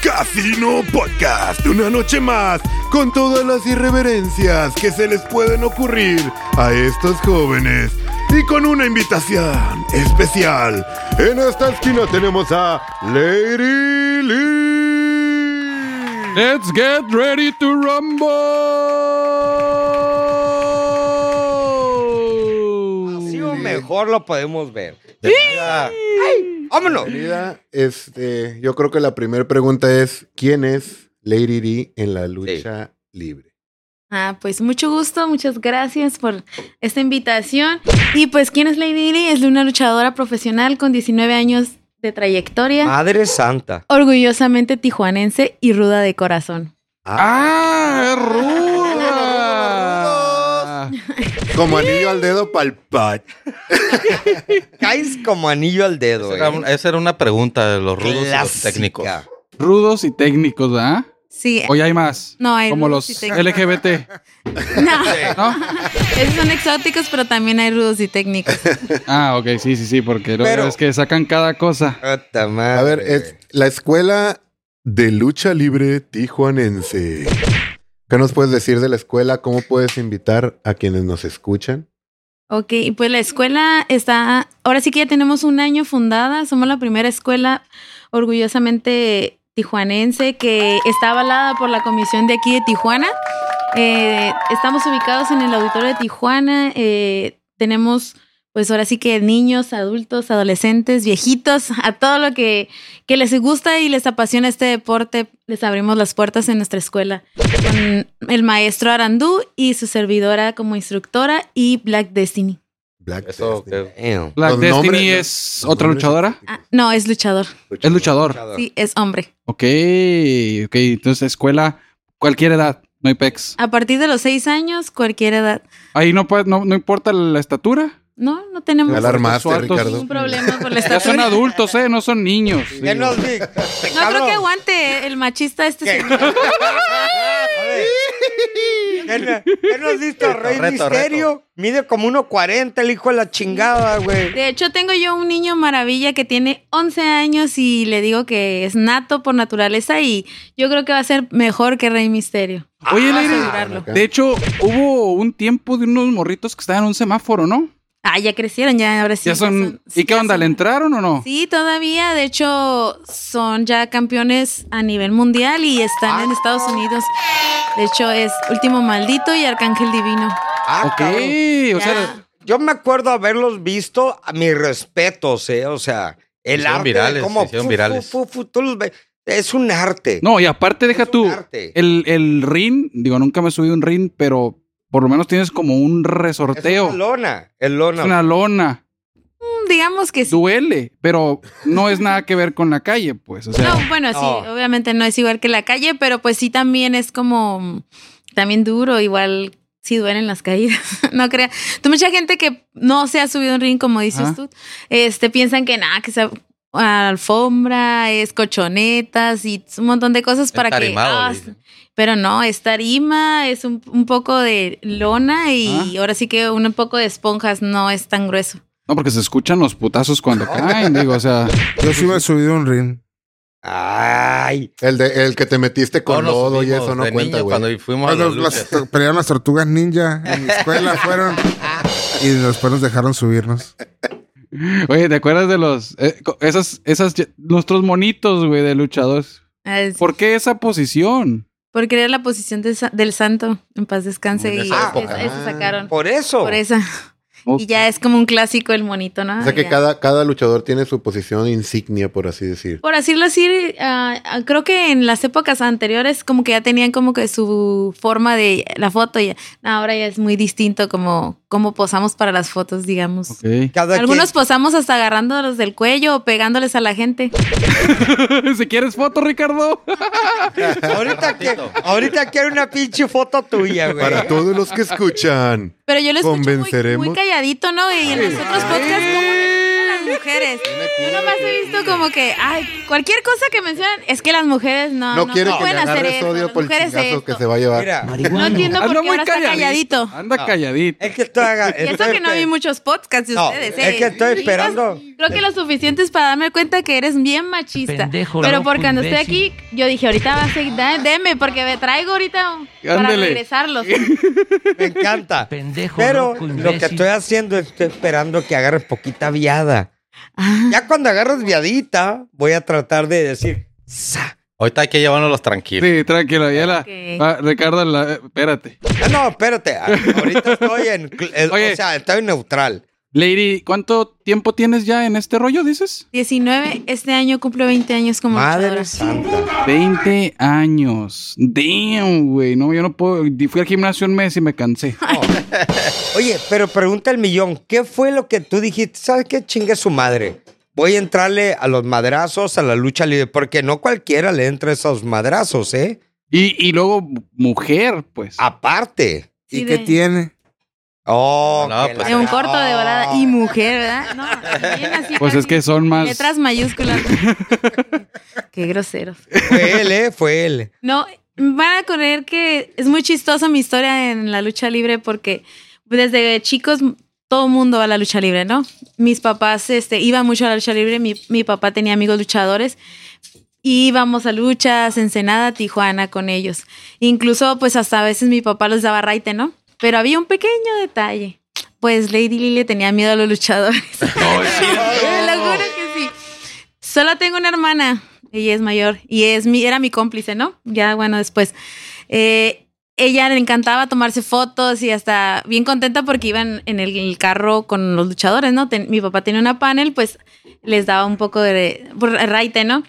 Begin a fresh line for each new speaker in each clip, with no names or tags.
Casino Podcast. Una noche más con todas las irreverencias que se les pueden ocurrir a estos jóvenes. Y con una invitación especial. En esta esquina tenemos a Lady Lee.
Let's get ready to rumble.
Así o mejor lo podemos ver. De verdad. ¡Ay! ¡Vámonos!
Querida, este, yo creo que la primera pregunta es: ¿quién es Lady D en la lucha libre?
Ah, pues mucho gusto, muchas gracias por esta invitación. Y pues, ¿quién es Lady Di? Es una luchadora profesional con 19 años de trayectoria,
Madre Santa.
orgullosamente tijuanense y ruda de corazón.
¡Ah, es ruda!
Como anillo al dedo pal pat.
Caes como anillo al dedo,
Esa era, un-
eh.
esa era una pregunta de los rudos y los
Clásica.
técnicos.
Rudos y técnicos, ¿verdad?
Sí.
Hoy hay más.
No, hay
Como
rudos
los
y técnicos.
LGBT,
No,
¿no?
esos son exóticos, pero también hay rudos y técnicos.
Ah, ok, sí, sí, sí, porque luego
Pero-
es que sacan cada cosa.
Puta madre.
A ver, es la escuela de lucha libre tijuanense. ¿Qué nos puedes decir de la escuela? ¿Cómo puedes invitar a quienes nos escuchan?
Ok, pues la escuela está, ahora sí que ya tenemos un año fundada, somos la primera escuela orgullosamente tijuanense que está avalada por la comisión de aquí de Tijuana. Eh, estamos ubicados en el auditorio de Tijuana, eh, tenemos pues ahora sí que niños, adultos, adolescentes, viejitos, a todo lo que, que les gusta y les apasiona este deporte, les abrimos las puertas en nuestra escuela con el maestro Arandú y su servidora como instructora y Black Destiny.
Black
Eso,
Destiny.
que-
Damn.
Black
Los
Destiny
nombres, los-
es
los
otra
nombres
luchadora.
artísticos.
Ah, no, es luchador.
Es luchador.
Ah.
Sí, es hombre.
Ok, ok. Entonces, escuela, cualquier edad, no hay pex.
A partir de los seis años, cualquier edad.
Ahí no, puede- no, no importa la estatura.
No, no tenemos
Ya la armaste,
Sueltos.
Ricardo.
ningún problema por la
Ya son
estatura.
adultos, ¿eh? No son niños.
¿Qué
Digo.
nos di?
No creo que aguante el machista este señor.
A ver. ¿Qué, no- qué nos diste, Rey
reto,
Misterio? Mide como 1.40 el hijo de la chingada, güey.
De hecho, tengo yo un niño maravilla que tiene 11 años y le digo que es nato por naturaleza y yo creo que va a ser mejor que Rey Misterio.
Oye,
Puedo
Leire,
Ah,
Ah,
asegurarlo.
de hecho, hubo un tiempo de unos morritos que estaban en un semáforo, ¿no?
Ah, ya crecieron, ya ahora sí.
ya son. ¿Y
sí,
qué
ya
onda?
son-
¿Le entraron o no?
Sí, todavía, de hecho, son ya campeones a nivel mundial y están en Estados Unidos. De hecho, es Último Maldito y Arcángel Divino.
Ah,
ok,
cabrón.
o
Ya.
sea,
Yo me acuerdo haberlos visto a mis respetos, eh. O sea, el
hicieron
arte. de
virales,
cómo
se hicieron
fu, fu,
virales.
fu, fu, tú los ve- Es un arte.
no, y aparte deja
un
tú,
arte.
el, el ring, digo, nunca me subí a un ring, pero por lo menos tienes como un
es
resorteo,
una lona. El lona.
es una lona,
Mm, Digamos que sí.
duele, pero no es nada que ver con la calle, pues, o sea,
No, bueno, sí,
No.
obviamente no es igual que la calle, pero pues sí también es como, mm, también duro, igual sí duelen las caídas, no creas. Tú mucha gente que no se ha subido a un ring, como dices
Ajá.
tú, este, piensan que nada, que sea alfombra, es cochonetas y un montón de cosas para
Entarimado,
que...
le
ah,
dicen.
Pero no, es tarima, es un, un poco de lona y ahora sí que un poco de esponjas no es tan grueso.
no, porque se escuchan los putazos cuando caen, digo, o sea,
Yo sí me he subido a un ring.
Ay.
El, de, el que te metiste
Todos
con
nos
lodo y
subimos
eso no
de
cuenta,
niño
güey.
Cuando fuimos a
Cuando
las
las,
luchas.
to- pelearon las tortugas ninja en mi escuela fueron y después nos dejaron subirnos.
oye, ¿te acuerdas de los, eh, co- esas, esas, nuestros monitos, güey, de luchadores?
Es-
¿Por qué esa posición?
Porque era la posición de sa- del santo, en paz descanse,
En
y
esa
esa,
época.
esa sacaron
Por eso.
por esa. Y ya es como un clásico el monito, ¿no?
O sea que
Ah, Ya.
cada, cada luchador tiene su posición insignia, por así decir.
Por decirlo así, ah, ah, creo que en las épocas anteriores como que ya tenían como que su forma de la foto, ya. ahora ya es muy distinto como, como posamos para las fotos, digamos.
Ok.
Cada
Algunos
quien-
posamos hasta agarrándolos del cuello o pegándoles a la gente.
si quieres foto, Ricardo.
ahorita, que, ahorita quiero una pinche foto tuya, güey.
Para todos los que escuchan,
Pero yo lo escucho muy,
Convenceremos.
muy calladito, ¿no? Y en los otros podcasts, ¿cómo mencionan a las mujeres? Yo nomás he visto como que, ay, cualquier cosa que mencionan, es que las mujeres no,
no,
no,
quiere
no
que le
pueden hacer
agarres
eso.
odio
las
por el
mujeres
chingazo
esto.
que se va a llevar.
Mira,
No entiendo por
Anda
qué ahora está calladito.
Anda calladito.
es que estoy haga-
Y eso
estoy
que no
pe-
vi muchos podcasts de
No,
ustedes, ¿eh?
es que estoy esperando.
Creo que lo suficientes para darme cuenta que eres bien machista.
Pendejo,
pero
loco,
porque cuando estoy aquí,
imbécil.
yo dije, ahorita va a seguir, da- deme, porque me traigo ahorita para
Ándele.
regresarlos.
Me encanta.
Pendejo,
Pero
loco,
lo que
imbécil.
estoy haciendo es estoy esperando que agarres poquita viada.
Ah,
Ya cuando agarras viadita, voy a tratar de decir, "Sa".
Ahorita hay que llevárnoslos tranquilos.
Sí, tranquilo, ya la.
Ok.
va, Ricardo, la- eh, espérate.
Ah, No, espérate. a- Ahorita estoy en. cl- eh,
Oye.
O sea, estoy neutral.
Lady, ¿cuánto tiempo tienes ya en este rollo, dices?
19, este año cumplo 20 años como
Madre
luchadora.
santa.
20 años. Damn, güey. No, yo no puedo. Di- Fui al gimnasio un mes y me cansé.
Oye, pero pregunta el millón. ¿Qué fue lo que tú dijiste? ¿Sabes qué chingue su madre? Voy a entrarle a los madrazos, a la lucha libre, porque no cualquiera le entra esos madrazos, ¿eh?
Y, y luego, mu- mujer, pues.
Ah. Aparte.
¿Y
Sí,
qué
de-
tiene?
Oh,
No,
que
pues,
De
la-
un corto de volada.
Oh.
Y mujer, ¿verdad? No, bien así,
Pues es
casi.
que son más.
Letras mayúsculas. Qué groseros.
Fue él, ¿eh? Fue él.
No, van a creer que es muy chistosa mi historia en la lucha libre porque desde chicos todo mundo va a la lucha libre, ¿no? Mis papás este, iban mucho a la lucha libre, mi, mi papá tenía amigos luchadores. y Íbamos a luchas, Ensenada, Tijuana con ellos. Incluso, pues hasta a veces mi papá los daba raite, ¿no? Pero había un pequeño detalle. Pues Lady Lily tenía miedo a los luchadores. Lo juro que sí. Solo tengo una hermana. Ella es mayor y es mi, era mi cómplice, ¿no? Ya, bueno, después. Eh, ella le encantaba tomarse fotos y hasta bien contenta porque iban en el, el carro con los luchadores, ¿no? Ten- mi papá tenía una panel, pues les daba un poco de por- raite, ¿no?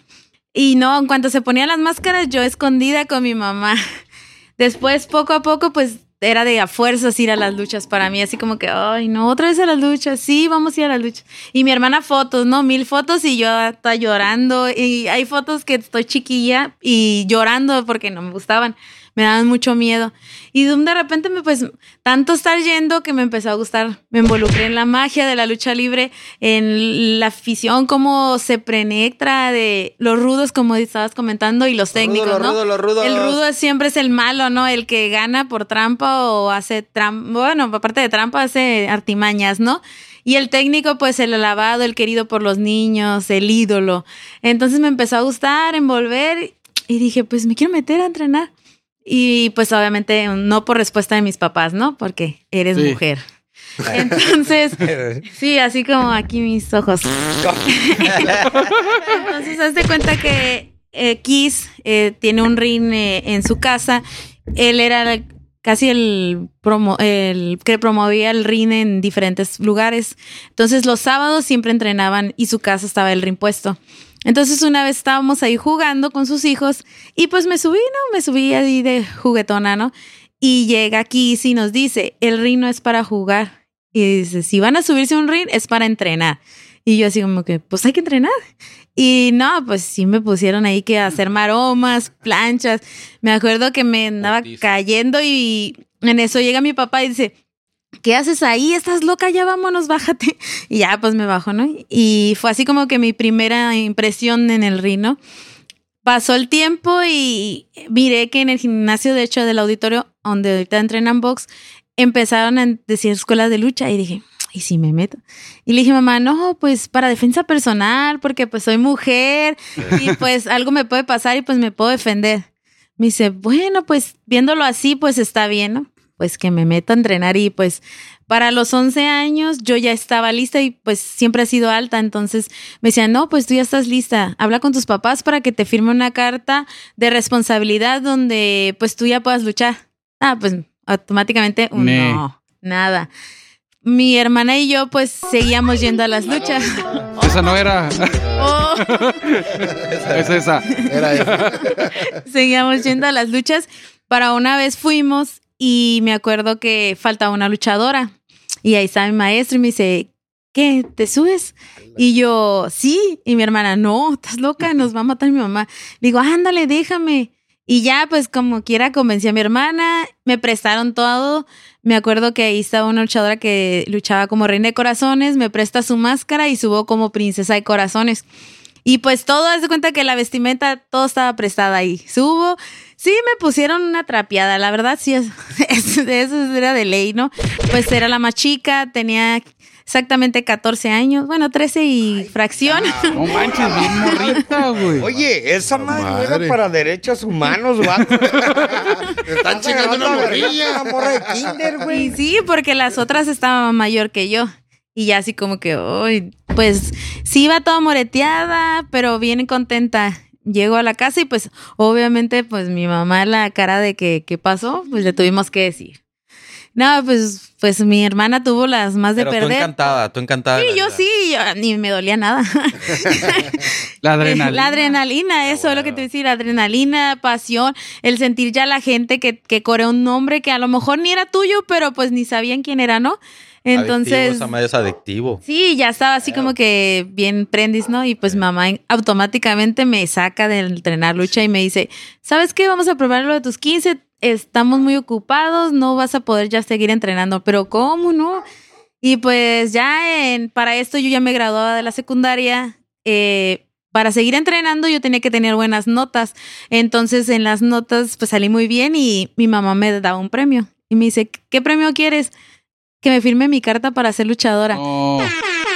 Y no, en cuanto se ponían las máscaras, yo escondida con mi mamá. Después, poco a poco, pues era de a fuerzas ir a las luchas para mí, así como que, ay, no, otra vez a las luchas, sí, vamos a ir a las luchas. Y mi hermana fotos, ¿no? Mil fotos y yo hasta llorando. Y hay fotos que estoy chiquilla y llorando porque no me gustaban. Me daban mucho miedo. Y de un de repente, me, pues, tanto estar yendo que me empezó a gustar. Me involucré en la magia de la lucha libre, en la afición, cómo se penetra de los rudos, como estabas comentando, y los técnicos,
Rudo,
¿no?
rudo, lo rudo.
El rudo siempre es el malo, ¿no? El que gana por trampa o hace trampa. Bueno, aparte de trampa, hace artimañas, ¿no? Y el técnico, pues el alabado, el querido por los niños, el ídolo. Entonces me empezó a gustar, envolver y dije, pues me quiero meter a entrenar. Y pues obviamente no por respuesta de mis papás, ¿no? Porque eres
Sí.
mujer. Entonces, sí, así como aquí mis ojos. Entonces, haz de cuenta que eh, Kiss eh, tiene un ring eh, en su casa. Él era el- casi el, promo- el que promovía el ring en diferentes lugares. Entonces, los sábados siempre entrenaban y su casa estaba el ring puesto. Entonces, una vez estábamos ahí jugando con sus hijos y pues me subí, ¿no? Me subí ahí de juguetona, ¿no? Y llega Kiss y nos dice, el ring no es para jugar. Y dice, si van a subirse a un ring es para entrenar. Y yo así como que, pues hay que entrenar. Y no, pues sí me pusieron ahí que hacer maromas, planchas. Me acuerdo que me andaba cayendo y en eso llega mi papá y dice, ¿qué haces ahí? ¿Estás loca? Ya vámonos, bájate. Y ya, pues me bajo, ¿no? Y fue así como que mi primera impresión en el ring, ¿no? Pasó el tiempo y miré que en el gimnasio, de hecho, del auditorio donde ahorita entrenan box, empezaron a decir escuelas de lucha y dije, ¿y si me meto? Y le dije, mamá, no, pues para defensa personal, porque pues soy mujer y pues algo me puede pasar y pues me puedo defender. Me dice, bueno, pues viéndolo así, pues está bien, ¿no? Pues que me meta a entrenar y pues para los 11 años yo ya estaba lista y pues siempre he sido alta, entonces me decían, no, pues tú ya estás lista, habla con tus papás para que te firme una carta de responsabilidad donde pues tú ya puedas luchar. Ah, pues automáticamente un
Ne.
no, nada. Mi hermana y yo pues seguíamos yendo a las luchas.
Esa no era.
Oh.
es esa.
seguíamos yendo a las luchas. Para una vez fuimos y me acuerdo que faltaba una luchadora. Y ahí está mi maestro y me dice, ¿qué? ¿Te subes? Y yo, sí. Y mi hermana, no, estás loca, nos va a matar mi mamá. Le digo, ándale, déjame. Y ya, pues como quiera, convencí a mi hermana, me prestaron todo. Me acuerdo que ahí estaba una luchadora que luchaba como reina de corazones, me presta su máscara y subo como princesa de corazones. Y pues todo, haz de cuenta que la vestimenta, todo estaba prestada ahí. Subo. Sí, me pusieron una trapeada, la verdad, sí, es- es- eso era de ley, ¿no? Pues era la más chica, tenía exactamente 14 años, bueno, 13 y fracción.
No manches, bien morrita, güey.
Oye, esa madre, no
madre.
era para derechos humanos, vato.
Están chingando una morrilla.
Una morra de kinder,
Y
güey.
sí, porque las otras estaban mayor que yo. Y ya así como que, "Ay", pues sí iba toda moreteada, pero bien contenta. Llego a la casa y pues obviamente pues mi mamá la cara de que qué pasó, pues le tuvimos que decir. No, pues pues mi hermana tuvo las más de
Pero tú
perder.
encantada, tú encantada.
Sí,
de la
yo
vida.
sí, yo- ni me dolía nada.
La adrenalina.
La adrenalina, eso es lo que te decía, la adrenalina, pasión, el sentir ya la gente que, que corea un nombre que a lo mejor ni era tuyo, pero pues ni sabían quién era, ¿no?
Adictivo,
Entonces,
esa madre es adictivo.
sí, ya estaba así como que bien prendis, ¿no? Y pues mamá en- automáticamente me saca de entrenar lucha y me dice, ¿sabes qué? Vamos a probar lo de tus 15, estamos muy ocupados, no vas a poder ya seguir entrenando, pero ¿cómo no? Y pues ya en- para esto yo ya me graduaba de la secundaria. eh, para seguir entrenando yo tenía que tener buenas notas. Entonces en las notas pues salí muy bien y mi mamá me daba un premio. Y me dice, ¿qué premio quieres? Que me firme mi carta para ser luchadora.
No.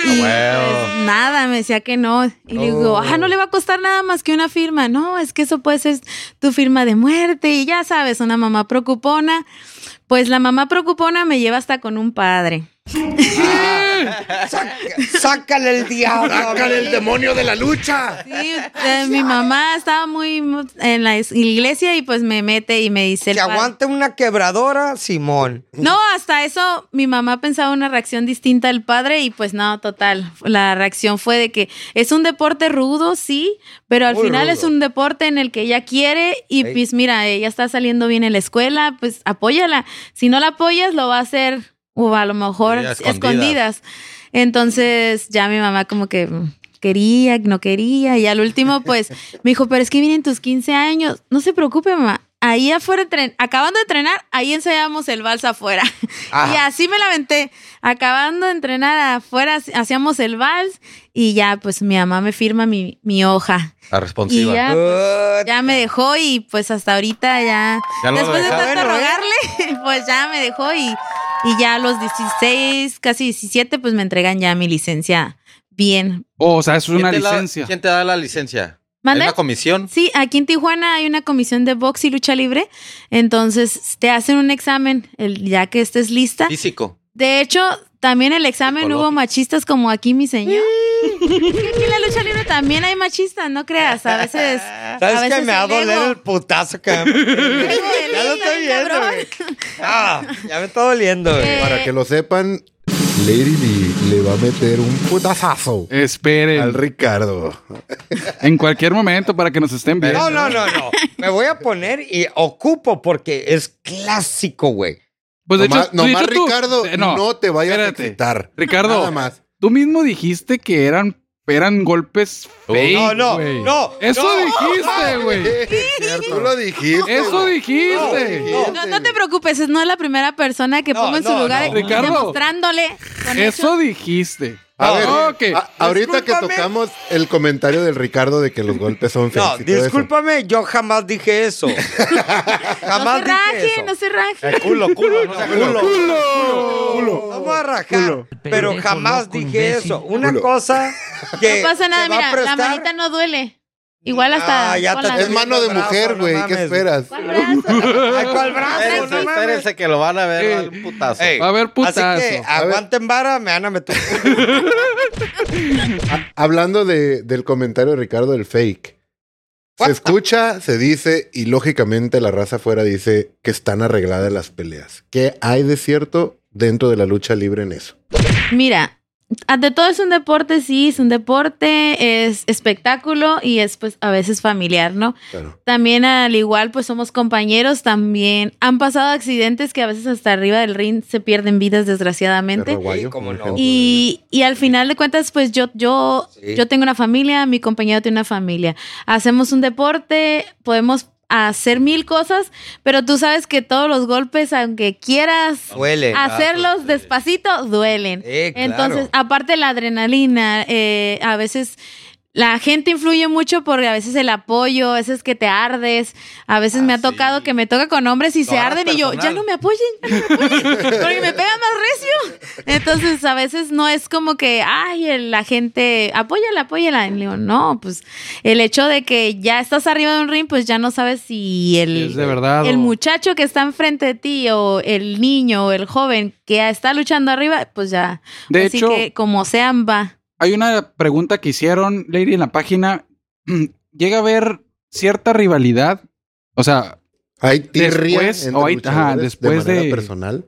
Y
huevo.
pues, nada, me decía que no. Y le digo, ah, no le va a costar nada más que una firma. No, es que eso puede ser tu firma de muerte. Y ya sabes, una mamá preocupona. Pues la mamá preocupona me lleva hasta con un padre.
Saca- sácale el diablo.
¡Sácale el demonio de la lucha!
Sí, eh, mi mamá estaba muy mu- en la is- iglesia y pues me mete y me dice... el
Que
padre-
aguante una quebradora, Simón.
No, hasta eso mi mamá pensaba una reacción distinta del padre y pues no, total. La reacción fue de que es un deporte rudo, sí, pero al
Muy
final
rudo.
es un deporte en el que ella quiere y
Ey.
pues mira, ella está saliendo bien en la escuela, pues apóyala. Si no la apoyas, lo va a hacer o a lo mejor
Sí, a
escondidas.
escondidas.
Entonces ya mi mamá como que mm, quería, no quería y al último pues me dijo, pero es que vienen tus 15 años, no se preocupe mamá. Ahí afuera, entren- acabando de entrenar, ahí ensayábamos el vals afuera.
Ajá.
Y así me la aventé. Acabando de entrenar afuera, hacíamos el vals y ya, pues mi mamá me firma mi, mi hoja.
La responsiva.
Y ya.
Uh,
Ah, pues, Ya me dejó y pues hasta ahorita ya.
Ya lo
Después de
dejaron.
tanto
Bueno, ¿eh?
rogarle, pues ya me dejó y, y ya a los 16, casi 17, pues me entregan ya mi licencia. Bien.
Oh, o sea, eso es
¿Quién
una
te la-
licencia.
¿Quién te da la licencia?
¿Mande?
¿Es la comisión?
Sí, aquí en Tijuana hay una comisión de box y lucha libre. Entonces te hacen un examen el, ya que estés lista.
Físico.
De hecho, también el examen
Psicológico.
hubo machistas como aquí, mi señor. Es que aquí en la lucha libre también hay machistas, no creas. A veces. a
¿Sabes
veces
que me va a
el ego-
doler el putazo que me- Ya lo estoy viendo,
cabrón.
güey. Ah, ya me está doliendo, güey.
Eh,
Para que lo sepan, Lady Lee le va a meter un putazazo al
Esperen.
Ricardo.
En cualquier momento para que nos estén viendo.
No, no, no, no. Me voy a poner y ocupo porque es clásico, güey.
Pues de
nomás,
hecho, de
nomás,
hecho tú-
Ricardo,
eh,
no, te vayas
espérate.
a excitar.
Ricardo.
Nada más.
Tú mismo dijiste que eran, eran golpes fake,
No, no,
güey.
no,
Eso
no.
dijiste, güey.
Tú lo dijiste.
Eso
güey.
dijiste.
No,
No, no te preocupes, no es la primera persona que
No,
pongo en su
no,
lugar
no.
Ricardo.
demostrándole. con
Eso dijiste.
A ver,
Ah, Ok.
a- ahorita que
Discúlpame.
tocamos el comentario del Ricardo de que los golpes son
No,
feos. y todo eso.
discúlpame, yo jamás dije eso.
No se
Jamás dije
raje,
eso.
no se raje.
Eh, culo, culo, no sea culo.
Culo, culo.
Vamos a rajar. Pero
Pendejo
jamás
loco,
dije
imbécil.
eso. Una
Culo.
cosa que
No pasa nada,
se va a
mira, la
prestar-
manita no duele. Igual hasta.
Ah, ya
con
te-
las-
Es mano de
Bravo,
mujer,
no
güey. ¿Qué
mames.
esperas?
¿Cuál brazo?
Ay, ¿cuál
Ah,
brazo?
Espérense,
No mames.
espérense que lo van a ver
Eh.
dar un putazo.
Ey.
Va a haber
Así que
putazo.
aguanten vara, me van a meter.
Hablando de- del comentario de Ricardo del fake. Se escucha, se dice y lógicamente la raza afuera dice que están arregladas las peleas. ¿Qué hay de cierto dentro de la lucha libre en eso?
Mira, ante todo es un deporte, sí, es un deporte, es espectáculo y es pues a veces familiar, ¿no?
Claro.
También al igual pues somos compañeros, también han pasado accidentes que a veces hasta arriba del ring se pierden vidas desgraciadamente.
Perro aguayo,
Sí, cómo
por
no.
ejemplo.
Y, y al final de cuentas, pues yo, yo,
Sí.
yo tengo una familia, mi compañero tiene una familia. Hacemos un deporte, podemos hacer mil cosas, pero tú sabes que todos los golpes, aunque quieras
Duele.
Ah, hacerlos despacito, duelen.
Ah, pues, Eh, claro.
Entonces, aparte la adrenalina, eh, a veces La gente influye mucho por a veces el apoyo, a veces que te ardes, a veces
Ah,
me ha tocado que me toca con hombres y se
Todas
arden y yo, ya
personal.
no me apoyen, ya no me apoyen, porque me pega más recio. Entonces, a veces no es como que, ay, el- la gente, apóyala, apóyala. Y le digo, no, pues el hecho de que ya estás arriba de un ring, pues ya no sabes si el,
Es de verdad.
el
o-
muchacho que está enfrente de ti o el niño o el joven que ya está luchando arriba, pues ya.
De
Así
hecho,
que como sean, va.
hay una pregunta que hicieron, Lady, en la página. ¿Llega a haber cierta rivalidad? O sea,
Hay tirria
Después,
entre
o hay-
luchadores
ajá, después
de manera
de-
personal.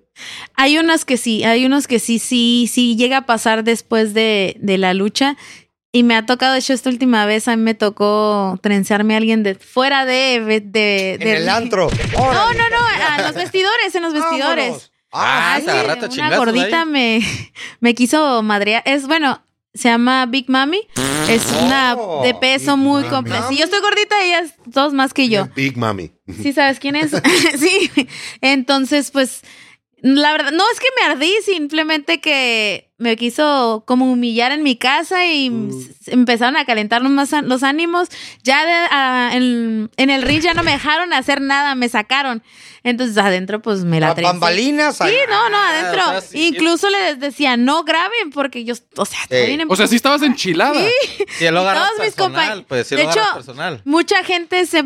Hay unos que sí, hay unos que sí, sí, sí llega a pasar después de, de la lucha. Y me ha tocado, de hecho, esta última vez a mí me tocó trenzarme a alguien de fuera de... de, de-
En
del-
el antro.
No, no, no, a los vestidores, en los vestidores.
Vámonos.
Ah,
sí,
te agarraste a
Una
chingazos
gordita
ahí.
me, me quiso madrear. Es bueno, se llama Big Mami. Es una
Oh,
de peso
Big
muy
Mami.
compleja. Si yo estoy gordita, ella es dos más que yo.
Big Mami.
Sí, ¿sabes quién es? sí. Entonces, pues, la verdad, no es que me ardí, simplemente que me quiso como humillar en mi casa y
Mm.
s- empezaron a calentar los más á- los ánimos. Ya de- a- en, en el ring ya no me dejaron hacer nada, me sacaron. Entonces, adentro, pues, me la
Las
trencé.
bambalinas.
Sí, no, no, adentro.
Ah, o sea, sí, sí.
Incluso les decía, no graben, porque yo, o sea, estoy bien
o sea, sí estabas enchilada.
Sí, lo agarras
todos mis
personal.
compa-
Pues sí,
De
lo agarras
hecho,
personal.
mucha gente se,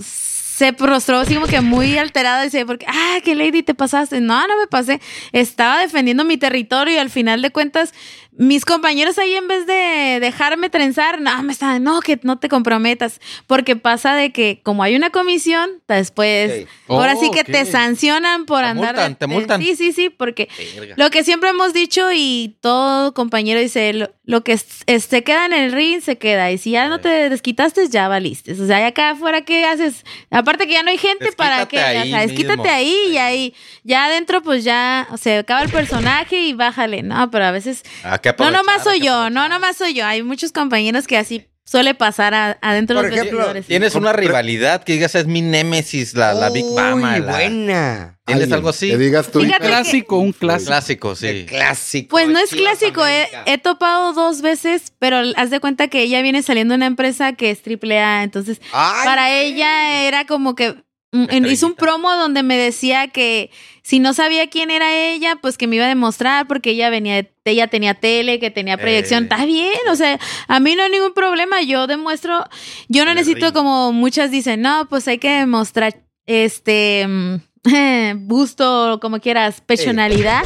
se prostró así como que muy alterada y se porque, ah, qué lady te pasaste. No, no me pasé. Estaba defendiendo mi territorio y al final de cuentas, mis compañeros ahí en vez de dejarme trenzar, no, me estaban, no, que no te comprometas. Porque pasa de que como hay una comisión, después,
Sí.
ahora sí
Oh,
que te
ok.
sancionan por
Te
andar.
multan,
de-
te
de-
multan.
Sí, sí, sí, porque
Verga.
lo que siempre hemos dicho y todo compañero dice, lo, lo que es- es- se queda en el ring se queda y si ya no
Sí.
te desquitaste ya valiste. O sea, ya acá afuera qué haces? Aparte que ya no hay gente para
Desquítate
que,
ahí
o sea, desquítate
mismo.
ahí y ahí ya adentro pues ya se acaba el personaje y bájale. No, pero a veces
Ah, qué
no
aprovechar,
nomás soy
qué
yo, no
aprovechar.
nomás soy yo. Hay muchos compañeros que así suele pasar a- adentro de
Por
los
ejemplo,
vestidores.
Tienes una rivalidad que digas es mi némesis, la, la Big Mama.
Uy,
la-
buena.
¿Tienes
Alguien
algo así?
Que digas tú.
Un
Fíjate que-
clásico, un clásico.
Clásico,
El
sí.
clásico.
Pues no
de
es
Chivas
clásico, he,
América.
he topado dos veces, pero haz de cuenta que ella viene saliendo de una empresa que es triple A, entonces
Ay,
eh, para ella era como que mm, en- hizo un
Estrellita.
promo donde me decía que si no sabía quién era ella, pues que me iba a demostrar porque ella venía, de- ella tenía tele, que tenía proyección,
Eh.
está bien, o sea, a mí no hay ningún problema, yo demuestro, yo no
En el
necesito
ring.
como muchas dicen, no, pues hay que demostrar este mm, busto, como quieras, personalidad.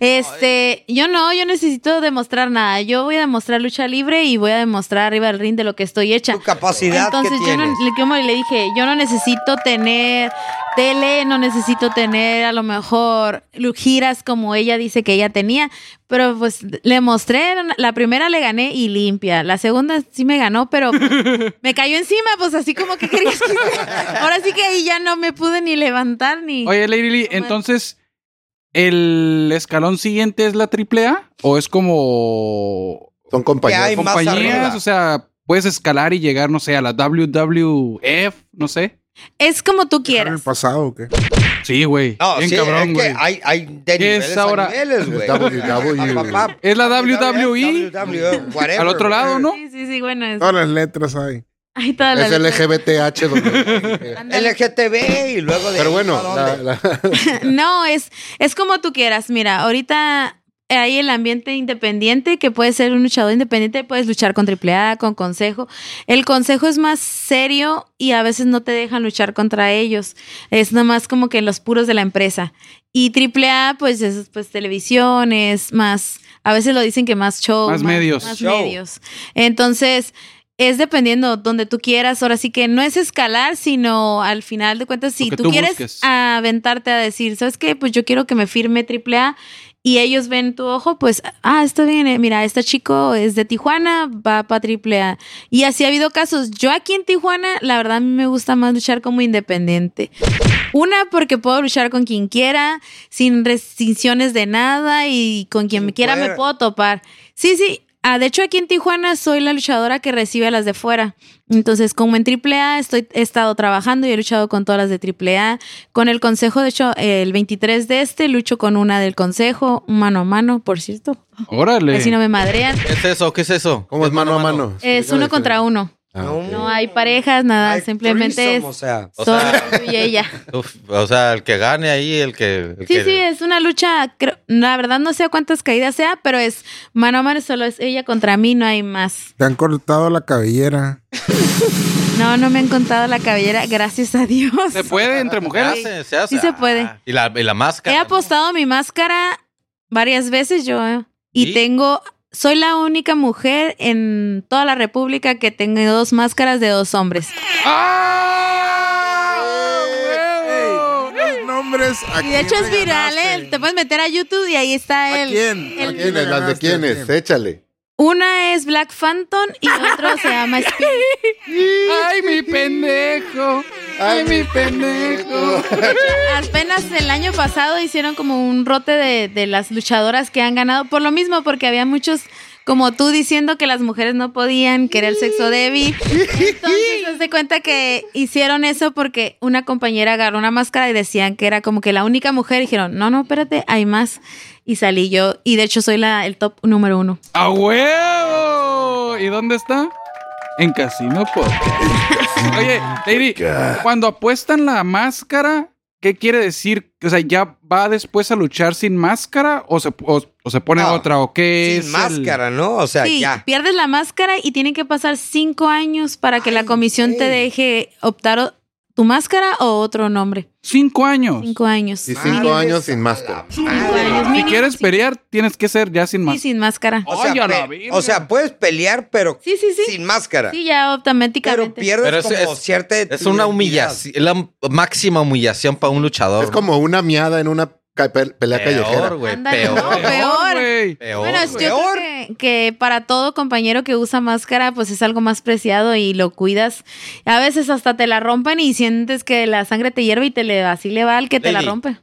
Este, yo no, yo necesito demostrar nada. Yo voy a demostrar lucha libre y voy a demostrar arriba del ring de lo que estoy hecha.
tu capacidad
Entonces
que
yo
tienes.
no, le- como le dije, yo no necesito tener tele, no necesito tener a lo mejor lu- giras como ella dice que ella tenía, pero pues le mostré, la primera le gané y limpia, la segunda sí me ganó, pero pues, me cayó encima, pues así como que querías que... Ahora sí que ahí ya no me pude ni levantar ni...
Oye, Lady Lee,
No
entonces, ¿el escalón siguiente es la triple A? ¿O es como
Son
Que hay
compañeros.
más
compañías?
arriba.
O sea, puedes escalar y llegar, no sé, a la WWF, no sé.
Es como tú
¿Dejar el
quieras.
pasado o qué?
Sí, güey.
No,
Bien
sí,
cabrón,
es que
güey.
hay, hay de niveles a
ahora?
niveles, güey.
WWE.
Pa, pa, pa.
Es la E? WWE.
E. WWE, whatever,
Al otro lado,
whatever.
¿no?
Sí, sí, sí, bueno, es...
Todas las letras hay.
Ay, toda la
Es
letra.
LGBTH. donde-
Ándale.
LGTB y luego de
Pero
ahí,
bueno,
¿a
la-
dónde?
la-
No, es, es como tú quieras. Mira, ahorita hay el ambiente independiente, que puedes ser un luchador independiente, puedes luchar con AAA, con consejo. El consejo es más serio y a veces no te dejan luchar contra ellos. Es nomás como que los puros de la empresa. Y AAA, pues es pues, televisiones, más, a veces lo dicen que más show.
Más medios.
Más
Show.
medios. Entonces... Es dependiendo donde tú quieras. Ahora sí que no es escalar, sino al final de cuentas, si
que
tú,
tú
quieres
busques.
a aventarte a decir, ¿sabes qué? Pues yo quiero que me firme AAA y ellos ven tu ojo, pues, ah, está bien, eh, mira, este chico es de Tijuana, va para AAA. Y así ha habido casos. Yo aquí en Tijuana, la verdad, a mí me gusta más luchar como independiente. Una, porque puedo luchar con quien quiera, sin restricciones de nada y con quien
Sin
me quiera me
fuera.
puedo topar. Sí, sí. Ah, de hecho, aquí en Tijuana soy la luchadora que recibe a las de fuera. Entonces, como en AAA estoy, he estado trabajando y he luchado con todas las de AAA. Con el consejo, de hecho, el 23 de este lucho con una del consejo, mano a mano, por cierto.
Órale.
Así no me madrean.
¿Qué es eso? ¿Qué es eso?
¿Cómo es mano a mano?
Es uno contra uno.
Ah,
No.
ok.
No hay parejas, nada.
Ay,
Simplemente
threesome,
es
O sea,
o sea-
solo yo y ella.
Uf, o sea, el que gane ahí, el que. el
Sí,
que-
sí, es una lucha. creo- la verdad no sé cuántas caídas sea, pero es mano a mano, solo es ella contra mí, no hay más.
Te han cortado la cabellera.
No, no me han contado la cabellera, gracias a Dios.
¿Se puede entre
Se
mujeres?
hace, se hace.
Sí se puede.
Ah, Y la, y la máscara.
He
¿no?
apostado mi máscara varias veces yo eh, y
¿Sí?
tengo, soy la única mujer en toda la República que tengo dos máscaras de dos hombres.
¡Ah! Los nombres
¡Oh, Y de hecho es viral, eh, te puedes meter a YouTube y ahí está
¿A
él.
quién?
el-
¿A quiénes? ¿Las de quiénes? Échale.
Una es Black Phantom y otro se llama Spirit.
¡Ay, mi pendejo! ¡Ay, mi pendejo!
Apenas el año pasado hicieron como un rote de, de las luchadoras que han ganado por lo mismo, porque había muchos como tú diciendo que las mujeres no podían, que era el sexo débil. Entonces, haz de cuenta que hicieron eso porque una compañera agarró una máscara y decían que era como que la única mujer. Y dijeron, no, no, espérate, hay más. Y salí yo. Y de hecho, soy la, el top número uno.
¡A huevo! ¿Y dónde está? En Casino Podcast. Oye, Lady, cuando apuestan la máscara, ¿qué quiere decir? O sea, ¿ya va después a luchar sin máscara o se, o, o se pone
No,
otra? ¿O qué es?
sin
el-
máscara, ¿no? O sea,
Sí,
ya.
pierdes la máscara y tienen que pasar cinco años para que la comisión te deje optar o- tu máscara o otro nombre.
Cinco años.
Cinco años.
Y cinco años sin máscara.
Ah, Cinco años
Si
mínimo,
quieres
sí.
pelear, tienes que ser ya sin
Sí,
máscara.
sin máscara.
O sea,
Ay, a la
pe-
verga.
o sea, puedes pelear, pero
Sí, sí, sí.
Oh, sin máscara.
Sí, ya
pero
automáticamente.
pierdes
Pero es-
como
es-
cierta.
Es una humillación, la máxima humillación para un luchador.
Es como una miada en una ca- pe- pelea
peor,
callejera.
güey.
Ándale, no,
Peor.
peor.
güey.
Peor.
Bueno, yo
güey.
creo que, que para todo compañero que usa máscara, pues es algo más preciado y lo cuidas. A veces hasta te la rompen y sientes que la sangre te hierve y te le, así le va al que te la
Lady.
rompe.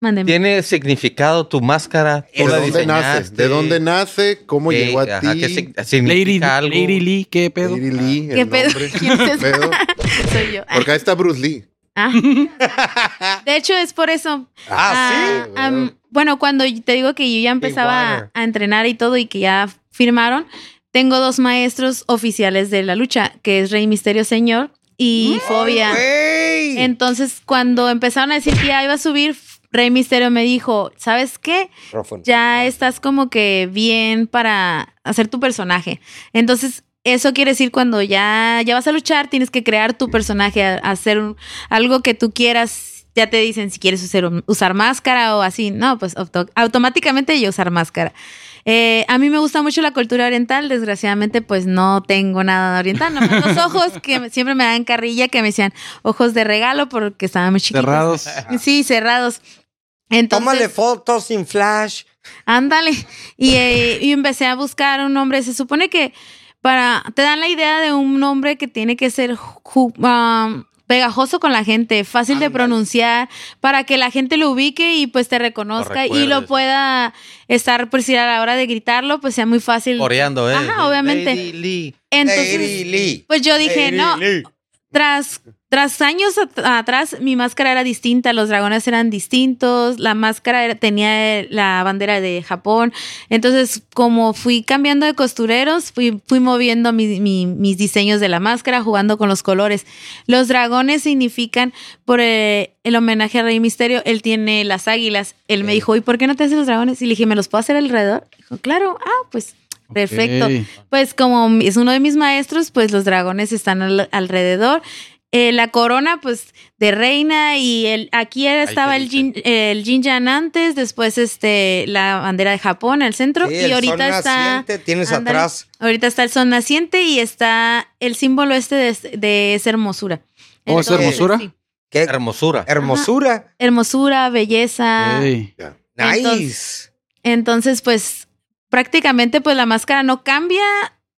Mándeme.
Tiene significado tu máscara.
¿De
Tú la
dónde nace?
diseñaste.
¿De dónde nace? ¿Cómo
¿Qué?
llegó a
Ajá,
ti?
¿Qué sig- significa
Lady,
algo?
Lady Lee, ¿qué pedo?
Lady Lee,
¿Qué
el
pedo?
nombre.
¿Quién es?
Pedo.
Soy yo.
Porque ahí está Bruce Lee.
Ah. De hecho, es por eso.
Ah,
Ah, am, bueno, cuando yo- te digo que yo ya empezaba
Warner.
a entrenar y todo y que ya firmaron, tengo dos maestros oficiales de la lucha, que es Rey Misterio Señor y
sí.
Fobia.
Mm. Güey.
Entonces, cuando empezaron a decir que ya iba a subir, Rey Misterio me dijo, ¿sabes qué?
Micrófono.
Ya estás como que bien para hacer tu personaje. Entonces, eso quiere decir cuando ya, ya vas a luchar, tienes que crear tu personaje, a- hacer un- algo que tú quieras. Ya te dicen si quieres usar, usar máscara o así. No, pues auto- automáticamente yo usar máscara. Eh, a mí me gusta mucho la cultura oriental, desgraciadamente pues no tengo nada de oriental, nomás los ojos que me- siempre me dan carrilla, que me decían ojos de regalo porque estaban muy chiquitos.
Cerrados.
Sí, cerrados.
Tómale
Entonces,
fotos sin flash.
ándale. Y, eh, y empecé a buscar un nombre. Se supone que para te dan la idea de un nombre que tiene que ser ju- ah, pegajoso con la gente, fácil de pronunciar, para que la gente lo ubique y pues te reconozca y lo
recuerdes.
pueda estar, pues si a la hora de gritarlo, pues sea muy fácil.
Coreando, ¿eh?
Ajá, obviamente.
Lady Lee.
Lady
Entonces,
Lee.
pues yo dije, no, tras, tras años at- atrás, mi máscara era distinta, los dragones eran distintos, la máscara era- tenía eh, la bandera de Japón. Entonces, como fui cambiando de costureros, fui, fui moviendo mi- mi- mis diseños de la máscara, jugando con los colores. Los dragones significan, por eh, el homenaje a Rey Misterio, él tiene las águilas. Él me dijo, ¿y por qué no te haces los dragones? Y le dije, ¿me los puedo hacer alrededor? Dijo, claro, ah, pues perfecto.
Ok.
Pues como mi- es uno de mis maestros, pues los dragones están al- alrededor. Eh, la corona, pues, de reina y el, aquí era-
te
estaba el
dicen.
Jin, el Jin Jan antes, después este, la bandera de Japón al centro
Sí,
y
el
ahorita
sol
está...
naciente, tienes
ándale,
atrás.
Ahorita está el sol naciente y está el símbolo este de, de esa hermosura.
¿O Oh, esa
Entonces,
hermosura?
sí.
Qué
Hermosura.
Eh, hermosura.
Hermosura, belleza.
Ey.
Nice.
Entonces, pues prácticamente pues la máscara no cambia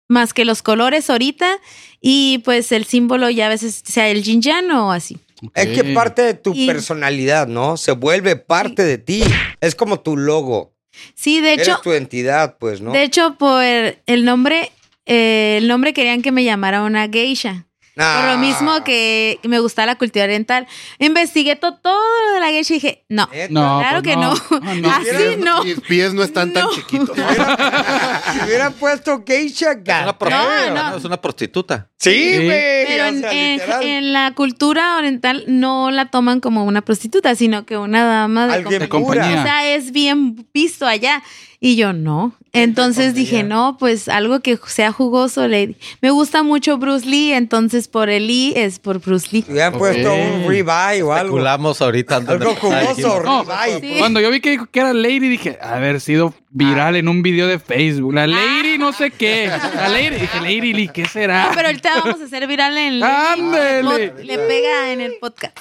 más que los colores ahorita y pues el símbolo ya a veces sea el yin yang o así.
Es que
Ok.
parte de tu
Y-
personalidad, ¿no? Se vuelve parte de ti. Es como tu logo.
Sí, de
Eres
hecho,
tu entidad, pues, ¿no?
de hecho, por el nombre, eh, el nombre querían que me llamara una geisha.
Nah.
Por lo
Ah.
mismo que me gustaba la cultura oriental. Investigué to- todo lo de la geisha y dije, no,
Neta.
No,
claro
pues
que no.
No, no.
Así no.
Mis pies no están tan
No.
chiquitos.
Si hubieran puesto geisha,
Es una,
God.
pro-
No, no.
es una prostituta.
Sí,
Sí.
güey.
Pero
o
en,
sea,
en-
literal.
en la cultura oriental no la toman como una prostituta, sino que una dama de
Alguien
de
pura.
O
compañía.
sea, es bien visto allá. Y yo no. Entonces dije, no, pues algo que sea jugoso. Le... Me gusta mucho Bruce Lee, entonces por el Lee es por Bruce Lee.
Hubieran
Ok.
puesto un revive o algo.
Calculamos ahorita. antes
Algo
de empezar,
jugoso,
dijimos,
No,
revive.
sí.
Cuando yo vi que dijo que era Lady, dije, haber sido viral en un video de Facebook. La Lady no sé qué. La Lady, dije, Lady Lee, ¿qué será?
Pero ahorita vamos a hacer viral en
Ándele.
pod- Le pega en el podcast.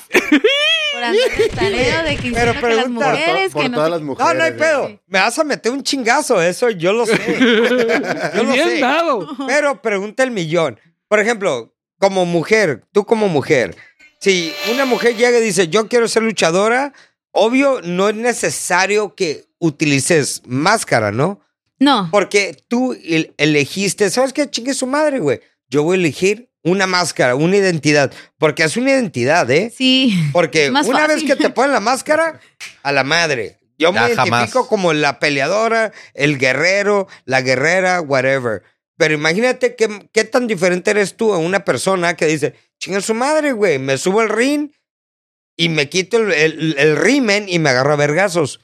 Por andar de tareo de
Pero
que, insisto que las
pregunta-
mujeres
por
que
todas
no.
las
sé-
mujeres. eh.
No, no hay pedo. Me vas a meter un chingazo, eso yo lo sé. yo lo
Bien
sé.
dado.
Pero pregunta el millón. Por ejemplo, como mujer, tú como mujer, si una mujer llega y dice, yo quiero ser luchadora, obvio no es necesario que utilices máscara, ¿no?
No.
Porque tú el- elegiste, ¿sabes qué? Chingue su madre, güey. Yo voy a elegir una máscara, una identidad. Porque es una identidad, ¿eh?
Sí.
Porque
Más
una vez
fácil.
que te ponen la máscara, a la madre. Yo me
Ya,
identifico
jamás.
como la peleadora, el guerrero, la guerrera, whatever. Pero imagínate qué, qué tan diferente eres tú a una persona que dice, chinga su madre, güey, me subo al ring y me quito el, el- el rimen y me agarro a vergazos.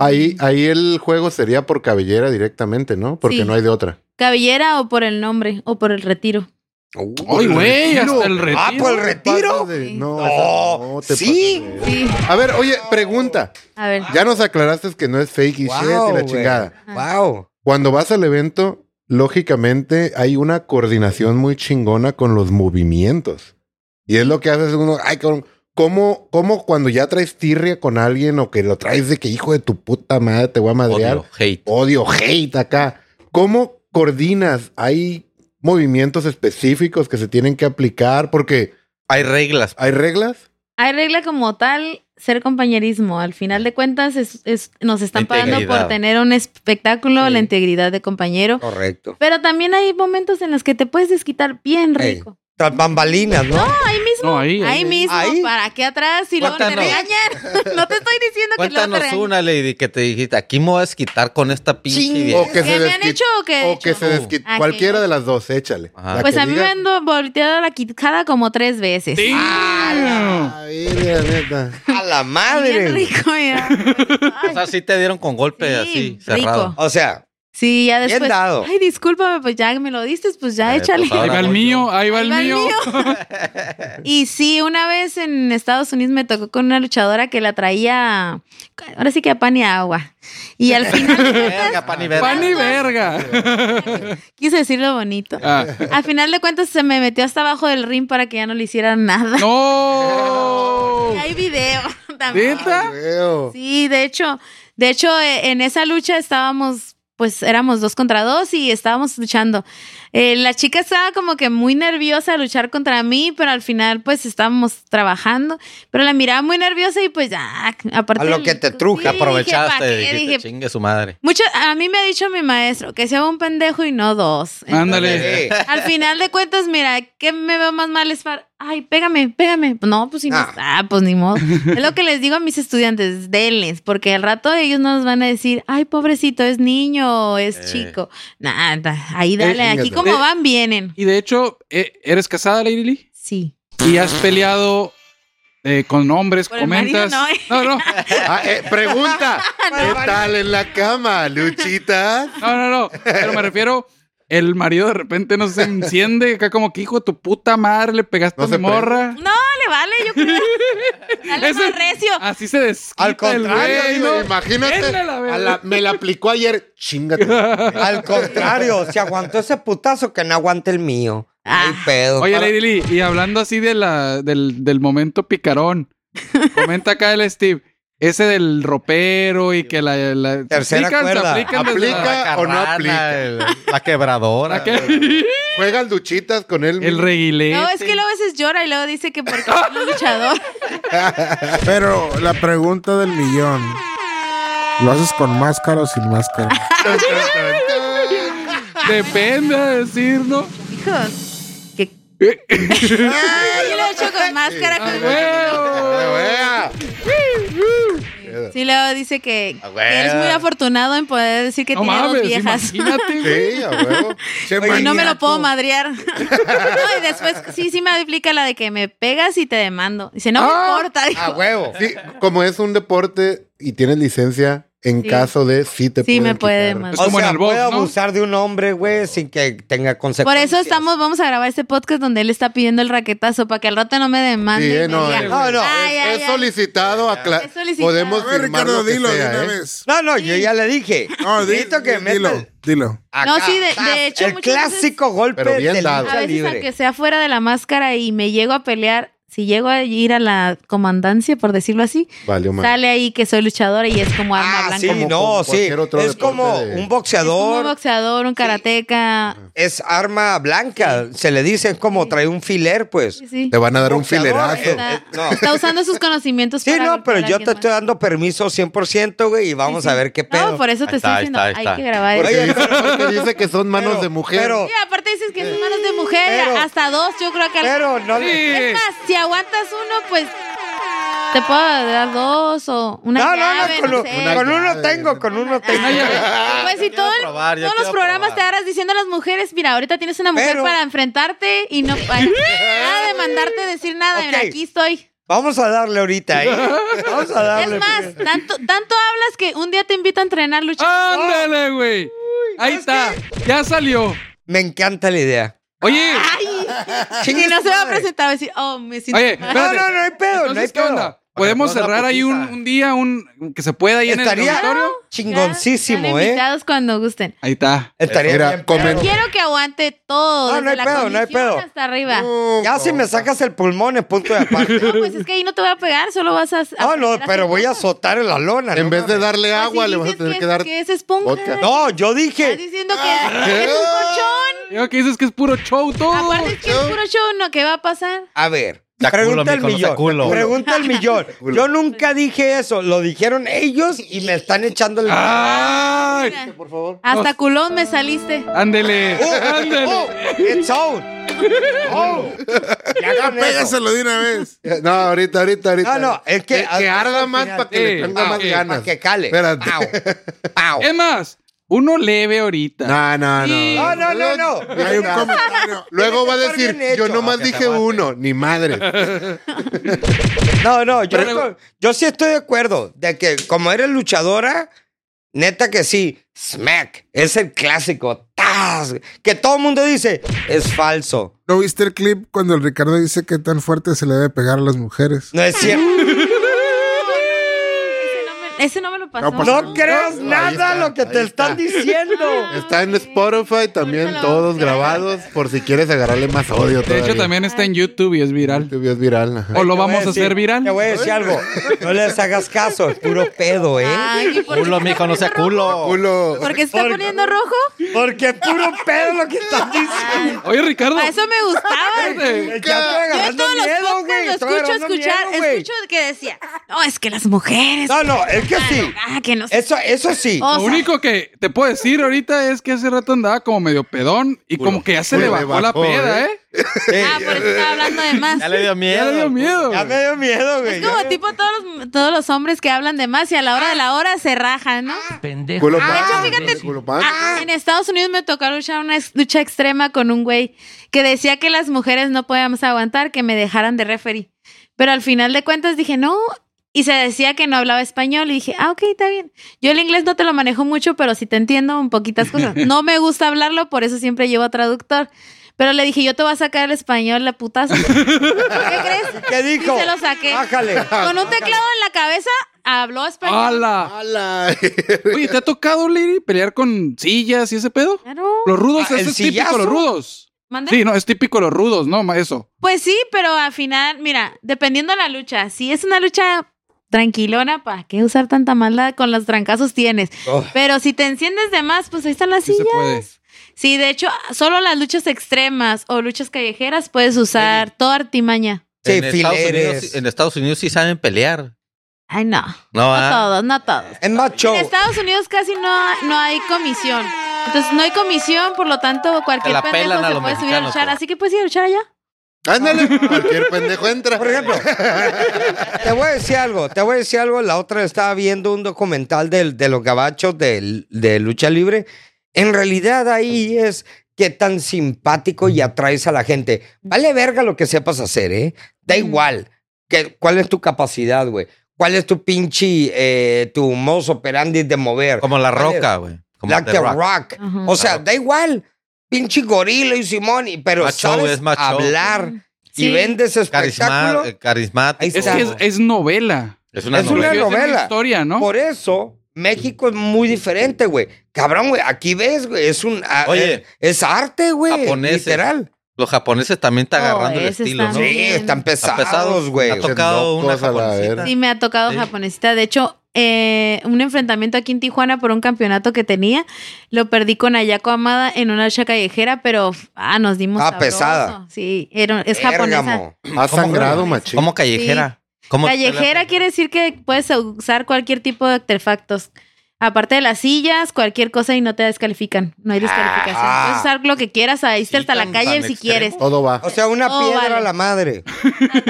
Ahí, ahí el juego sería por cabellera directamente, ¿no? Porque
Sí.
no hay de otra.
Cabellera o por el nombre o por el retiro.
Ay, güey, hasta el
Ah,
retiro.
por el retiro.
Pasas de- No,
No,
no te
sí.
pases de-
Sí.
A ver, oye, pregunta.
A ver.
Ya nos aclaraste que no es fake y shit y la
Wow,
chingada.
Ah.
Wow.
Cuando vas al evento, lógicamente hay una coordinación muy chingona con los movimientos. Y es lo que haces uno, ay, cabrón, ¿cómo, cómo cuando ya traes tirria con alguien o que lo traes de que hijo de tu puta madre te voy a madrear?
Odio, hate.
Odio, hate acá. ¿Cómo coordinas? Hay movimientos específicos que se tienen que aplicar porque
Hay reglas.
hay reglas.
Hay regla como tal ser compañerismo. Al final de cuentas, es- es- nos están
La
pagando
integridad.
por tener un espectáculo, la integridad de compañero.
Correcto.
Pero también hay momentos en los que te puedes desquitar bien
Ey.
rico.
Tras bambalinas, ¿no?
Ahí mismo.
No, ahí.
Ahí mismo,
Ahí.
para qué atrás y luego te
Cuéntanos.
regañan. no te estoy diciendo que luego te
Cuéntanos
regañan.
una, Lady, que te dijiste, aquí me voy a quitar con esta pinche
Chingo.
vieja.
O que,
¿Que
se
me han
desquit-
hecho o que he
o que
hecho?
se desquit-
Ah, que
Cualquiera
yo.
de las dos, échale.
Ajá.
La
Pues
que
a mí me
digas,
han do- volteado la quijada como tres veces.
Sí.
"Ah, verga, neta".
A la
Bien
madre.
rico, ya.
O sea, sí te dieron con golpe así,
Sí,
cerrado.
rico.
O sea,
Sí, ya
Bien
después.
dado.
Ay, discúlpame, pues ya me lo diste, pues ya
Eh,
échale.
pues ahora
Ahí va el
voy
mío,
yo.
ahí va el
Ahí
mío.
Y sí, una vez en Estados Unidos me tocó con una luchadora que la traía, ahora sí que a pan y a agua. Y al final,
Verga, pan y verga.
Pan y verga.
quise decirlo bonito.
Ah.
Al final de cuentas se me metió hasta abajo del ring para que ya no le hicieran nada.
¡No!
Y hay video también.
¿Neta?
Creo.
Sí, de hecho, de hecho, eh, en esa lucha estábamos, pues éramos dos contra dos y estábamos luchando. Eh, la chica estaba como que muy nerviosa a luchar contra mí, pero al final, pues estábamos trabajando. Pero la miraba muy nerviosa y pues ya, aparte.
A lo
del-
que te truje,
Sí, dije,
Aprovechaste,
"¿Pa' qué?".
dijiste,
Dije,
chingue su madre.
mucho- a mí me ha dicho mi maestro que sea un pendejo y no dos.
Ándale.
eh,
Al final de cuentas, mira, ¿qué me veo más mal? Es para, ay, pégame, pégame. No, pues si no
Ah.
está, pues ni modo. Es lo que les digo a mis estudiantes, denles, porque al rato ellos nos van a decir, ay, pobrecito, es niño, o es
Eh.
chico. Nada, ahí dale,
Eh,
aquí
fíjate.
como
Eh.
van, vienen.
Y de hecho, e- ¿eres casada, Lady Lee?
Sí.
Y has peleado eh, con hombres,
Por el
comentas.
marido,
no, no,
Ah, eh, pregunta. ¿Qué tal en la cama, Luchita?
no, no, no. Pero me refiero, el marido de repente no se enciende, acá como que hijo de tu puta madre, le pegaste
No
a mi
se prende.
morra.
Dale, vale, yo creo. Dale
Ese-
más recio.
Así se desquita
Al contrario,
el güey,
digo,
¿no?
imagínate,
Denle la
a
verga.
la- me la aplicó ayer. Chingate.
Al contrario, se aguantó ese putazo que no aguante el mío. Ay,
Ah.
pedo.
Oye,
Para-
Lady Lee, y hablando así de la, del, del momento picarón, comenta acá el Steve, ese del ropero y que la... la
Tercera
se aplican, se
cuerda.
aplican desde la-
Aplica o no
carrana,
aplica.
el- la quebradora.
la que-
Juegan luchitas con él.
el reguilete.
No, es que luego a veces llora y luego dice que porque es un luchador.
Pero la pregunta del millón. ¿Lo haces con máscara o sin máscara?
Depende de decir, ¿no?
Hijos. Que... Ah, yo lo he hecho con máscara.
¡A
Con...
huevo!
Sí, luego dice que,
Ah,
que eres muy afortunado en poder decir que
No
tiene dos
mames,
viejas.
imagínate, güey.
Sí, a huevo.
Che,
Y no me lo
maníaco.
puedo madrear. no, y después sí, sí me aplica la de que me pegas y te demando. Dice, no
Ah,
me importa. dijo.
A huevo.
Sí, como es un deporte y tienes licencia, en
Sí.
caso de sí te
Sí, me
pueden
puede
quitar.
mandar.
Es como
o sea,
en el box,
puedo
¿no?
abusar de un hombre, güey, sin que tenga
Por
consecuencias.
eso estamos, vamos a grabar este podcast donde él está pidiendo el raquetazo para que al rato no me demande.
Sí,
y
eh,
me
no,
diga,
eh,
No, no.
Ay, ay,
es
ay.
solicitado, acla-
Es solicitado.
A
Podemos
ver,
firmar
Ricardo,
lo que
dilo
sea,
de una
¿eh?
vez.
No, no, yo ya le dije.
No, di-
Necesito que
di-
meta
dilo, dilo.
No,
acá,
sí, de- de
tap,
hecho,
El
muchas veces-
clásico golpe
Pero bien
de
dado.
A
lucha
veces,
libre.
aunque sea fuera de la máscara y me llego a pelear, si llego a ir a la comandancia, por decirlo así,
Vale, Omar.
sale ahí que soy luchadora y es como arma
Ah,
blanca.
sí,
Es
Como-
no,
como
sí.
cualquier otro
Es
deporte
como
de-
un
como un
boxeador,
boxeador, un karateca.
es arma blanca. Se le dice, es como trae un filer, pues.
Sí, sí.
Te van a dar un
Boxeador,
filerazo.
eh.
Está,
No.
está usando sus conocimientos
Sí,
para
no, pero
golpear a
yo
alguien
te
más.
estoy dando permiso 100%, güey, y vamos
Sí, sí.
a ver qué
No,
pedo.
por eso te estoy
Ahí está, ahí
diciendo,
está, ahí
hay
está.
que grabar
Porque,
Oye,
eso.
dice, porque dice que son manos
pero-
de mujer.
pero-
Sí, aparte dices que son manos de mujer,
Pero-
hasta dos, yo creo que...
Pero no le...
Es más, si aguantas uno, pues te puedo dar dos o una
No, no,
llave,
no, con,
no
un-
sé. Ah,
Una
con uno
llave.
tengo, con uno tengo.
Una llave.
Pues si
Yo
todo el-
quiero probar, yo
todos los
quiero
programas te
probar.
harás diciendo a las mujeres, mira, ahorita tienes una mujer
Pero-
para enfrentarte y no ay, nada de mandarte decir nada, mira,
Ok.
aquí estoy.
Vamos a darle ahorita, ¿eh? Vamos a darle.
Es más, tanto, tanto hablas que un día te invito a entrenar lucha.
Oh.
¡Ándale, güey! Ahí está, ya salió.
Me encanta la idea.
Oye,
Ay,
Chingue
Ah. y no
su
se va a
madre.
presentar, va a decir, oh, me siento
oye,
mal.
espérate.
No, no, no hay pedo, no hay
Entonces, ¿qué
pedo.
onda? ¿Podemos
Para que
cerrar ahí un,
putiza.
un día, un que se pueda ahí en el
Estaría
auditorio?
Ya,
chingoncísimo,
están
¿eh?
invitados cuando gusten.
Ahí está.
Estaría
Mira,
bien
comen-
perro.
Quiero que aguante todo,
No, no
desde
hay
la
pedo, no hay
comisión
pedo.
hasta arriba.
Ya si me sacas el pulmón es punto de aparte.
No, pues es que ahí no te voy a pegar, solo vas a.
Ah,
pues
No, no, pero voy a azotar en la lona.
En
no
vez de
mames.
darle agua, le vas a tener que dar.
Que es esponja.
vodka.
No, yo
Estás
dije.
diciendo que es, es un colchón.
Yo que dices que es puro show todo.
Aparte Ah, es que es puro show, ¿no? ¿Qué va a pasar?
A ver.
Da culo,
Pregunta al
mijo, no sea
millón.
culo.
Pregunta al millón. Yo nunca dije eso. Lo dijeron ellos y me están echando el.
Ah.
¡Ay!
Mira,
Por favor.
hasta culón me saliste.
Ándele, ándele.
Oh, it's out. Oh. Ya con eso.
Pégaselo de una vez.
No, ahorita, ahorita, ahorita.
No, no, es que-
Eh, Que, que arda más
Sí.
para que le ponga
Ah,
más
ok,
ganas.
Para que cale.
Espérate.
Pau. Pau.
Es más, uno leve ahorita.
No, no,
Sí.
no.
No, no, no, no.
Hay un comentario.
Luego va a
Tiene que estar
decir,
bien hecho.
yo nomás
Que te
dije
mate.
uno, ni madre.
No, no, yo,
Pero-
yo sí estoy de acuerdo de que como eres luchadora, neta que sí, smack, es el clásico, tas, que todo el mundo dice, es falso.
¿No viste el clip cuando el Ricardo dice que tan fuerte se le debe pegar a las mujeres?
No es cierto.
Ese no me, ese no me lo pasó.
No pasó.
No creas
Ahí
nada
está,
lo que te
ahí
están
está.
diciendo.
Está en Spotify también,
Ahorita lo
todos
vamos a grabar.
grabados, por si quieres agarrarle más odio
De
todavía.
hecho, también está en YouTube y es viral.
Te ves viral. ajá.
O lo
Te voy
vamos a
decir-
hacer viral.
Te voy a decir algo. No les hagas caso, es puro pedo, ¿eh?
Ay, ¿y por qué
Culo,
se está
mijo, no sea
poniendo rojo?
culo.
Culo.
¿Por qué se está
Porque-
poniendo rojo?
Porque es puro pedo lo que están diciendo.
Oye, Ricardo.
Para eso me gustaba.
espérate.
Ya estoy
Yo en
agarrando
todos los
miedo,
podcasts
güey. estoy
lo escucho
agarrando
escuchar,
miedo, güey.
escucho que decía, no, es que las mujeres.
No, no, es que sí.
Ah, que no sé.
Eso, eso sí.
O
Lo
sea,
único que te puedo decir ahorita es que hace rato andaba como medio pedón y como que ya se
Culo.
le bajó la
Bajó,
peda, ¿eh?
Sí.
Ah, por eso estaba hablando de más.
Ya le dio miedo.
Ya le dio miedo.
Ya me dio miedo, güey.
Es como
Ya me-
tipo todos los, todos los hombres que hablan de más y a la hora de la hora se rajan, ¿no?
pendejo.
Culo
de hecho,
pan,
fíjate-
Culo pan.
Ah, En Estados Unidos me tocó luchar una ex- lucha extrema con un güey que decía que las mujeres no podíamos aguantar que me dejaran de referee. Pero al final de cuentas dije, no. Y se decía que no hablaba español y dije, ah, ok, está bien. Yo el inglés no te lo manejo mucho, pero sí te entiendo en poquitas cosas. No me gusta hablarlo, por eso siempre llevo traductor. Pero le dije, yo te voy a sacar el español la putazo. ¿Qué crees?
¿Qué dijo?
Y se lo saqué.
Bájale.
Con un teclado en la cabeza habló español. Ah.
¡Hala!
Ala.
Oye, ¿te ha tocado, Liri, pelear con sillas y ese pedo?
Claro.
Los rudos,
Ah, ¿el
eso es típico,
sillazo?
los rudos.
¿Mande?
Sí, no, es típico los rudos, ¿no? ma- Eso.
Pues sí, pero al final, mira, dependiendo de la lucha, si es una lucha tranquilona, ¿para qué usar tanta maldad con los trancazos tienes?
Oh.
Pero si te enciendes de más, pues ahí están las
Sí se
sillas.
puede.
Sí, de hecho, solo las luchas extremas o luchas callejeras puedes usar toda artimaña.
Sí,
en, Estados
fileres.
Unidos, en Estados Unidos sí saben pelear.
Ay, no.
No,
No,
¿ah?
todos, no todos.
Es más show.
En Estados Unidos casi no, no hay comisión. Entonces no hay comisión, por lo tanto
Te la
cualquier
pelan
pendejo
a
se
los
puede subir a
mexicanos,
luchar.
pues.
Así que puedes ir a luchar allá.
Ándale, cualquier pendejo entra.
Por ejemplo, te voy a decir algo, te voy a decir algo. La otra estaba viendo un documental del- de, los gabachos de, de lucha libre. En realidad ahí es que tan simpático y atraes a la gente. Vale verga lo que sepas hacer, ¿eh? Da igual. Que, ¿Cuál es tu capacidad, güey? ¿Cuál es tu pinche, eh, tu mozo operandi de mover?
Como la
Vale,
roca, güey. Como
Black
The
The
Rock.
Rock.
Ajá.
O sea, da igual. Pinche gorila y Simón, y- pero
Macho,
sabes
es macho.
hablar y
Sí.
vendes espectáculo.
Carisma, eh, carismático.
Ahí
Es
está.
que es, es novela.
Es una
es una
novela.
Porque Es
novela.
una historia, ¿no?
Por eso México es muy diferente, güey. Cabrón, güey, aquí ves, güey, es un a-
Oye,
es, es arte, güey,
japoneses.
literal.
Los japoneses también están
Oh,
agarrando el
ese
estilo,
está
¿no?
bien.
Sí, están
Está
pesados, güey.
Ha tocado
Locos
una
a la
japonesita.
verga.
Sí, me ha tocado
Sí.
japonesita. De hecho, eh, un enfrentamiento aquí en Tijuana por un campeonato que tenía, lo perdí con Ayako Amada en una lucha callejera, pero ah, nos dimos.
Ah,
sabroso.
pesada.
Sí, era- es japonesa.
Pérgamo.
Ha sangrado, machín.
Como callejera. ¿Cómo
Callejera quiere decir que puedes usar cualquier tipo de artefactos. Aparte de las sillas, cualquier cosa y no te descalifican. No hay descalificación.
Ah.
Puedes usar lo que quieras, ahí está
Sí,
hasta la
tan-
calle
tan
si
extremo.
quieres.
Todo va.
O sea, una
Oh,
piedra
vale.
a la madre.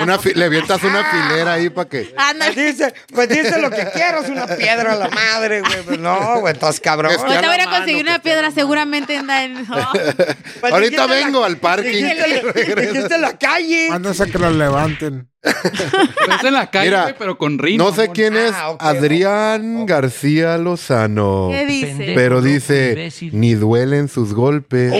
Una fi- le avientas una filera ahí para que.
Pues
Ándale.
dice, pues dice lo que quieras, una piedra a la madre, güey. Pues no, güey, estás cabrón.
Es que
Ahorita
a
voy a
la
ir a conseguir una piedra, seguramente anda en.
Pues
Ahorita
dijiste la-
vengo al parking.
Dijiste dijiste la calle.
Mándase que lo levanten.
Pero Es en la calle,
Mira,
güey, pero con ritmo.
No sé
amor.
quién es
Ah, ok,
Adrián García Lozano.
¿Qué dice?
Pero dice, ni duelen sus golpes.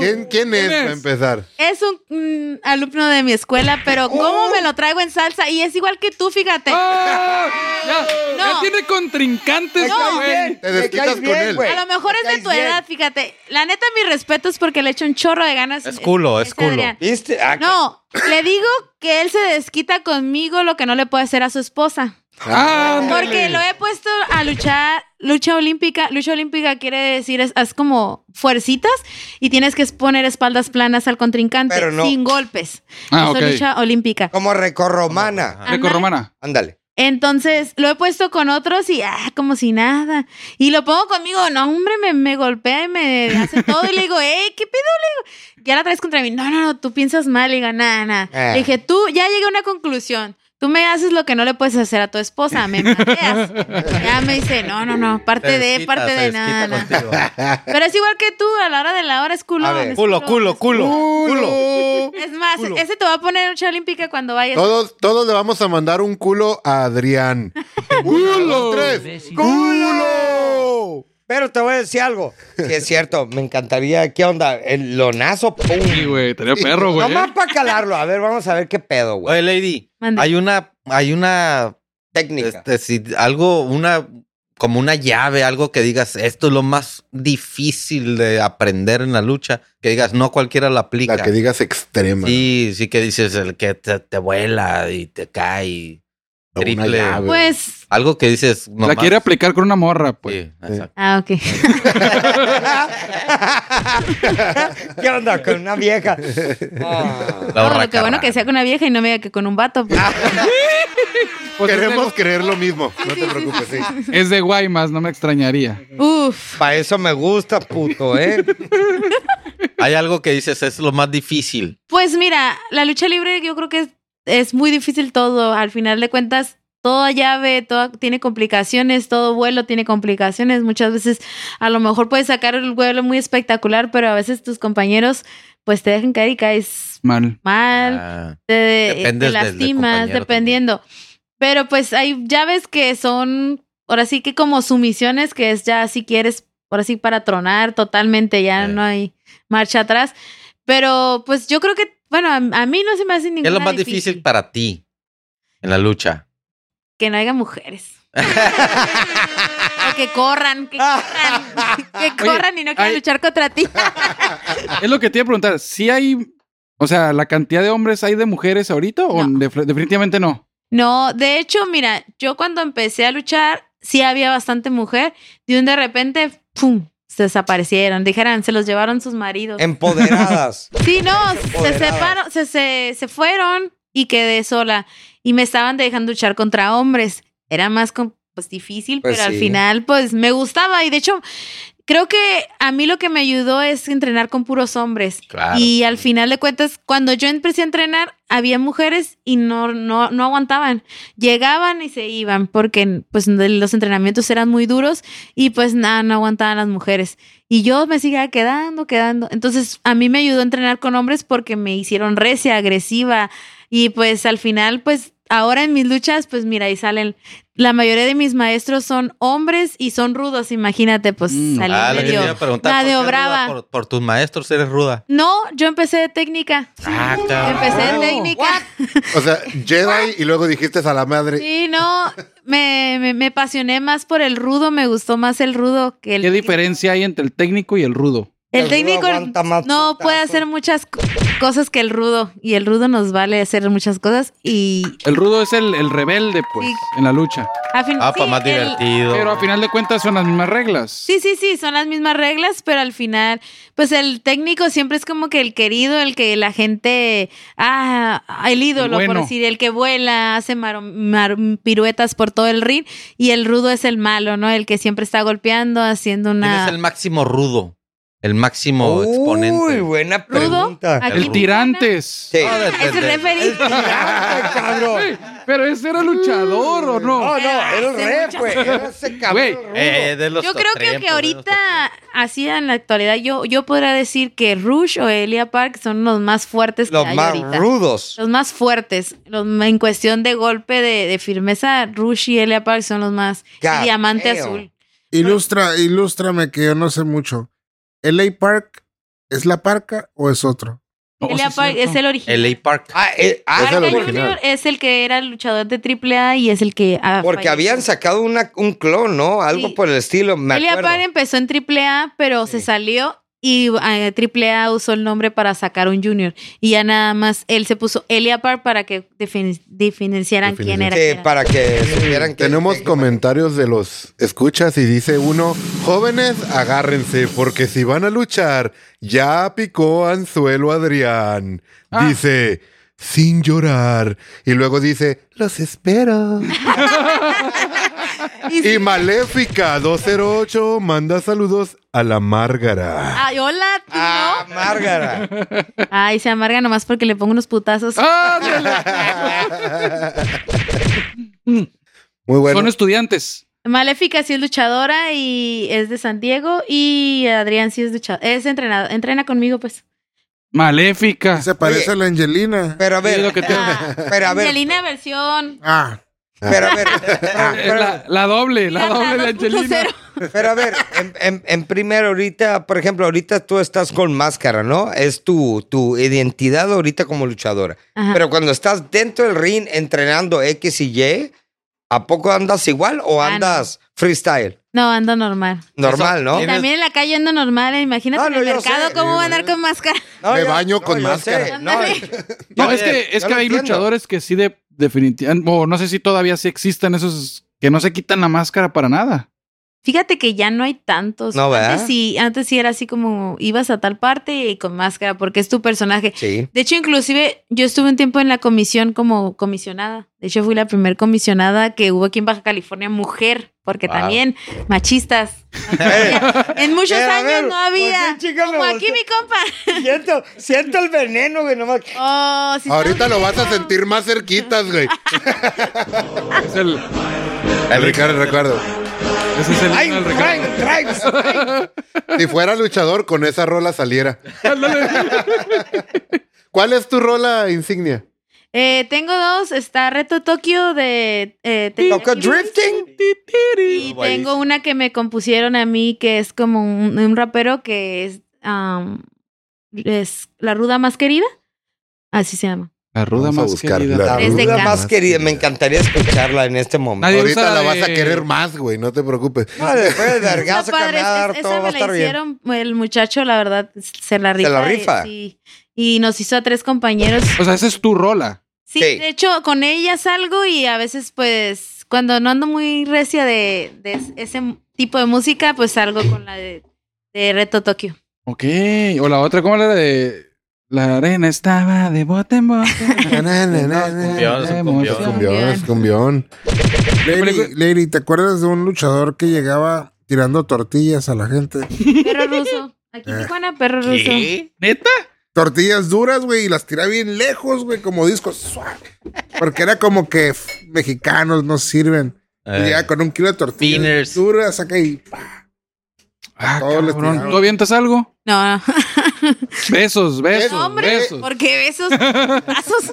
¿Quién, quién es,
¿Quién es?
para empezar?
Es un mm, alumno de mi escuela,
Oh.
pero ¿cómo me lo traigo en salsa? Y es igual que tú, fíjate.
¡Ah! Ya, ya
No.
tiene contrincantes,
No.
güey.
Te desquitas
caes
con
bien,
él.
güey.
a lo mejor
Me
es de
caes
tu
bien.
edad, fíjate. La neta, mis respetos porque le echo un chorro de ganas.
Es culo, es
Este
culo.
Adrián.
¿Viste? Ah,
No, le digo que él se desquita conmigo lo que no le puede hacer a su esposa.
Ándale.
Porque lo he puesto a luchar, lucha olímpica. Lucha olímpica quiere decir, es, haz como fuercitas y tienes que poner espaldas planas al contrincante
Pero no.
sin golpes.
Ah,
Eso
ok.
es lucha olímpica.
Como recorromana.
Ajá.
Grecorromana.
Ándale.
Entonces lo he puesto con otros y ah, como si nada. Y lo pongo conmigo, no, hombre, me, me golpea y me hace todo. Y le digo, hey, ¿qué pedo? Le digo, ya la traes contra mí. No, no, no, tú piensas mal. Le digo, nada, nada.
Ah.
Le dije, tú ya llegué a una conclusión. Tú me haces lo que no le puedes hacer a tu esposa, me mateas. ya me dice, no, no, no, parte
Te
de,
desquita,
parte
se
de
desquita
nada. nada".
contigo.
Pero es igual que tú, a la hora de la hora es
A
culón.
ver.
es
Culo, culo,
es
culo,
culón.
culo.
Es más, ese te va a poner en lucha olímpica cuando vayas.
Todos, todos le vamos a mandar un culo a Adrián. ¡Culo! ¡Tres! ¡Culo!
Pero te voy a decir algo. Sí, es cierto, me encantaría. ¿Qué onda? El lonazo, pum.
Sí, güey, tenía perro, güey. ¿eh?
Nomás para calarlo. A ver, vamos a ver qué pedo, güey.
Oye, Lady,
Mande.
hay una, hay una,
Técnica.
este, si, algo, una, como una llave, algo que digas, esto es lo más difícil de aprender en la lucha, que digas, no cualquiera la aplica.
La que digas extrema.
sí, sí que dices, el que te, te vuela y te cae. y-
Una
triple.
llave.
Pues,
Algo que dices, no
La quiere aplicar con una morra, pues.
Sí, exacto.
ah, ok.
¿Qué onda? Con una vieja. Ah.
La
No, lo que
horra
bueno
carrana.
que sea con una vieja y no me diga que con un vato. pues.
Pues es de-
Queremos creer lo mismo. No
Sí,
te
sí,
preocupes, sí.
Es de Guaymas, no me extrañaría.
Uf.
Para eso me gusta, puto, ¿eh?
Hay algo que dices, es lo más difícil.
Pues mira, la lucha libre yo creo que es, es muy difícil todo. Al final de cuentas, toda llave, toda, tiene complicaciones, todo vuelo tiene complicaciones. Muchas veces a lo mejor puedes sacar el vuelo muy espectacular, pero a veces tus compañeros pues te dejan caer y caes
Mal.
mal.
Ah,
te, te
Dependes del- del
lastimas,
compañero
dependiendo. Pero pues hay llaves que son, ahora sí que como sumisiones, que es ya si quieres, ahora sí para tronar totalmente, ya
Sí.
no hay marcha atrás. Pero pues yo creo que, bueno, a, a mí no se me hace
¿Qué
ninguna
es lo más difícil? para ti en la lucha?
Que no haya mujeres. O que corran, que corran, que corran y no quieran
hay-
luchar contra ti.
Es lo que te iba a preguntar. Si hay. O sea, ¿la cantidad de hombres hay de mujeres ahorita? ¿O
No.
def- definitivamente no?
No, de hecho, mira, yo cuando empecé a luchar, sí había bastante mujer, y un de repente, ¡pum! se desaparecieron, dijeran, se los llevaron sus maridos.
Empoderadas.
Sí, no, se
Empoderadas.
separaron, se, se, se fueron y quedé sola. y me estaban dejando luchar contra hombres. Era más com- pues, difícil,
Pues
pero al
sí.
final pues me gustaba y de hecho creo que a mí lo que me ayudó es entrenar con puros hombres.
Claro.
Y al final de cuentas, cuando yo empecé a entrenar, había mujeres y no, no, no aguantaban. Llegaban y se iban porque pues de- los entrenamientos eran muy duros y pues nada, no aguantaban las mujeres. Y yo me seguía quedando, quedando. Entonces a mí me ayudó a entrenar con hombres porque me hicieron recia, agresiva y pues al final pues ahora en mis luchas pues mira ahí salen. La mayoría de mis maestros son hombres y son rudos, imagínate, pues
Mm,
salí
Ah, le
medio
quería preguntar.
medio
¿por qué ruda?
brava.
Por, por tus maestros eres ruda.
No, yo empecé de técnica.
Ah, cabrón.
Empecé en técnica.
O sea, Jedi y luego dijiste a la madre.
Sí, no, me, me, me apasioné más por el rudo, me gustó más el rudo que el...
¿Qué diferencia hay entre el técnico y el rudo?
El,
El rudo
técnico
aguanta más
no
putazos.
puede hacer muchas co- cosas que el rudo y el rudo nos vale hacer muchas cosas y
El rudo es el, el rebelde, pues,
Sí.
en la lucha.
a fin-
Ah,
sí,
pues más
el-
divertido.
Pero a final de cuentas son las mismas reglas.
Sí, sí, sí, son las mismas reglas, pero al final, pues el técnico siempre es como que el querido, el que la gente, ah, el ídolo,
bueno.
por decir, el que vuela, hace maro- mar- piruetas por todo el ring, y el rudo es el malo, ¿no? El que siempre está golpeando, haciendo
¿Quién es
una...
el máximo rudo? El máximo
Uy,
exponente.
buena
¿Rudo?
pregunta.
Aquí
El
El
en
rudo.
tirantes.
Sí.
Ah, de-
Es
de-
el
de-
referee.
¡Tirante, cabrón!
Güey, Pero ese era luchador, ¿o no?
No, no, era el
Hace
re,
muchas-
pues. Era ese cabrón.
Güey,
rudo.
eh, de los
Yo creo
sotrepos,
que,
de
que
los
ahorita, así en la actualidad, yo, yo podría decir que Rush o Elia Park son los más fuertes
Los
que hay
más
ahorita.
rudos.
Los más fuertes, los, en cuestión de golpe de, de firmeza, Rush y Elia Park son los más. y
God
Diamante
damn.
Azul.
Ilustra, ilústrame que yo no sé mucho. ¿LA Park es la parca o es otro?
No, sí
Elia
es
Park
cierto.
es el original.
LA Park.
Ah, eh, ah,
Oh, Es el
Parker
original.
Jr. es el que era el luchador de AAA y es el que. ah,
porque
falleció.
habían sacado una, un clon, ¿no? Algo
Sí.
por el estilo. Me
Elia
acuerdo.
Park empezó en AAA, pero se
Sí.
salió y eh, AAA usó el nombre para sacar un Junior. Y ya nada más él se puso Elia Park para que defini- diferenciaran quién era.
Sí,
quién era.
para que supieran que.
Tenemos comentarios de los escuchas y dice uno, jóvenes, agárrense porque si van a luchar, ya picó anzuelo Adrián.
Ah.
Dice, sin llorar. Y luego dice, los espero. y Maléfica 208 manda saludos a la Márgara.
Ay, hola, ¿tú
Ah,
no?
Márgara. Ah,
Ay, se amarga nomás porque le pongo unos putazos.
¡Ándale!
Muy bueno.
Son estudiantes.
Maléfica sí es luchadora y es de San Diego. Y Adrián sí es luchador. Es entrenado. Entrena conmigo, pues.
Ah,
Maléfica.
Se parece a la Angelina.
Pero a
Es lo
ver,
que te-
Ah,
pero a ver,
Angelina versión.
Ah,
pero a ver. Ah,
Eh,
pero-
La, la doble, la doble de Angelina.
2.0.
Pero a ver, en, en, en primero, ahorita, por ejemplo, ahorita tú estás con máscara, ¿no? Es tu, tu identidad ahorita como luchadora.
Ajá.
Pero cuando estás dentro del ring entrenando X y Y, ¿a poco andas igual o
Ah, no.
andas freestyle?
No, ando normal.
Normal, ¿no?
Y también en la calle ando normal. Imagínate
Ah, no,
en
yo
el mercado
sé.
cómo va a andar con máscara.
No,
Me
yo-
baño con
yo
máscara.
sé, no,
Ándale.
No,
Ya
es
le-
que, es
ya
que
lo
hay
entiendo.
luchadores que sí de definitivamente, o no sé si todavía sí existen esos que no se quitan la máscara para nada.
Fíjate que ya no hay tantos.
No, ¿verdad?
antes sí, antes sí era así como ibas a tal parte y con máscara porque es tu personaje.
Sí.
De hecho, inclusive yo estuve un tiempo en la comisión como comisionada. De hecho, fui la primer comisionada que hubo aquí en Baja California mujer, porque
Wow.
también machistas. en muchos
Pero, a
años
ver,
no había.
pues, sí, chica, me
como aquí
volteé.
mi compa.
Siento, siento el veneno, güey, nomás.
Oh, sí,
Ahorita
está
lo vas a
rico.
sentir más cerquitas, güey.
Es el,
El Ricardo, recuerdo.
ese es el himno del recreo.
Traen, traen, traen.
Si fuera luchador, con esa rola saliera. ¿Cuál es tu rola insignia?
Eh, tengo dos. Está Reto Tokio de... Eh,
Toca
Tequila.
drifting.
Y tengo una que me compusieron a mí que es como un, un rapero que es, am, es la ruda más querida. Así se llama.
La ruda
Vamos a
más
buscar
querida.
la
La
Desde
duda
acá.
más querida, me encantaría escucharla en este momento.
Nadie
Ahorita
usa
la
de-
vas a querer más, güey, no te preocupes.
No, después del vergazo
Está
que me
padre,
va a
es-
dar,
es- esa
todo va a
me la
estar bien.
hicieron el muchacho, la verdad, se la rifa.
la
eh,
rifa.
sí. Y nos hizo a tres compañeros.
O sea, esa es tu rola.
Sí,
Sí.
de hecho, con ella salgo y a veces, pues, cuando no ando muy recia de, de es- ese tipo de música, pues salgo con la de, de Reto Tokio.
Ok. O la otra, ¿cómo era de La arena estaba de bote en bote.
Na, na, na, na, na.
Cumbión, es un cumbión.
Emoción.
Cumbión, cumbión.
Lady, Lady, ¿te acuerdas de un luchador que llegaba tirando tortillas a la gente?
Perro ruso. Aquí
Ah.
en Tijuana, perro ruso.
¿Qué?
¿Neta?
Tortillas duras, güey, y las tiraba bien lejos, güey, como discos. ¡Sua! Porque era como que f- mexicanos no sirven. Y
Eh.
llegaba con un kilo de tortillas
Pinners.
duras acá y pa,
Ah,
Todos les
cabrón.
tiraron.
¿Tú avientas algo?
No, no.
Besos, besos,
No, hombre,
besos.
¿por qué besos? Brazos.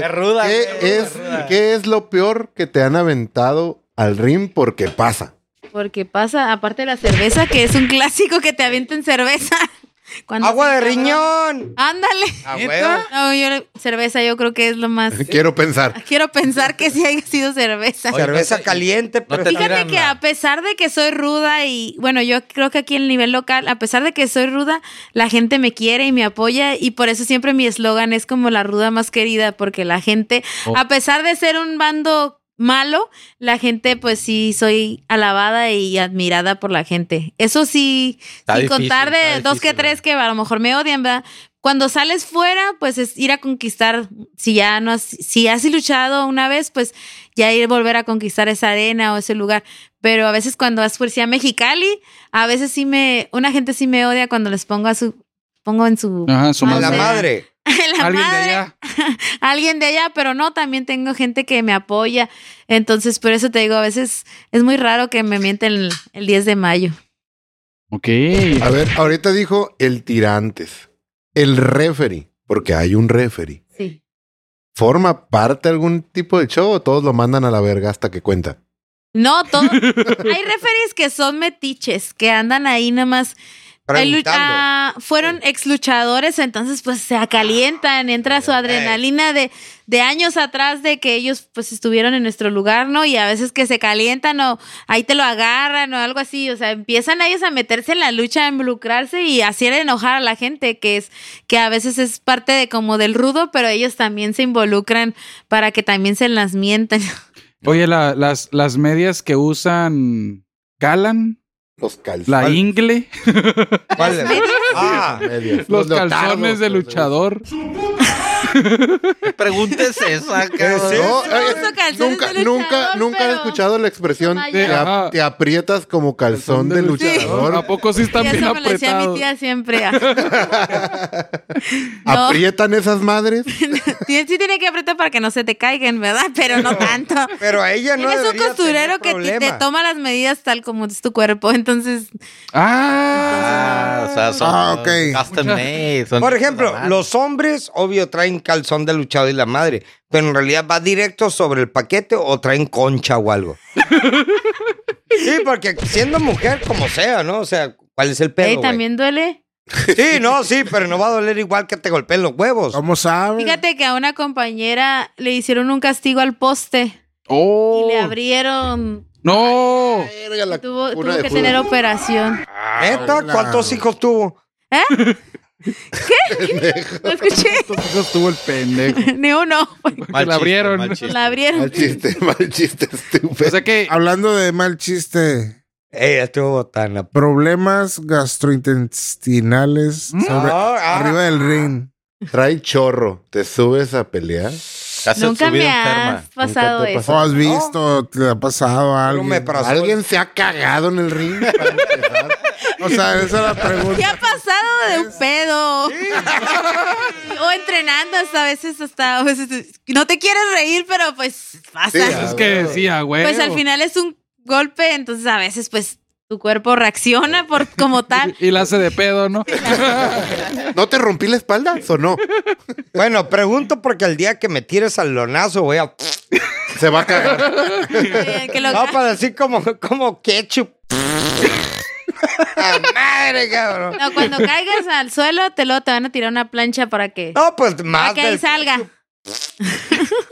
Qué ruda,
Ah, ¿Qué
qué
es,
ruda.
¿Qué es lo peor que te han aventado al ring? Porque pasa.
Porque pasa, aparte de la cerveza, que es un clásico que te avienten cerveza. Cuando
¡Agua de
se-
riñón!
Ándale.
¡A
¿Neta?
huevo!
No, yo cerveza yo creo que es lo más.
Quiero pensar.
Quiero pensar que sí haya sido cerveza.
Oye,
Cerveza
no te-
caliente,
no
pero
te
está-
tiras.
Fíjate
Tirana.
que a pesar de que soy ruda y bueno, yo creo que aquí en el nivel local, a pesar de que soy ruda, la gente me quiere y me apoya y por eso siempre mi eslogan es como la ruda más querida, porque la gente,
Oh.
a pesar de ser un bando malo, la gente pues sí soy alabada y admirada por la gente. Eso sí,
Está
sin
difícil,
contar de
está
dos que
difícil,
tres que a lo mejor me odian, ¿verdad? Cuando sales fuera, pues es ir a conquistar. Si ya no has, si has luchado una vez, pues ya ir a volver a conquistar esa arena o ese lugar. Pero a veces cuando vas por sí a Mexicali, a veces sí me, una gente sí me odia cuando les pongo a su, pongo en su,
Ajá, su
A
¡A la
madre.
madre!
Ah,
en la
Alguien
madre,
de allá.
alguien de allá, pero no, también tengo gente que me apoya. Entonces, por eso te digo, a veces es muy raro que me mienten el, el 10 de mayo.
Ok.
A ver, ahorita dijo el tirantes. El referee, porque hay un referee.
Sí.
¿Forma parte de algún tipo de show o todos lo mandan a la verga hasta que cuenta?
No, todo. Hay referees que son metiches, que andan ahí nada más El lu-
Preguntando.
ah, fueron ex luchadores, entonces pues se acalientan, entra su adrenalina de, de años atrás de que ellos pues estuvieron en nuestro lugar, ¿no? Y a veces que se calientan o ahí te lo agarran o algo así, o sea, empiezan ellos a meterse en la lucha, a involucrarse y a hacer enojar a la gente, que es que a veces es parte de como del rudo, pero ellos también se involucran para que también se las mientan.
Oye, la- las, las medias que usan calan,
Los calzones.
la ingle,
¿Cuál es? Ah,
Medias.
los,
leotardos,
calzones de
los-
luchador.
¿Qué pregunta es esa, cabrón?
No,
Sí,
eh,
uso calzones
nunca,
de
nunca,
luchador,
nunca he
pero-
escuchado la expresión
Ajá.
te, ap-
Ajá.
te aprietas como calzón de luchador.
¿A poco sí
Y
están bien
eso me lo decía mi
apretados?
tía siempre. No.
¿Aprietan esas madres?
Sí, sí tiene que apretar para que no se te caigan, ¿verdad? Pero no tanto.
Pero a ella no
Tienes un
debería
costurero
tener
que ti- te
problema.
toma las medidas tal como es tu cuerpo, entonces
Ah,
Ah, o sea, son
Ah, ok.
custom made. son
Por ejemplo,
artesanales.
los hombres, obvio, traen calzón de luchado y la madre, pero en realidad va directo sobre el paquete o traen concha o algo. sí, porque siendo mujer, como sea, ¿no? O sea, ¿cuál es el pedo,
ahí
güey?
también duele.
Sí, no, sí, pero no va a doler igual que te golpeen los huevos.
¿Cómo
Mm.
sabe?
Fíjate que a una compañera le hicieron un castigo al poste y
oh,
le abrieron.
no.
Verga, la cuna
Tuvo, tuvo
de
que
fútbol.
tener operación.
¿Neta?
Hola.
¿Cuántos hijos tuvo?
No escuché
Estos hijos tuvo el pendejo.
ni uno. pues,
Mal
la
chiste,
abrieron.
mal chiste.
La abrieron.
Mal chiste, mal chiste
O
estúpido.
sea que
Hablando de mal chiste,
Ella estuvo botana.
problemas gastrointestinales sobre-
Ah, ah.
arriba del ring.
Trae chorro, te subes a pelear.
Te hacen
Nunca
subir
me
enferma.
has pasado
Nunca te
eso.
¿O has visto? ¿Te ha pasado a
Pero
alguien?
me pasó.
¿Alguien se ha cagado en el ring? Para empezar.
O sea, esa es la
¿Qué
pregunta.
ha pasado de un pedo? o entrenando hasta a veces, hasta a veces. No te quieres reír, pero pues pasa.
Sí,
es que decía, güey.
Pues al final es un golpe, entonces a veces pues tu cuerpo reacciona por como tal.
Y la hace de pedo, ¿no?
¿No te rompí la espalda? ¿Sonó?
Bueno, pregunto porque el día que me tires al lonazo voy a...
Se va a cagar.
eh, que lo-
No, pues- para decir como, como ketchup. ¡Ah, madre, cabrón!
No, cuando caigas al suelo, te lo te van a tirar una plancha para que,
No, pues
para
más
que ahí
del...
salga.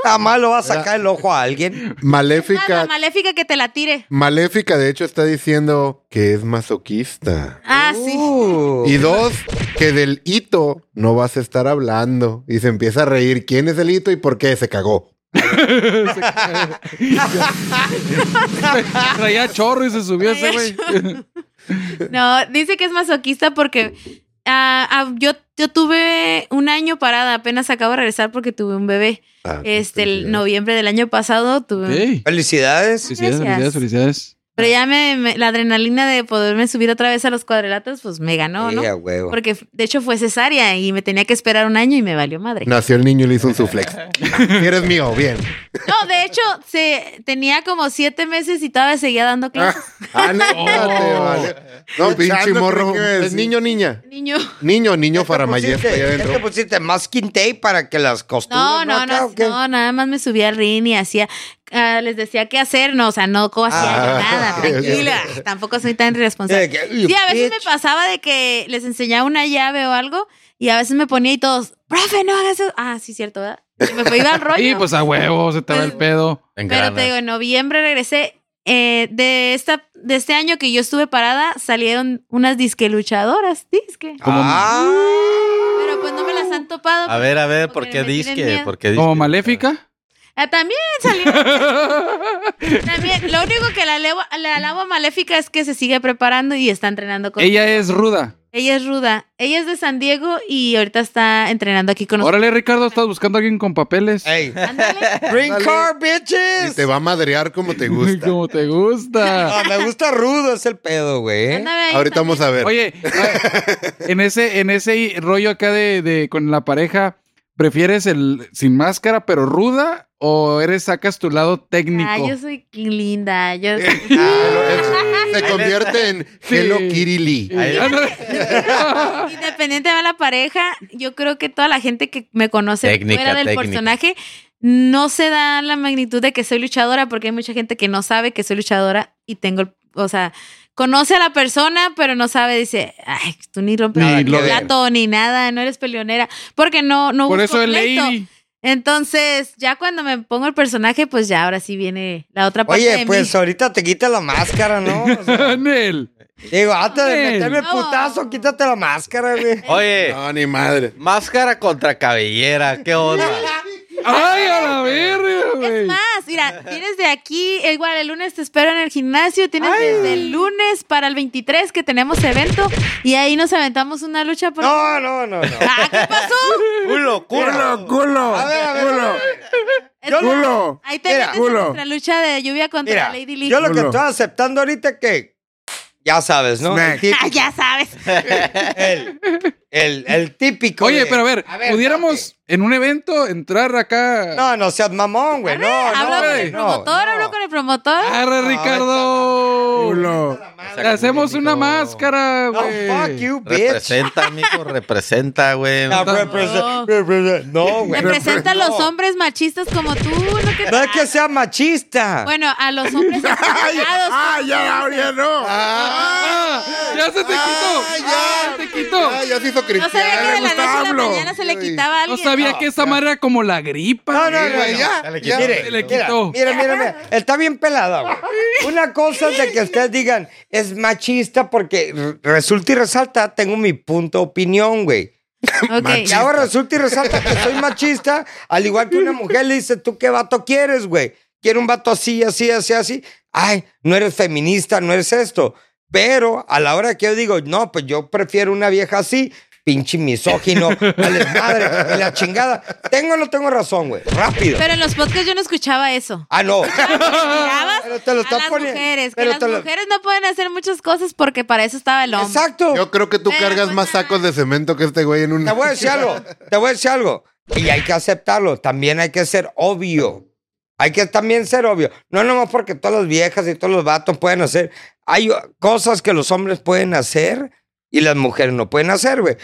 Nada más lo va a sacar el ojo a alguien.
Ah, La
Maléfica.
maléfica que te la tire.
Maléfica, de hecho, está diciendo que es masoquista.
Ah, sí.
Uh.
Y dos, que del hito no vas a estar hablando. Y se empieza a reír. ¿Quién es el hito y por qué se cagó?
Traía chorro y se subió ese, güey.
No, dice que es masoquista porque ah, ah, yo, yo tuve un año parada, apenas acabo de regresar porque tuve un bebé.
Ah,
Este, el
felicidades.
noviembre del año pasado tuve. un-
Ey,
Felicidades.
Felicidades, felicidades, felicidades.
Ah.
Pero ya me, me- la adrenalina de poderme subir otra vez a los cuadriláteros, pues me ganó, ¿no?
Eh, a huevo.
Porque de hecho fue cesárea y me tenía que esperar un año y me valió madre.
Nació el niño y le hizo un suplex. Eres mío, bien.
No, de hecho, se, tenía como siete meses y todavía seguía dando clases.
Ah, no,
Oh.
te vale. No, pinche
Echando,
morro.
¿qué iba a decir? Este,
¿Es
pues,
niño o niña?
Niño.
Niño, niño
¿Qué
Faramayef
te
para allá
pusiste? ¿Qué te
adentro.
pusiste? ¿Masking tape para que las costuras
No, no,
acá,
no,
o qué?
no, nada más me subía al ring y hacía, ah, les decía qué hacer, no, o sea, no co- hacía
Ah,
nada,
ok,
tranquila,
ok.
tampoco soy tan
Eh,
irresponsable.
que-
Sí, a veces me
bitch.
pasaba de que les enseñaba una llave o algo y a veces me ponía y todos, profe, no hagas eso. Ah, sí, cierto, ¿verdad? Y me iba al rollo.
Y pues a huevo, se te va el pedo.
Pero te digo, en noviembre regresé. eh, de, esta, de este año que yo estuve parada, salieron unas disque luchadoras, disque.
Como,
Ah,
Pero pues no me las han topado.
A ver, a ver, ¿por
porque
qué
me tienen
disque?
miedo.
¿Por qué
como
disque?
maléfica.
Ah, también salieron. También, lo único que la, alebo- la alabo a maléfica es que se sigue preparando y está entrenando con ella.
Ella es ruda.
es ruda. Ella es de San Diego y ahorita está entrenando aquí con nosotros.
Órale, Ricardo, estás buscando a alguien con papeles.
Ey,
Ándale.
green
Ándale.
card,
Y
bitches.
te va a madrear como te gusta.
como te gusta.
Ah, me gusta rudo, es el pedo, güey. ¿eh?
Ándame ahí,
¿Eh? Ahorita vamos a ver.
Oye, a- en ese, en ese rollo acá de, de con la pareja, ¿prefieres el sin máscara pero ruda o eres sacas tu lado técnico?
Ah, yo soy linda. Yo
Eh. Ah, es- se convierte en
Sí.
Hello Kitty Lee.
Ahí-
Independiente de la pareja, yo creo que toda la gente que me conoce
Técnica,
fuera del
técnica.
personaje no se da la magnitud de que soy luchadora porque hay mucha gente que no sabe que soy luchadora y tengo, el- o sea, conoce a la persona pero no sabe, dice, ay, tú ni rompes
Ni
ni
lo
de-
plato ni nada, no eres peleonera porque no, no
Por
busco
eso el
pleito.
lady.
Entonces, ya cuando me pongo el personaje, pues ya ahora sí viene la otra parte
Oye,
de
pues
mí.
ahorita te quita la máscara, ¿no? O sea,
Anel.
digo, antes de
Ven.
meterme el
No. Eh,
putazo, quítate la máscara, güey.
Oye,
No, ni madre.
máscara contra cabellera, ¿qué onda?
Ay, a la verga, güey.
Es más, mira, tienes de aquí, eh, igual el lunes te espero en el gimnasio, tienes desde el lunes para el 23 que tenemos evento y ahí nos aventamos una lucha por...
No, no, no, no.
Ah, ¿Qué pasó?
Culo, culo.
Culo, culo,
A ver, a ver, a
culo,
Entonces,
culo.
Ahí te
Mira,
metes en
culo.
nuestra lucha de lluvia contra
Mira,
la Lady Lee.
yo lo que
Culo.
estoy aceptando ahorita es que ya sabes, ¿no?
Snack.
El, tip-
Ah, ya sabes.
el, el- el típico.
Oye,
de-
pero a ver, pudiéramos en un evento entrar acá.
No, no seas mamón, güey. No, no,
hablo con
güey,
el
no,
promotor,
no. Ah,
hablo con el promotor.
Arre, Ricardo.
culo.
Le hacemos una máscara,
No,
güey.
fuck you, bitch.
Representa, amigo, representa, güey.
No, represent- represent- no, güey.
Representa a los
No.
hombres machistas como tú. No, que-
No es que sea machista.
Bueno, a los hombres empoderados.
Ah, ya, ahora ya no.
Ah, ya se te quitó. ya se te quitó.
Ah, ya se hizo
No sabía que
cristiano.
de la noche a la
Gustavo.
mañana se le quitaba a
No
alguien.
sabía que esa madre era como la gripa.
No, no,
güey.
no,
güey,
no.
ya,
le
ya.
quitó.
Mire,
Se le
mira,
quitó.
Mira, mira, mira. Está bien pelada, güey. Una cosa es de que ustedes digan, es machista porque re- resulta y resalta, tengo mi punto de opinión, güey.
Ok.
Y ahora resulta y resalta que soy machista, al igual que una mujer le dice, ¿tú qué vato quieres, güey? Quiero un vato así, así, así, así. Ay, no eres feminista, no eres esto. Pero a la hora que yo digo, no, pues yo prefiero una vieja así, pinche misógino, vale madre, y la chingada. ¿Tengo o no tengo razón, güey? Rápido.
Pero en los podcasts yo no escuchaba eso.
Ah, no.
Mirabas
Pero te lo
a
está
las
poniendo-
mujeres, que
pero
las
te lo-
mujeres no pueden hacer muchas cosas porque para eso estaba el hombre.
Exacto.
Yo creo que tú
Pero,
cargas
pues,
más sacos de cemento que este güey en un.
Te voy a decir algo, te voy a decir algo. Y hay que aceptarlo, también hay que ser obvio. Hay que también ser obvio. No nomás porque todas las viejas y todos los vatos pueden hacer. Hay o- cosas que los hombres pueden hacer y las mujeres no pueden hacer, güey.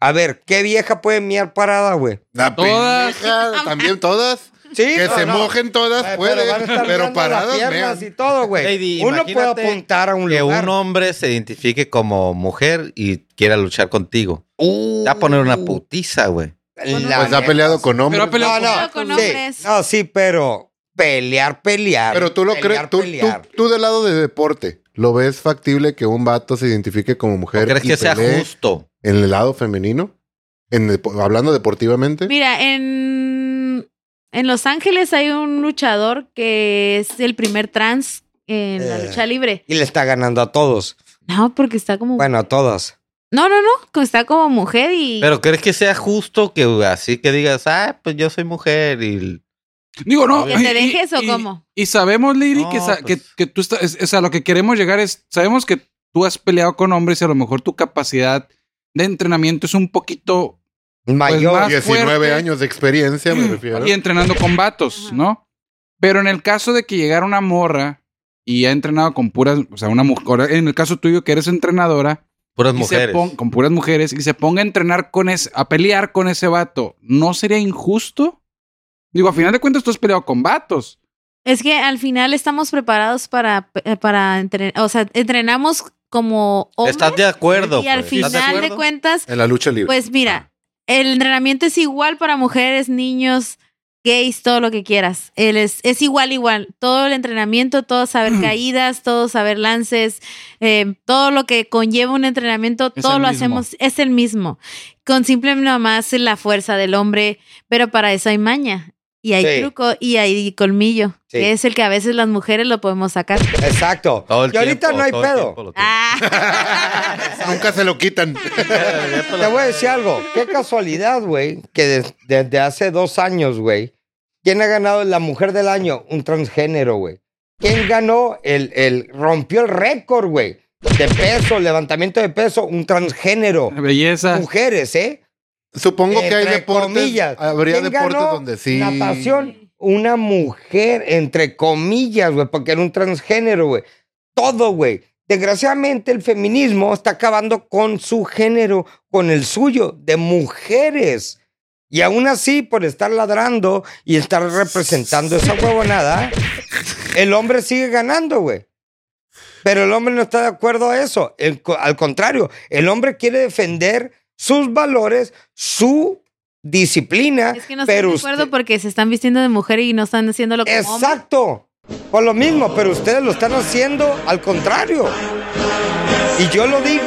A ver, ¿qué vieja puede miar parada, güey?
La
Todas.
pendeja, También todas.
Sí,
Que
no,
se
no.
mojen todas,
Eh,
puede.
van a estar
Pero,
mirando
paradas,
las piernas
vean.
y todo, güey.
Lady,
Uno puede
imagínate
apuntar a un
Que
lugar.
un hombre se identifique como mujer y quiera luchar contigo.
Uh,
Te va a poner una putiza, güey.
la
Pues ha
neta.
peleado con
Pero
hombres.
ha peleado
No, no.
Pero con
sí.
hombres.
No, sí, pero pelear, pelear.
Pero tú lo crees,
Pelear,
tú,
pelear.
tú- tú del lado de deporte, ¿lo ves factible que un vato se identifique como
¿No
mujer
crees
y
que sea
pelee
justo?
en el lado femenino? En depo- hablando deportivamente.
Mira, en, en Los Ángeles hay un luchador que es el primer trans en la
Eh.
lucha libre.
Y le está ganando a todos.
No, porque está como...
Bueno, a todas.
No, no, no, que está como mujer y...
Pero ¿crees que sea justo que así que digas, ah, pues yo soy mujer y...
Digo, no.
¿Que te
y-
dejes o
y-
cómo?
Y sabemos, Lady, que,
No,
sa- que-
pues.
que tú estás. es- O sea, lo que queremos llegar es. Sabemos que tú has peleado con hombres y a lo mejor tu capacidad de entrenamiento es un poquito.
Mayor.
más-
19
fuerte.
años de experiencia, me refiero.
Y entrenando con vatos,
Ajá.
¿no? Pero en el caso de que llegara una morra y ha entrenado con puras. O sea, una mujer. En el caso tuyo, que eres entrenadora.
Puras
y se
mujeres.
pon- con puras mujeres. Y se ponga a entrenar con ese. A pelear con ese vato. ¿No sería injusto? Digo, a final de cuentas tú has peleado con vatos.
Es que al final estamos preparados para, eh, para entrenar, o sea, entrenamos como hombres.
¿Estás de acuerdo?
Y al
pues? ¿Estás
final de
acuerdo?
cuentas,
En la lucha libre.
pues mira, el entrenamiento es igual para mujeres, niños, gays, todo lo que quieras. Él es, es igual, igual. Todo el entrenamiento, todo saber caídas, todo saber lances, eh, todo lo que conlleva un entrenamiento,
Es
todo
el
lo
mismo.
hacemos, es el mismo. Con simplemente nomás la fuerza del hombre, pero para eso hay maña. Y hay
Sí.
truco y hay colmillo,
Sí.
que es el que a veces las mujeres lo podemos sacar.
Exacto.
Todo el
y ahorita
tiempo,
no hay
todo el
pedo.
tiempo lo tiene.
Ah.
Pues,
Nunca se lo quitan.
eh, Te voy a decir algo. Qué casualidad, güey, que des- desde hace dos años, güey, ¿quién ha ganado la mujer del año? Un transgénero, güey. ¿Quién ganó el, el rompió el récord, güey? De peso, levantamiento de peso, un transgénero.
Belleza.
Mujeres, ¿eh?
Supongo que hay
Entre
deportes.
comillas.
Habría
¿Quién
deportes
ganó
donde sí.
Natación, una mujer, entre comillas, güey, porque era un transgénero, güey. Todo, güey. Desgraciadamente, el feminismo está acabando con su género, con el suyo, de mujeres. Y aún así, por estar ladrando y estar representando esa huevonada, el hombre sigue ganando, güey. Pero el hombre no está de acuerdo a eso. El co- al contrario, el hombre quiere defender sus valores, su disciplina.
Es que no
pero
estoy de acuerdo
usted-
porque se están vistiendo de mujer y no están haciendo lo que
Exacto. Por lo mismo, pero ustedes lo están haciendo al contrario. Y yo lo digo,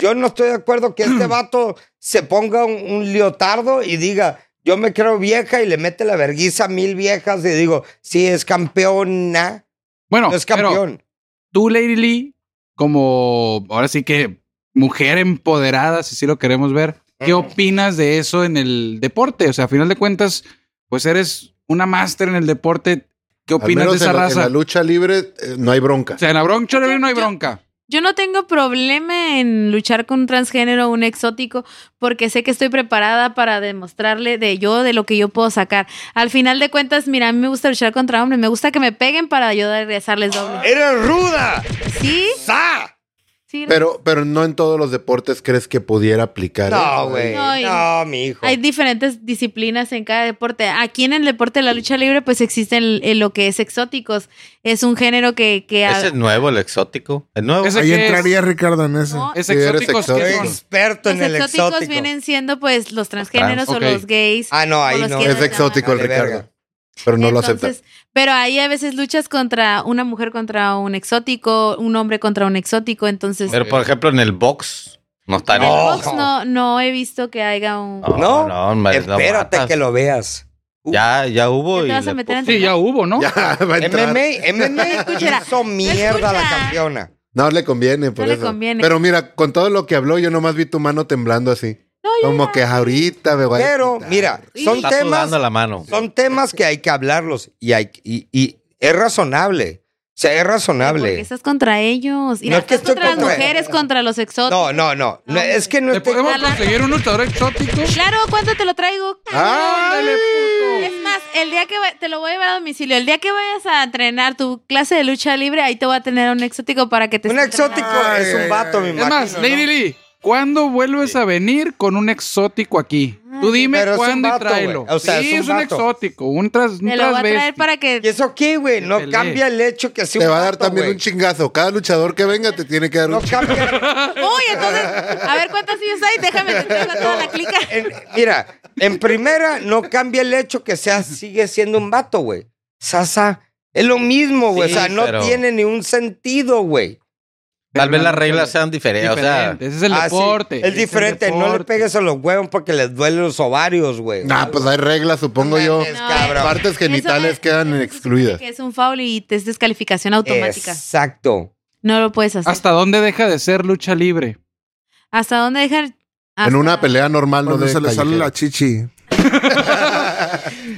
yo no estoy de acuerdo que este vato se ponga un, un liotardo y diga, yo me creo vieja y le mete la verguiza a mil viejas y digo, sí, es campeona,
Bueno,
no es
pero
campeón.
tú, Lady Lee, como ahora sí que mujer empoderada, si sí lo queremos ver, ¿qué opinas de eso en el deporte? O sea, a final de cuentas, pues eres una máster en el deporte. ¿Qué
Al
opinas
menos
de esa
en, la- en
raza?
la lucha libre eh, no hay bronca.
o sea, en la bronca libre no hay
Yo-
bronca.
Yo no tengo problema en luchar con un transgénero o un exótico porque sé que estoy preparada para demostrarle de yo, de lo que yo puedo sacar. Al final de cuentas, mira, a mí me gusta luchar contra hombres, me gusta que me peguen para yo regresarles doble.
¡Eres ruda!
¿Sí?
¡Sa!
¿Sí?
Pero, pero no en todos los deportes crees que pudiera aplicar.
No,
eso?
güey.
No, y-
No, mi hijo.
Hay diferentes disciplinas en cada deporte. Aquí en el deporte de la lucha libre, pues existen eh, lo que es exóticos. Es un género que... que a-
Ese es nuevo, el exótico. El nuevo.
Ese
Ahí
que es-
entraría Ricardo en ese.
No,
Es
Sí, eres
exóticos que
exótico.
son.
Experto en
Los
el
exóticos
exótico.
vienen siendo pues los transgéneros
ok.
o los gays.
Ah, no, ahí
los
no.
que
Es
no
exótico el
Vale,
Ricardo.
verga.
Pero no lo
Entonces,
acepta.
pero ahí a veces luchas contra una mujer contra un exótico, un hombre contra un exótico, entonces
Pero por ejemplo, en el box. No está
en
en
el
el-
No.
box no, no he visto que haya un...
No,
hombre, lo
Espérate
matas.
que lo veas.
Ya, ya hubo.
¿Qué te
y
vas a
le
meter
puso-
Sí, ya hubo, ¿no?
Ya va
Em,
a entrar.
MMA, MMA
Escucha.
hizo mierda a la
Escucha.
campeona.
No le conviene, por
No le
eso.
conviene.
Pero mira, con todo lo que habló, yo nomás vi tu mano temblando así. Como que ahorita me voy a
Pero,
quitar.
mira, son
Está
temas,
sudando la mano.
son temas que hay que hablarlos y, hay, y, y es razonable. O sea, es
Porque
razonable.
estás contra ellos. Mira,
No es que
estás
estoy
contra las
contra-
mujeres, contra los exóticos.
No, no, no, no, Es que no
¿Te
estoy-
podemos
Galán.
conseguir un luchador exótico?
Claro, ¿cuánto te lo traigo?
Ándale, puto.
Es más, el día que va- te lo voy a llevar a domicilio, el día que vayas a entrenar tu clase de lucha libre, ahí te voy a tener un exótico para que te
Un
esté
exótico
entrenando.
Ay,
es un
ay,
vato,
ay.
mi
Es
Es más, Lady Lee, ¿cuándo vuelves a venir con un exótico aquí? Tú dime
Pero es un
cuándo y
vato,
tráelo.
güey. O sea,
sí,
es un
es un,
vato.
exótico, un tras, un
Te lo voy a traer
transvesti.
para que
¿Y eso qué, güey? No
Pelé.
cambia el hecho que sea
Te
un
va a dar
vato,
también
güey.
un chingazo. Cada luchador que venga te tiene que dar
No
un chingazo.
cambia.
Uy, entonces, a ver cuántas sillas hay, déjame te traigo a toda la clica.
En- mira, en primera no cambia el hecho que sea, sigue siendo un vato, güey. Sasa, es lo mismo, güey.
Sí,
o sea, no
pero-
tiene ni un sentido, güey.
Tal vez las reglas sean diferentes.
Diferente, ese es el
Ah, sí,
deporte.
Es diferente, no le
pegues.
pegues a los huevos porque les duelen los ovarios, güey.
Nah, pues hay reglas, supongo yo.
Mames,
No,
cabrón.
Partes genitales
Eso me-
quedan
eso se supone
excluidas.
Que es un foul y te es descalificación automática.
Exacto.
No lo puedes hacer.
¿Hasta dónde deja de ser lucha libre?
¿Hasta dónde dejar?
En
Hasta-
una pelea normal no
Cuando
de
se le sale la chichi.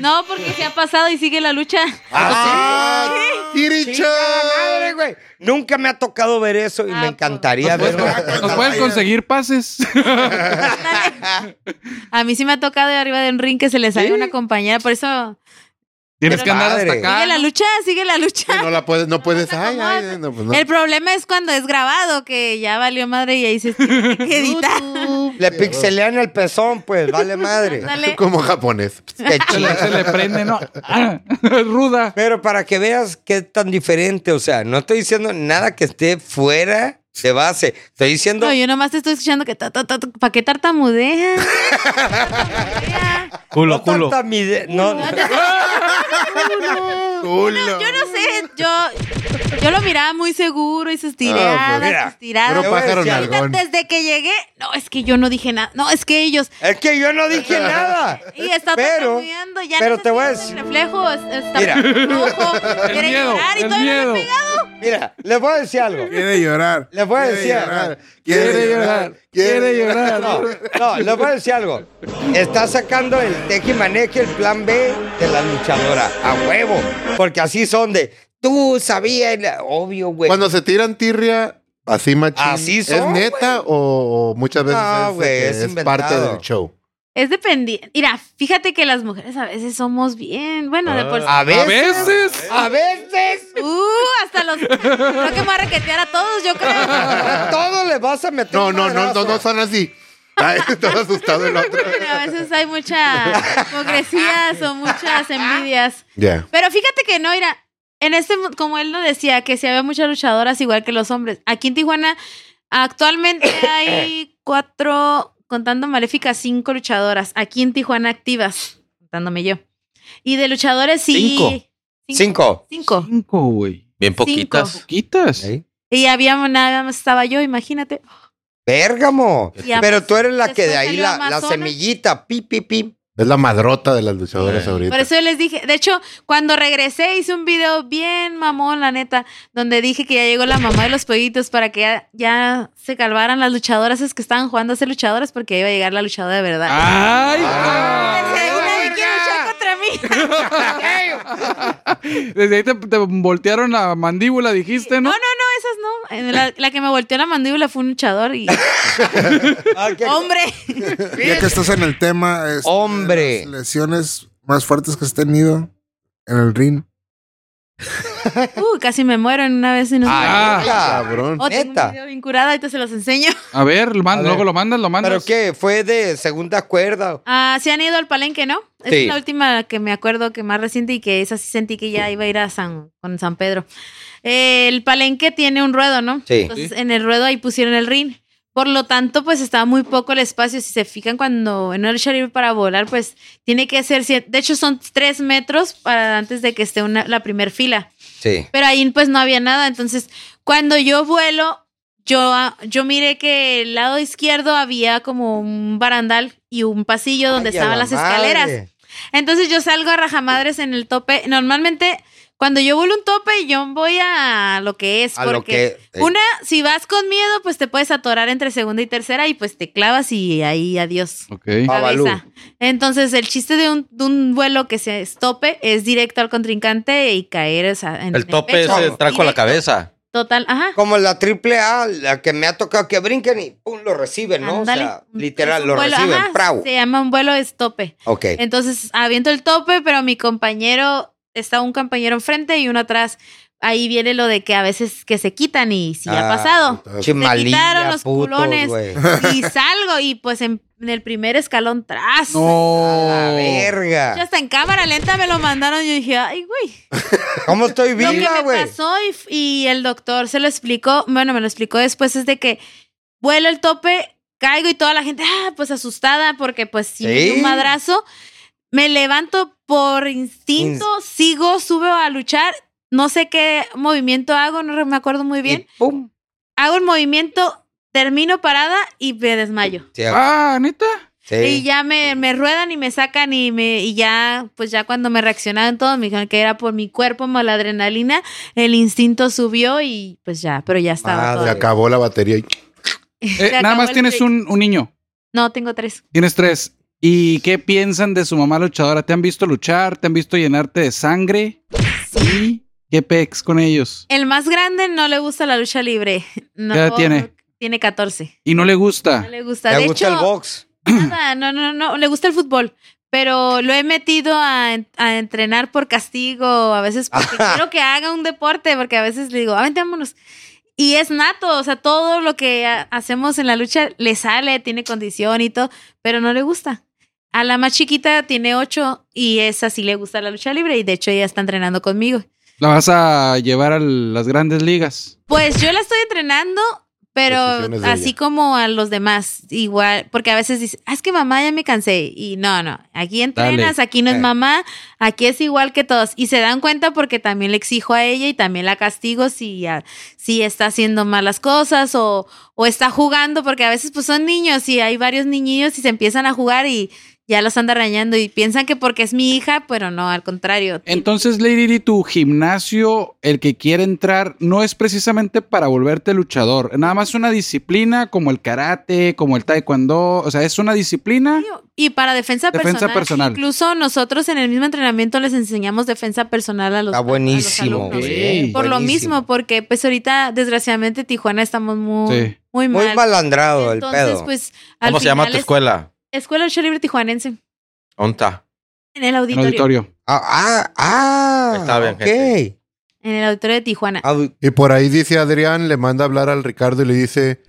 No, porque se ha pasado y sigue la lucha.
¡Ah! madre, güey! Nunca me ha tocado ver eso y
Ah,
me
pues.
encantaría
Nos
verlo.
puedes- nos puedes conseguir pases.
A mí sí me ha tocado de arriba de un ring que se le sale una compañera, por eso
Tienes
Pero
que andar hasta
madre.
acá.
sigue la
Ah, ¿no?
lucha, sigue la
Que
lucha.
no la puedes, no puedes.
no,
Ay,
no,
ay,
no.
no, pues no.
El problema es cuando es grabado, que ya valió madre y ahí se tiene que editar.
Le pixelean el pezón, pues, vale madre.
Dale.
Como japonés.
Qué
Se
chido.
le, se le prende, ¿no? Ah, Ruda.
Pero para que veas qué tan diferente, o sea, no estoy diciendo nada que esté fuera de base. Estoy diciendo,
No, yo nomás te estoy escuchando que ta, ta, ta, ta, ¿pa' qué tartamudea?
Culo,
no tanta mide- no,
No te- Yo no sé, yo, yo lo miraba muy seguro y sus tiradas,
Ah, pues mira,
sus tiradas.
puro
voy a
pájaro
decir-
Ahorita,
nalgón.
desde que llegué, no, es que yo no dije nada. No, es que ellos.
es que yo no dije nada.
Y está
pero,
tartamudeando, ya
pero
no
te voy a
tiene
decir,
reflejos. Está
Mira.
rojo,
El
quiere
miedo,
llorar y
el
todavía no le he
miedo.
pegado.
mira, les voy a decir algo.
Quiere llorar.
Les voy a decir.
Quiere llorar, quiere llorar.
No, no, les voy a decir algo. Está sacando el tejimaneje, el plan B de la luchadora. A huevo. Porque así son de. Tú sabías. Obvio, güey.
Cuando se tiran tirria, así machín.
Así son,
¿Es neta o, o muchas veces
No,
es,
güey,
de que
es
es
inventado.
parte del show?
Es dependiente. Mira, fíjate que las mujeres a veces somos bien. Bueno, de por sí.
A
A
veces.
veces.
A veces.
Uh, hasta los. Creo que me va a requetear a todos, yo creo.
a Todo le vas a meter.
No,
un
no, no, no,
madrazo.
no son así. Ay, todo asustado el otro.
Pero a veces hay muchas hipocresías o muchas envidias.
Ya.
Pero fíjate que no, mira, en este, mu- como él lo decía, que si había muchas luchadoras igual que los hombres. Aquí en Tijuana actualmente hay cuatro, contando Maléfica, cinco luchadoras. Aquí en Tijuana activas, contándome yo. Y de luchadores sí.
Cinco.
Cinco.
Cinco.
Cinco, güey.
Bien poquitas.
Cinco.
Poquitas.
Y había nada más estaba yo, imagínate.
Bérgamo.
Y a-
Pero tú eres la que de
después
ahí
salió
la, la
Amazonas.
semillita. Pi, pi, pi.
Es la madrota de las luchadoras
Sí.
ahorita.
Por eso yo les dije, de hecho, cuando regresé hice un video bien mamón, la neta, donde dije que ya llegó la mamá de los pollitos para que ya, ya se calmaran las luchadoras es que estaban jugando a ser luchadoras porque ya iba a llegar la luchadora de verdad.
Ay,
Desde ahí
güey.
nadie quiere luchar contra mí.
Desde ahí te, te voltearon la mandíbula, dijiste, ¿no?
No, no, no, esas no. La, la que me volteó la mandíbula fue un luchador y
Ah, qué-
hombre.
Ya que estás en el tema,
Oh.
este,
Hombre.
las lesiones más fuertes que has tenido en el ring.
Uh, casi me muero en una vez en un
Ah,
Ah,
Cabrón.
Oh, tengo
neta.
un video bien curado, ahorita se los enseño.
A ver, lo man-
A ver.
luego lo mandas, lo mandas.
¿Pero qué? ¿Fue de segunda cuerda?
Ah, ¿se han ido al palenque, no? Esa
Sí.
es la última que me acuerdo que más reciente y que esa sí sentí que ya iba a ir a San, con San Pedro. Eh, el palenque tiene un ruedo, ¿no?
Sí.
Entonces en el ruedo ahí pusieron el ring. Por lo tanto, pues estaba muy poco el espacio. Si se fijan, cuando en el sheriff para volar, pues tiene que ser. cien- De hecho, son tres metros para antes de que esté una- la primera fila.
Sí.
Pero ahí pues no había nada. Entonces, cuando yo vuelo, yo, ah, yo miré que el lado izquierdo había como un barandal y un pasillo donde
Ay, a
estaban
la
las escaleras.
madre.
Entonces yo salgo a rajamadres en el tope. Normalmente, cuando yo vuelo un tope, yo voy a lo que es.
A
porque
lo que. eh,
Una, si vas con miedo, pues te puedes atorar entre segunda y tercera y pues te clavas y ahí adiós
Ok.
Babalú.
cabeza. Entonces, el chiste de un, de un vuelo que se estope es directo al contrincante y caer o sea, en
El tope es
pecho.
el traco a la
Directo,
cabeza.
Total, ajá.
Como la triple A, la que me ha tocado que brinquen y pum, lo reciben, ¿no?
Ándale.
O sea,
Un- es
literal,
un
lo
vuelo,
reciben.
ajá,
¡Prau!
Se llama un vuelo estope.
Ok.
Entonces, aviento el tope, pero mi compañero, está un compañero enfrente y uno atrás. Ahí viene lo de que a veces que se quitan y si ha
Ah,
pasado.
Chimalilla,
los
putos,
culones.
güey.
Y salgo y pues en, en el primer escalón tras.
A la
No.
Yo
verga.
hasta en cámara lenta me lo mandaron y yo dije, ay, güey.
¿Cómo estoy
Lo que
viva,
me
güey?
pasó y, y el doctor se lo explicó, bueno, me lo explicó después, es de que vuelo el tope, caigo y toda la gente, ah, pues asustada porque pues si me dio
Sí.
un madrazo, me levanto por instinto, sigo, subo a luchar, no sé qué movimiento hago, no me acuerdo muy bien,
Y pum.
hago el movimiento, termino parada y me desmayo.
Sí,
Ah, neta.
sí.
Y ya me, me ruedan y me sacan y me y ya, pues ya cuando me reaccionaron todos, me dijeron que era por mi cuerpo, más la adrenalina, el instinto subió y pues ya, pero ya estaba
Madre.
todo.
Se acabó la batería. y-
Eh,
Se
nada
acabó
más
el
tienes
break.
un, un niño.
No, tengo tres.
Tienes tres. ¿Y qué piensan de su mamá luchadora? ¿Te han visto luchar? ¿Te han visto llenarte de sangre? Sí. ¿Qué pex con ellos?
El más grande no le gusta la lucha libre. No,
¿Qué edad tiene?
Tiene 14.
Y no le gusta.
No le gusta.
¿Te
de
Ah. gusta
hecho, pues,
el box?
nada, no, no, no, le gusta el fútbol. Pero lo he metido a, en- a entrenar por castigo, a veces porque quiero que haga un deporte, porque a veces le digo, "Ah, vente, vámonos. Y es nato, o sea, todo lo que ha- hacemos en la lucha le sale, tiene condición y todo, pero no le gusta. A la más chiquita tiene ocho y esa sí le gusta la lucha libre y de hecho ella está entrenando conmigo.
La vas a llevar a las grandes ligas.
Pues yo la estoy entrenando, pero
Decisiones de
así
ella.
como a los demás, igual, porque a veces dice, "Ah, es que mamá ya me cansé. Y no, no, aquí entrenas, aquí no es
Eh.
mamá, aquí es igual que todos. Y se dan cuenta porque también le exijo a ella y también la castigo si, ya- si está haciendo malas cosas o, o está jugando, porque a veces pues son niños y hay varios niñillos y se empiezan a jugar y ya los anda rañando y piensan que porque es mi hija, pero no, al contrario.
Entonces, Lady Di, tu gimnasio, el que quiere entrar, no es precisamente para volverte luchador. Nada más una disciplina como el karate, como el taekwondo. O sea, es una disciplina.
Y para defensa,
Defensa personal.
Incluso nosotros en el mismo entrenamiento les enseñamos defensa personal a los,
Está
a- a los
buenísimo.
alumnos.
Ok.
güey,
Por lo
Ah, buenísimo.
mismo, porque pues ahorita desgraciadamente Tijuana estamos muy,
Sí.
muy mal.
Muy malandrado el
Entonces,
pedo.
pues al
¿Cómo se llama
final
tu
es-
escuela?
Escuela Lucha Libre Tijuanense.
¿Onta?
En el
En
auditorio.
el auditorio.
Ah, ah, ah.
Está bien,
ok.
gente.
En el auditorio de Tijuana.
Ah, bu-
Y por ahí dice Adrián, le manda a hablar al Ricardo y le dice...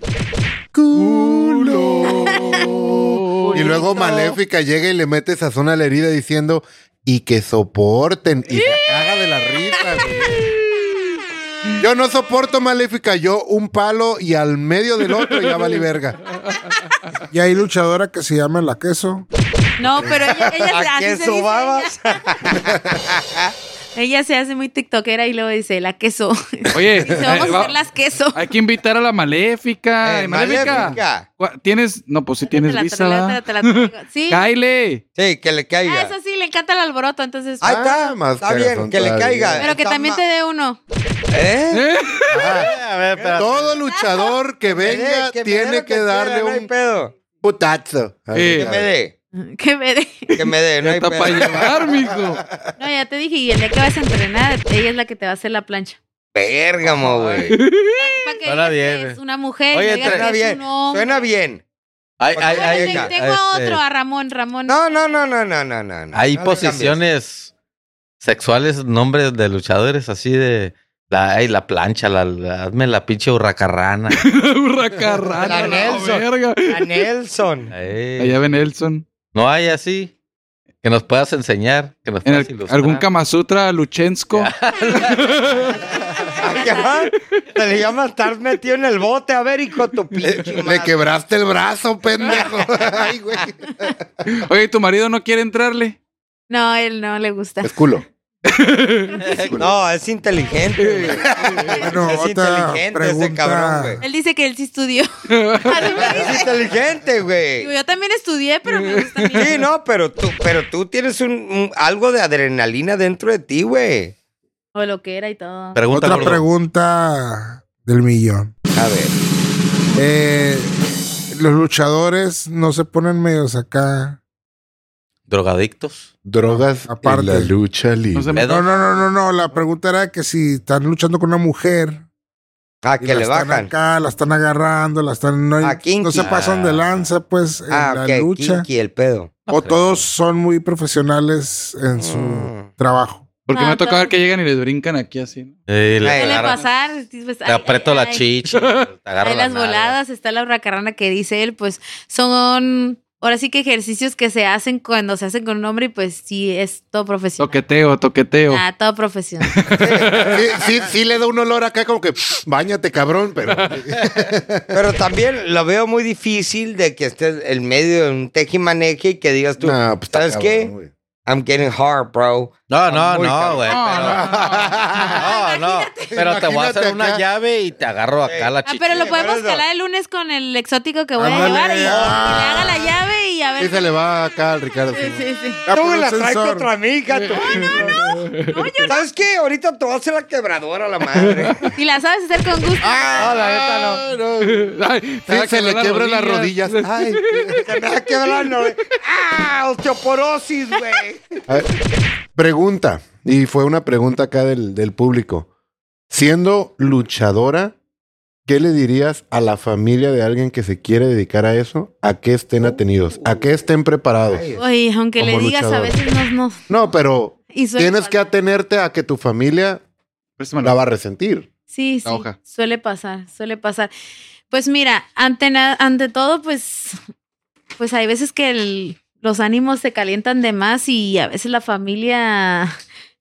¡Culo! Y luego Maléfica llega y le mete sazón a la herida diciendo... Y que soporten. Y se caga de la risa, güey. Yo no soporto Maléfica. Yo un palo y al medio del otro ya vale verga.
Y hay luchadora que se llama La Queso.
No, pero ella, ella se-
¿A
así
quién
se dice,
subabas?
Ella, ella se hace muy tiktokera y luego dice, la queso.
Oye,
Dice,
eh,
vamos a
va-
hacer las queso.
hay que invitar a la Maléfica.
Eh,
maléfica.
Maléfica.
Gua- ¿Tienes? No, pues si
Te
tienes
la
visa.
traigo,
¿verdad?
te la traigo, te la traigo. Sí.
¡Cáile!
Sí, que le
Ah,
caiga.
eso sí, le encanta el alboroto, entonces.
Ahí
Ah,
está.
más
está
cagazón
bien, que le
todavía.
caiga.
Pero que
Está
también
ma-
te dé uno.
¿Eh?
¿Eh?
A ver, espérate.
Todo luchador que venga
Eh, me dé
tiene
lo
que darle
quiera, no hay
un
pedo.
putazo.
Eh,
Que me dé.
Que me dé.
Que me dé, no hay
Está
pedo.
para llevar, mijo.
No, ya te dije, y el día que vas a entrenar, ella es la que te va a hacer la plancha.
Bérgamo, güey.
Para que digas
Suena
que
bien. eh.
es una mujer,
Oye,
no digas que
suena
Suena
es
bien.
un hombre.
Suena bien.
Hay, hay,
Bueno,
hay,
te-
venga,
tengo a
este,
otro, a Ramón, Ramón.
No, no, no, no, no, no. no.
hay
No le
posiciones sexuales, nombres de luchadores así de. La, ay, la plancha, la, la- hazme la pinche hurracarrana.
Hurracarrana, la
La Nelson.
verga.
cambies. A Nelson.
Ey.
Allá ve Nelson.
No hay así. Que nos puedas enseñar, que nos
En
puedas
el-
ilustrar.
algún Kama Sutra Luchensko.
Acá se le llama estar metido en el bote, a ver, hijo de tu pinche
Le
madre.
quebraste el brazo, pendejo. Ay, güey.
Oye, ¿tu marido no quiere entrarle?
No, él no le gusta.
Es culo.
No, es inteligente. güey.
Bueno,
es
otra
inteligente ese
pregunta.
cabrón, güey.
Él dice que él sí estudió.
Es inteligente,
Digo,
güey.
yo también estudié, pero me gusta. mi-
Sí, no, pero tú, pero tú tienes un, un- algo de adrenalina dentro de ti, güey.
O lo que era y todo.
Pregunta,
Otra
gordo.
pregunta del millón.
A ver.
Eh, los luchadores no se ponen medios acá.
¿Drogadictos?
Drogas
Aparte.
en la lucha libre.
No
¿Eh,
se-
¿Pedos?
No, no, no, no, no. La pregunta era que si están luchando con una mujer.
A
y
Ah, que
la
le
están
bajan.
acá, la están agarrando, la están. No, hay-
Ah, kinky.
no se pasan de lanza, pues, en
Ah,
la
ok.
lucha.
Kinky, el pedo.
pues,
O todos son muy profesionales en su
Mm.
trabajo.
Porque me ha
No,
tocado
todo-
ver que llegan y les brincan aquí así. ¿no?
Sí, Eh, le
Ay,
Suele
agarra-
pasar. pues,
Te
ay,
aprieto
ay,
la
ay.
chicha. Te agarro
Hay
la
las
nalga.
voladas, está la huracarrana que dice él, pues son ahora sí que ejercicios que se hacen cuando se hacen con un hombre y pues sí es todo profesional.
Toqueteo, toqueteo.
Ah, todo profesional.
Sí, sí, sí le da un olor acá como que bañate, cabrón, pero
Pero también lo veo muy difícil de que estés en medio de un tejimaneje y que digas tú,
Nah, pues, está
¿sabes
cabrón,
qué?
güey.
I'm getting hard, bro.
No, no,
Muy
no,
cabrón.
güey.
No, no,
pero- No, no. Pero te voy a
Imagínate
hacer una
acá.
llave y te agarro acá la
Ah,
chicha.
pero lo
Sí,
podemos
por eso.
calar el lunes con el exótico que voy a
Ándale,
llevar y y que le
ah.
haga la llave y a
Sí
ver.
se le va acá al Ricardo.
Sí, sí, sí.
Ah,
Tú
pues,
la
un
traes
sensor.
contra mi hija, tú. ¿Sabes qué? Ahorita te voy a hacer la quebradora la madre.
Y la sabes hacer con gusto.
No, la neta Ah, no.
Ay,
Sí, se le quiebran las rodillas. Ay,
Que me va a quebrar, no. ¡Ah! Osteoporosis, güey.
A ver, pregunta, y fue una pregunta acá del, del público. Siendo luchadora, ¿qué le dirías a la familia de alguien que se quiere dedicar a eso? ¿A qué estén
Uh.
atenidos? ¿A qué estén preparados?
Oye, aunque le
Como
digas
luchador.
a veces no, no.
No, pero
Y suele
tienes que
pasar.
atenerte a que tu familia la va a resentir.
Sí, sí.
La hoja.
Suele pasar, suele pasar. Pues mira, ante, na- ante todo, pues, pues hay veces que el- los ánimos se calientan de más y a veces la familia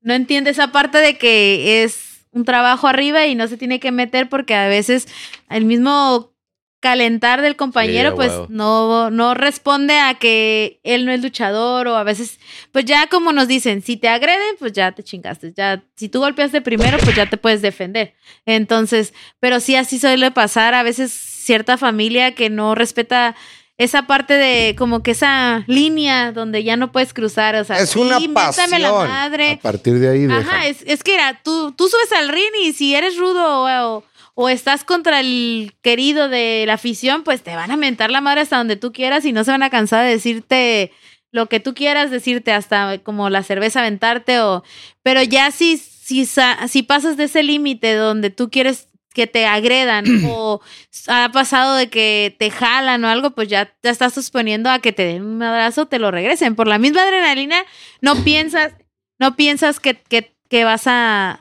no entiende esa parte de que es un trabajo arriba y no se tiene que meter porque a veces el mismo calentar del compañero
a
pues
huevo.
no, no responde a que él no es luchador o a veces pues ya como nos dicen, si te agreden pues ya te chingaste, ya si tú golpeaste primero pues ya te puedes defender. Entonces, pero sí así suele pasar a veces cierta familia que no respeta esa parte de como que esa línea donde ya no puedes cruzar, o sea,
Es una
sí, miéntame la
pasión.
madre.
A partir de ahí,
Eh, Ajá,
deja.
es, es que era, tú, tú subes al ring y si eres rudo o, o- o estás contra el querido de la afición, pues te van a mentar la madre hasta donde tú quieras y no se van a cansar de decirte lo que tú quieras, decirte hasta como la cerveza aventarte o... Pero ya si, si, sa- si pasas de ese límite donde tú quieres que te agredan o ha pasado de que te jalan o algo, pues ya te estás exponiendo a que te den un abrazo, te lo regresen. Por la misma adrenalina, no piensas, no piensas que, que- que vas a.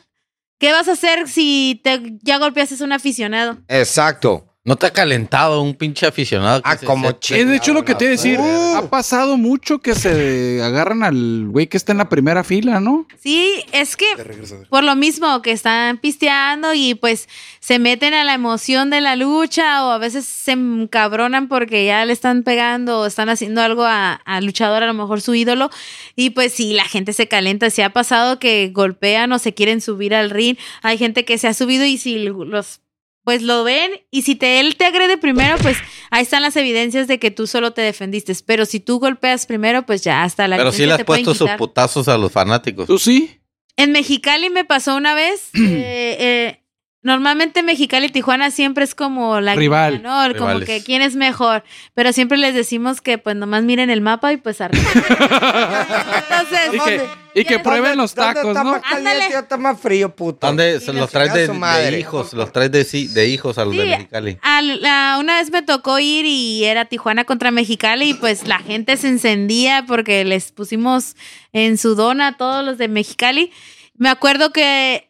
¿Qué vas a hacer si te, ya golpeaste a un aficionado?
Exacto.
¿No te ha calentado un pinche aficionado? que
Ah,
se-
como
se-
Es Eh, de hecho lo que te iba a decir.
Uh.
Ha pasado mucho que se agarran al güey que está en la primera fila, ¿no?
Sí, es que por lo mismo que están pisteando y pues se meten a la emoción de la lucha o a veces se encabronan porque ya le están pegando o están haciendo algo a- al luchador, a lo mejor su ídolo. Y pues sí, la gente se calienta. Si ha pasado que golpean o se quieren subir al ring, hay gente que se ha subido y si los pues lo ven y si te, él te agrede primero, pues ahí están las evidencias de que tú solo te defendiste. Pero si tú golpeas primero, pues ya hasta la
Pero sí
evidencia
le has
te pueden
puesto sus
quitar.
putazos a los fanáticos.
¿Tú sí?
En Mexicali me pasó una vez. eh, eh, normalmente Mexicali y Tijuana siempre es como la
Rival.
guerra, ¿no? Como
Rivales.
que quién es mejor. Pero siempre les decimos que pues nomás miren el mapa y pues arriba. Entonces,
Y que, y que
¿Dónde-
prueben los tacos,
¿Dónde
¿no?
está más caliente
Ándale.
y está más frío, puto?
¿Dónde se
Chinga
los traes
su
de, de
madre.
hijos? Los traes de, sí- de hijos a los de
Sí.
Mexicali.
al- la- una vez me tocó ir y era Tijuana contra Mexicali y pues la gente se encendía porque les pusimos en su dona a todos los de Mexicali. Me acuerdo que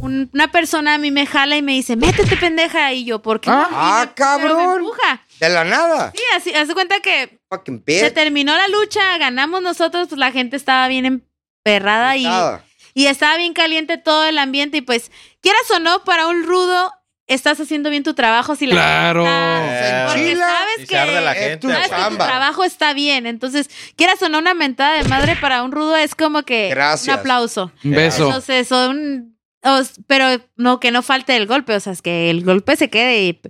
un- una persona a mí me jala y me dice, métete pendeja. Y yo, ¿por qué? no?"
Ah.
Y me-
Ah,
pero me
cabrón.
empuja.
De la nada.
Sí, así, haz de cuenta que
Fucking
se
bitch.
terminó la lucha, ganamos nosotros, pues la gente estaba bien emperrada y,
Nada.
y estaba bien caliente todo el ambiente y pues, quieras o no, para un rudo, estás haciendo bien tu trabajo si la
Claro.
neta- porque
Chila,
y
sabes
se arde
que
la
es
gente.
tu
güey.
sabes que tu
chamba.
trabajo está bien. Entonces, quieras o no una mentada de madre para un rudo es como que
Gracias.
un aplauso.
Un beso.
Entonces, son os- pero no que no falte el golpe, o sea, es que el golpe se quede. y-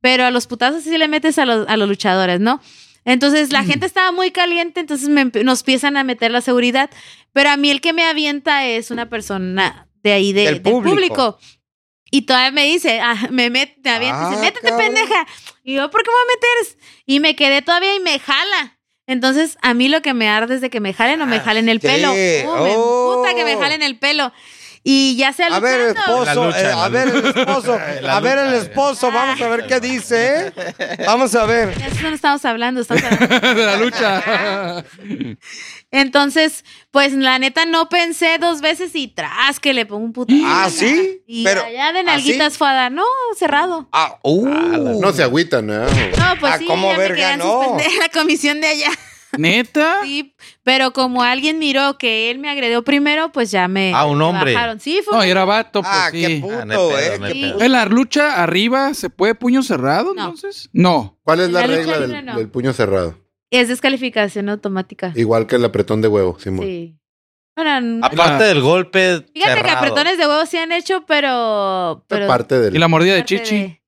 pero a los putazos sí le metes a los, a los luchadores, ¿no? Entonces
Mm.
la gente estaba muy caliente, entonces me empe- nos empiezan a meter la seguridad, pero a mí el que me avienta es una persona de ahí, de-
Del
del
público.
público. Y todavía me dice, ah, me, met, me avienta, y
Ah,
dice, métete
cabrón.
pendeja. Y yo, ¿por qué me voy a meter? Y me quedé todavía y me jala. Entonces, a mí lo que me arde es de que me jalen o me jalen el
Ah, sí.
pelo. Uh, me
Oh.
emputa que me jalen el pelo. Y ya sea
A ver,
luchando,
esposo,
La lucha,
eh,
la
a ver, el esposo,
La
a ver, el
lucha.
esposo, vamos a ver qué dice, ¿eh? Vamos a ver.
de eso no estamos hablando, estamos hablando.
De la lucha.
Entonces, pues la neta no pensé dos veces y tras que le pongo un puto.
¿Ah, sí?
Y
Pero,
allá de
¿ah,
nalguitas fue a dar, no, cerrado.
Ah, uh.
No se agüitan, ¿eh? ¿no?
No, pues
Ah,
sí,
¿cómo
ya
verga
me querían
no?
suspender la comisión de allá.
¿Neta?
Sí, pero como alguien miró que él me agredió primero, pues ya me.
Ah, un
me
hombre.
bajaron. Sí, fue.
No, era vato, pues
Ah, qué
sí.
puto,
Ah, no hay pedo,
eh.
no hay
qué
pedo.
puto.
¿En la lucha arriba se puede puño cerrado,
No.
entonces? No.
¿Cuál es la,
La lucha
regla
libre
del,
no.
del puño cerrado?
Es descalificación automática.
Igual que el apretón de huevo, Simón.
Sí. Bueno,
Aparte del golpe.
fíjate que
cerrado.
apretones de huevos sí han hecho, pero.
Esta
pero
parte del...
¿Y la mordida de
parte
chichi?
de-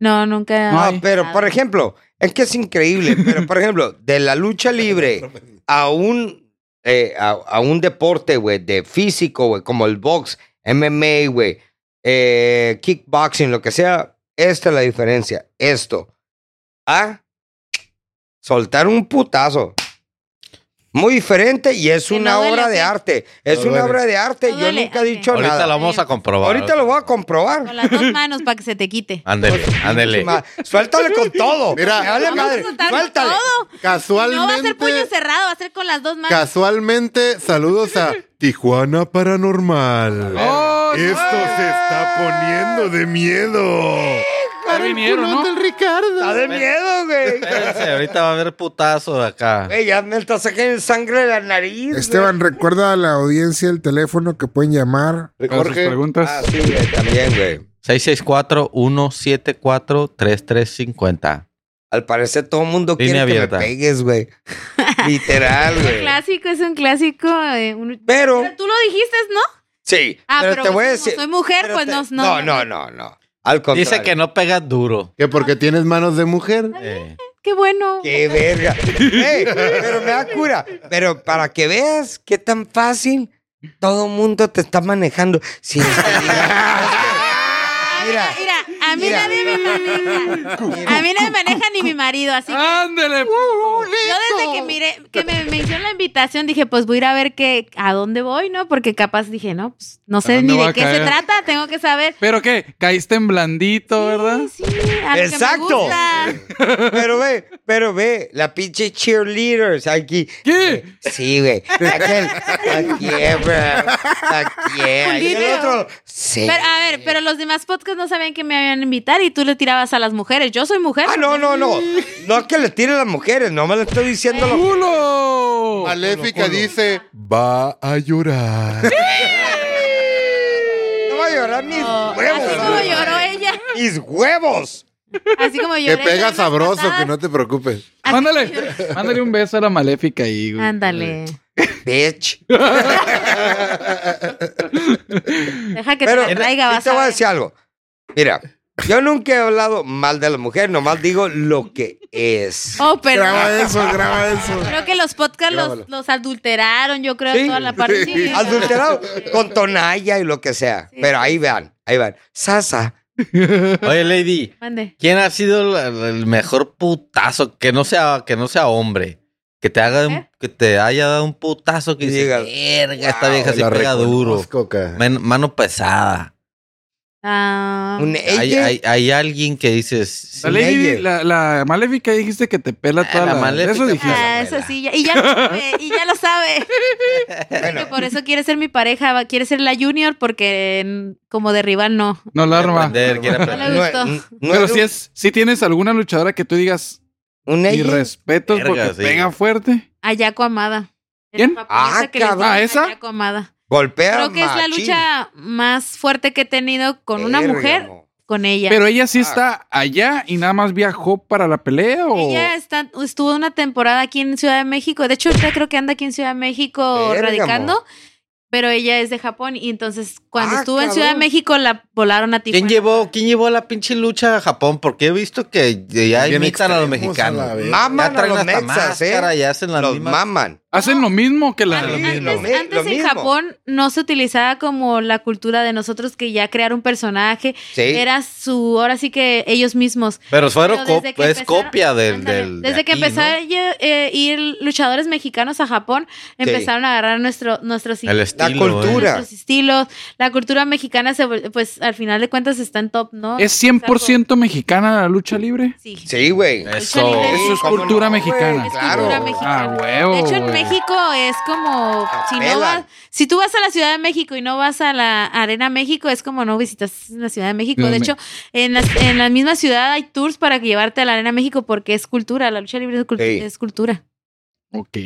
No, nunca.
No,
Ah,
Ay.
Pero, por ejemplo, es que es increíble, pero, por ejemplo, de la lucha libre a un eh, a, a un deporte, güey, de físico, güey, como el box, MMA, güey, eh, kickboxing, lo que sea, esta es la diferencia. Esto. A soltar un putazo. Muy diferente y es
Que no
una
duele,
obra de
¿qué?
arte. Es
No
una
duele.
obra de arte.
No
Yo
duele,
nunca he
ok.
dicho
Ahorita
nada.
lo vamos a comprobar.
Ahorita lo voy a Pues, comprobar.
Con las dos manos para que se te quite.
Ándele, ándele.
Ma- Suéltale con todo.
Mira.
Me vale
Vamos a
madre.
soltar
Suéltale.
todo.
Casualmente.
No va a ser puño cerrado, va a ser con las dos manos.
Casualmente, saludos a Tijuana Paranormal.
¡Oh,
Esto se está poniendo de miedo.
Ya vinieron, ¿no?
Está de miedo, güey.
Espérense, ahorita va a haber putazo acá.
Güey, ya me está sacando sangre de la nariz. güey.
Esteban, recuerda a la audiencia el teléfono que pueden llamar.
Para sus
Jorge,
preguntas.
Ah, sí, güey, también, güey.
664-174-3350.
Al parecer todo el mundo quiere
Línea
que
abierta.
me pegues, güey. Literal,
Es un
güey.
clásico, es un clásico. eh, un-
Pero,
Pero tú lo dijiste, ¿no?
sí.
Ah, pero,
te voy a
como
decir.
soy mujer,
pero
pues
te-
no,
no. No, no, no. Al contrario.
Dice que no pega duro.
que porque tienes manos de mujer.
Eh,
Qué bueno.
Qué verga. Ey, pero me da cura. Pero para que veas qué tan fácil todo mundo te está manejando. Sin
Ah,
Mira.
mira, mira, a mí
Mira.
nadie me maneja. A mí no me maneja ni mi marido, así que
Ándele. puto.
yo desde que miré, que me, me hicieron la invitación, dije, pues voy a ir a ver qué, a dónde voy, ¿no? Porque capaz dije, no, pues no
¿A
sé
dónde
ni
voy a
de qué se
caer?
trata, tengo que saber.
Pero qué, caíste en blandito, ¿verdad?
Sí, sí, a lo
Exacto.
Que me gusta.
Pero ve, pero ve, la pinche cheerleaders aquí.
¿Qué?
Sí, güey. Aquel, aquí, eh, bro. Aquí, aquí. El
video.
otro, sí.
Pero, a ver, pero los demás podcasts no sabían que me habían invitar y tú le tirabas a las mujeres. Yo soy mujer.
Ah, no, no, no. No es que le tiren a las mujeres, no me lo estoy diciendo. lo-
¡Culo!
Maléfica dice, va a llorar.
No va a llorar mis
No,
huevos.
así como lloró ella.
Mis huevos.
Así como
que
lloré.
pega
yo,
sabroso,
patadas.
que no te preocupes.
Mándale, mándale un beso a la maléfica ahí, güey.
Ándale.
Bitch.
Deja que
Pero
te la traiga,
yo
vas
te
a
voy a
ver.
decir algo. Mira, yo nunca he hablado mal de la mujer, nomás digo lo que es.
Oh, pero
Graba eso, graba eso.
creo que los podcasts los, los adulteraron, yo creo,
Sí.
toda la parte. Sí,
Adulterado con tonalla y lo que sea. Pero ahí vean, ahí vean. Sasa.
Oye, Lady,
Mande.
¿quién ha sido la- la- el mejor putazo que no sea, que no sea hombre? Que te, haga un-
¿Eh?
que te haya dado un putazo que
Y
diga,
digas,
verga, esta
"Wow,
vieja sí
La
pega duro.
reconozco, ca.
Men- mano pesada.
Ah,
Un
Hay,
ella.
hay- hay alguien que dices. "Sí,
La, lady,
ella.
la, la maléfica dijiste que te pela
Ah,
toda
la
la,
maléfica.
Eso dijiste.
ah, eso sí, ya- y ya lo sabe, y ya lo sabe.
Bueno,
Que por eso quiere ser mi pareja, va- quiere ser la junior porque mm, como de rival no.
No la
quiere
arma.
aprender, quiere
No
aprender".
le gustó.
no es- no
Pero
es
si es, si tienes alguna luchadora que tú digas
un
y
ella.
respetos
Verga,
porque
sí.
pega fuerte.
Ayako Amada. Es
¿Quién?
la japonesa
Ah,
que le
cabrón.
llaman
Ah, ¿esa?
Ayako Amada.
Golpea
Creo que es la
machín.
lucha más fuerte que he tenido con una
Verga,
mujer,
no.
con ella.
Pero ella sí
Ah.
está allá y nada más viajó para la pelea o.
Ella está, estuvo una temporada aquí en Ciudad de México. De hecho, ahorita creo que anda aquí en Ciudad de México
Verga,
radicando.
mo.
Pero ella es de Japón. Y entonces, cuando
Ah,
estuvo en
cabrón.
Ciudad de México, la volaron a
¿Quién
Tijuana.
llevó, ¿Quién llevó la pinche lucha a Japón? Porque he visto que ya
Bien
imitan a
extremos a
los
la
mexicanos. Ah,
vez.
Ya
Maman a
traen
los
hasta
mexas,
máscara
¿eh?
y hacen la
Los
misma-
maman.
Hacen lo mismo que la.
An-
lo
Antes,
mismo.
Lo
antes en
mismo.
Japón no se utilizaba como la cultura de nosotros que ya crear un personaje
Sí.
era su ahora sí que ellos mismos.
Pero fueron
Pero
co-
desde que
es
empezaron-
copia del.
Ándale.
del- de
Desde que
aquí, ¿no?
empezaron a eh, ir luchadores mexicanos a Japón, empezaron a agarrar nuestro nuestros
El estilo. ¿eh?
cultura.
nuestros estilos. La cultura mexicana, se vol- pues al final de cuentas está en top, ¿no?
¿Es 100% mexicana la lucha libre?
Sí.
Sí, güey.
Eso.
Lucha libre.
Eso es
cómo
cultura
no, güey,
mexicana.
Es
claro.
cultura
Ah,
mexicana.
huevo.
de hecho, en
güey.
México es como si no
Apelan.
vas, si tú vas a la Ciudad de México y no vas a la Arena México, es como no visitas la Ciudad de México.
No,
de
me-
hecho, en la, en la misma ciudad hay tours para que llevarte a la Arena México porque es cultura, la lucha libre es, cul-
Sí.
es cultura.
Ok,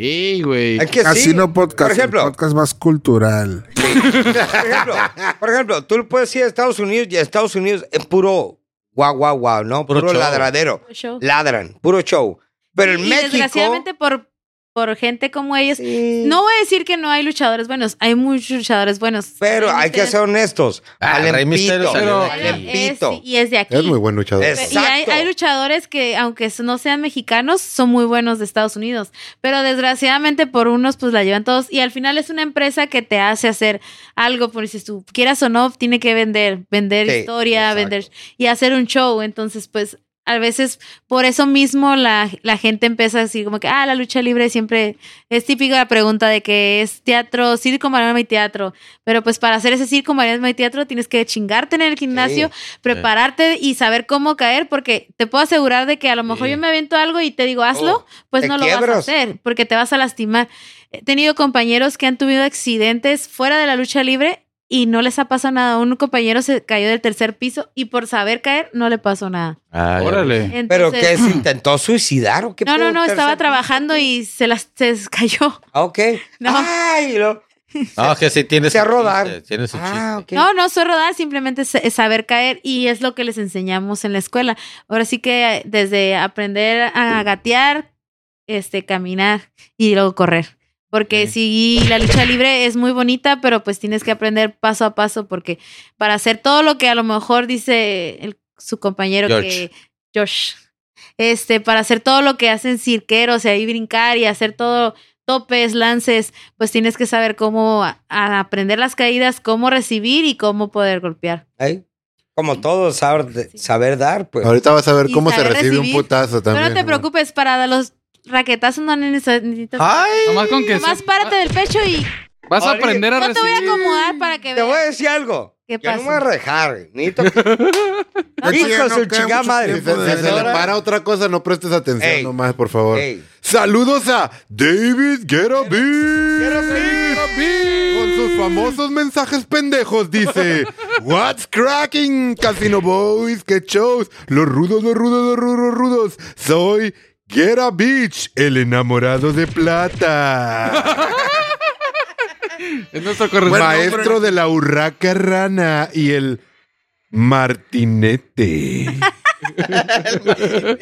güey.
Es que sí.
Casino Ah, Podcast,
Por ejemplo,
el podcast más cultural.
Por ejemplo, por ejemplo, tú puedes ir a Estados Unidos y a Estados Unidos es puro guau, guau, guau, ¿no?
Puro
Puro,
show.
ladradero.
Show.
Ladran, puro show. Pero en
Y
México.
desgraciadamente por por gente como ellos.
Sí.
No voy a decir que no hay luchadores buenos, hay muchos luchadores buenos.
Pero
Rey
hay que
Misterio
ser honestos.
Ah,
Al
Rey Misterio
empito.
salió de
es-
aquí.
Al empito.
y es de aquí.
Es muy buen luchador.
Es-
eh, Y hay,
Exacto.
hay luchadores que, aunque no sean mexicanos, son muy buenos de Estados Unidos. Pero desgraciadamente por unos, pues la llevan todos. Y al final es una empresa que te hace hacer algo, por si tú quieras o no, tiene que vender, vender
Sí,
historia,
exacto.
vender y hacer un show. Entonces, pues a veces por eso mismo la, la gente empieza a decir como que, ah, la lucha libre siempre es típica la pregunta de que es teatro, circo, maroma y teatro. Pero pues para hacer ese circo, maroma y teatro tienes que chingarte en el gimnasio, prepararte y saber cómo caer, porque te puedo asegurar de que a lo mejor
Sí.
yo me avento algo y te digo, hazlo,
Oh,
pues
te
no lo vas a
quiebras.
hacer, porque te vas a lastimar. He tenido compañeros que han tenido accidentes fuera de la lucha libre y no les ha pasado nada. Un compañero se cayó del tercer piso y por saber caer no le pasó nada.
Ah, ya.
Órale.
¿Pero qué?
Entonces-
¿Se intentó suicidar o qué?
No, no,
pedo?
no, estaba
Tercer-
trabajando y se las se les cayó.
Ah, ok.
No.
Ay, lo-
No, que sí tiene
Se
su
a rodar.
chiste, Tiene su
Ah,
chiste.
ok.
No, no soy rodar, simplemente es- es saber caer y es lo que les enseñamos en la escuela. Ahora sí que eh, desde aprender a gatear, este, caminar y luego correr. Porque sí, la lucha libre es muy bonita, pero pues tienes que aprender paso a paso porque para hacer todo lo que a lo mejor dice el- su compañero
George.
que Josh, este, para hacer todo lo que hacen cirqueros, y ahí brincar y hacer todo topes, lances, pues tienes que saber cómo a- a aprender las caídas, cómo recibir y cómo poder golpear.
Ay, Como todo, saber,
Sí.
saber dar, pues.
Ahorita vas a ver
Y
cómo se
saber
recibe
recibir.
un putazo también.
Pero no te preocupes, para los raquetazos no necesitas- necesitas...
Ay,
Nomás con que.
Nomás
se-
párate del pecho y
Vas a
Ahorita-
aprender a
yo te voy a
recibir.
acomodar para que
te voy a
veas.
decir algo.
¿Qué
Yo no
pasa?
me voy a rejar. Necesito que-
No,
Hijo
pues,
de su
queda
chingada
mucho
madre.
Si
tiempo
se, si
de
se le
verdad.
para otra cosa, no prestes atención
Ey.
nomás, por favor.
Ey.
Saludos a David Guerra Beat. Con sus famosos mensajes pendejos, dice: What's cracking, Casino Boys? ¿Qué shows? Los rudos, los rudos, los rudos, los rudos. Soy Guerra Beach, el enamorado de plata.
Es nuestro corresponsal.
Pues, Maestro de la urraca rana y el martinete.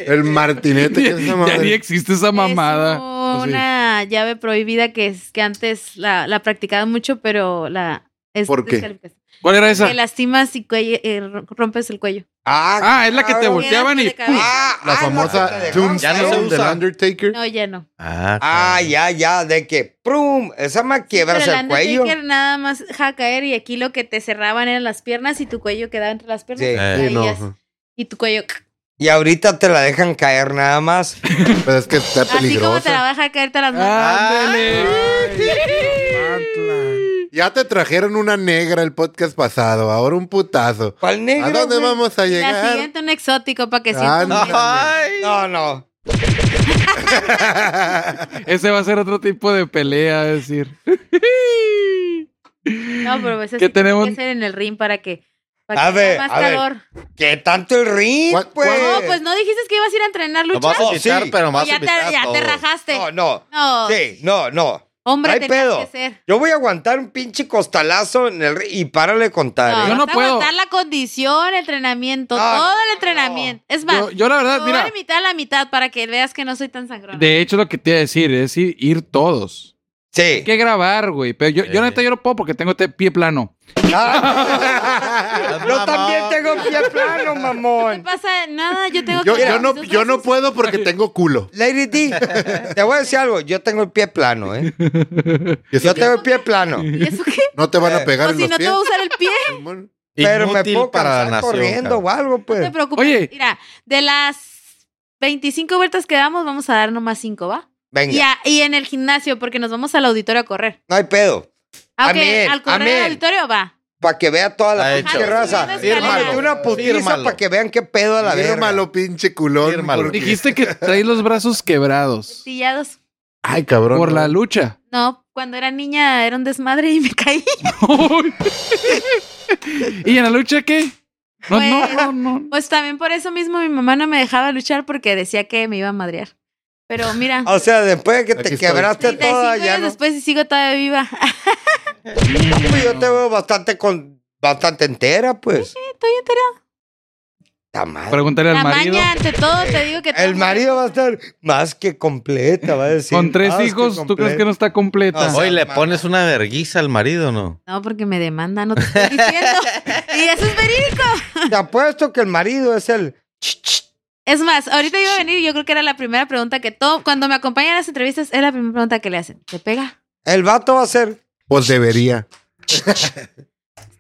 el martinete. ¿qué es esa
ya ni
madre?
existe esa
Es
mamada.
una llave prohibida que, es, que antes la, la practicaban mucho, pero la... Es
¿Por qué?
descalificación.
¿Cuál era esa?
Te lastimas y cuello- eh, rompes el cuello.
Ah,
Ah, es la que te
cabrón.
volteaban y.
Quedas con el cabello.
Ah,
La
ah,
famosa
no, te dejaban
Ya no
caer.
se
Tombstone del
usa.
Undertaker.
No, ya no.
Ah,
Ah, ya, ya, de que, ¡prum! Esa me quiebras
Pero
el cuello.
Undertaker nada más dejaba caer y aquí lo que te cerraban eran las piernas y tu cuello quedaba entre las piernas.
Sí.
y
Sí,
ahí
no,
ya-
ajá.
Y tu cuello.
Y ahorita te la dejan caer nada más.
Pero Pues es que está
Así como
peligroso.
te la vas a dejar caerte las manos.
Ah, Ándale.
Ya te trajeron una negra el podcast pasado, ahora un putazo.
¿Cuál negro?
¿A dónde
güey?
vamos a
la
llegar?
siguiente un exótico para que
Ah,
sientas.
no.
Ay.
No, no.
Ah.
Ese va a ser otro tipo de pelea, es decir.
No, pero pues eso
¿Qué
sí tiene
tenemos?
que ser en el ring para que. Para
A
que tenga
ver,
más
a ver.
calor.
¿Qué tanto el ring,
¿Cuál-
pues?
No, pues no dijiste que ibas a ir a entrenar
Lo
lucha.
vas a
Oh,
invitar,
sí.
pero
O
más
ya te, ya te rajaste.
No, no.
No,
Sí, no, no. No
hombre,
hay
tenías
pedo.
que ser.
Yo voy a aguantar un pinche costalazo en el ring y párale de contar.
No,
¿eh?
Yo no
vas a
puedo.
aguantar la condición, el entrenamiento,
No,
todo el
no.
entrenamiento. Es más,
Yo, yo la verdad,
Te voy a
mira.
limitar la mitad para que veas que no soy tan sangrona.
De hecho, lo que te iba a decir es ir, ir todos.
Sí.
Hay que grabar, güey. Pero yo, yo
Eh.
neta, yo no puedo porque tengo te- pie plano.
Ah. yo también tengo pie plano,
No
mamón.
pasa nada, yo tengo
Yo,
que...
yo no, yo no puedo porque tengo culo.
Lady D, te voy a decir algo. Yo tengo el pie plano, ¿eh? Yo tengo el pie plano.
¿Y eso qué?
No te van a pegar
Pues
en
si
los
no te
pies.
voy a usar el pie,
Simón.
Pero me puedo
para
cansar
la nación.
corriendo
cabrón.
o algo,
no te
pues.
preocupes.
Oye.
Mira, de las 25 vueltas que damos, vamos a dar nomás 5, ¿va? Y,
Venga,
a- y en el gimnasio, porque nos vamos al auditorio a correr.
no hay pedo.
Aunque
Amén,
al correr
amén.
al auditorio va.
Para que vea toda
Está
la
hecho.
pinche raza.
Sí, hermano.
Fírmalo. Una putiza
Fírmalo.
para que vean qué pedo a la verga.
Fírmalo, pinche culón.
Fírmalo.
porque-
Dijiste que traes los brazos quebrados
Tillados.
Ay, cabrón.
por la lucha.
No, cuando era niña era un desmadre y me caí.
¿Y en la lucha qué? No,
Pues-
no, no, no.
Pues también por eso mismo mi mamá no me dejaba luchar porque decía que me iba a madrear. Pero mira,
O sea, después de que
Aquí
te
estoy.
quebraste
35
toda, ya
años
no.
después y sigo todavía viva.
Yo te veo bastante con bastante entera, pues.
estoy entera.
Ta madre.
Pregúntale
La
al marido.
maña, ante todo, te digo que...
El marido va a estar más que completa, va a decir.
Con tres
más que
hijos, ¿tú crees que no
completa.
está completa?
No,
Hoy
sea,
le
mamá.
pones una verguiza al marido, ¿no?
No, porque me demanda, no te estoy diciendo. y eso es verídico.
Te apuesto que el marido es el. ch, ch,
Es más, ahorita iba a venir y yo creo que era la primera pregunta que todo... Cuando me acompañan a las entrevistas, es la primera pregunta que le hacen. ¿Te pega?
El vato va a ser.
Pues debería.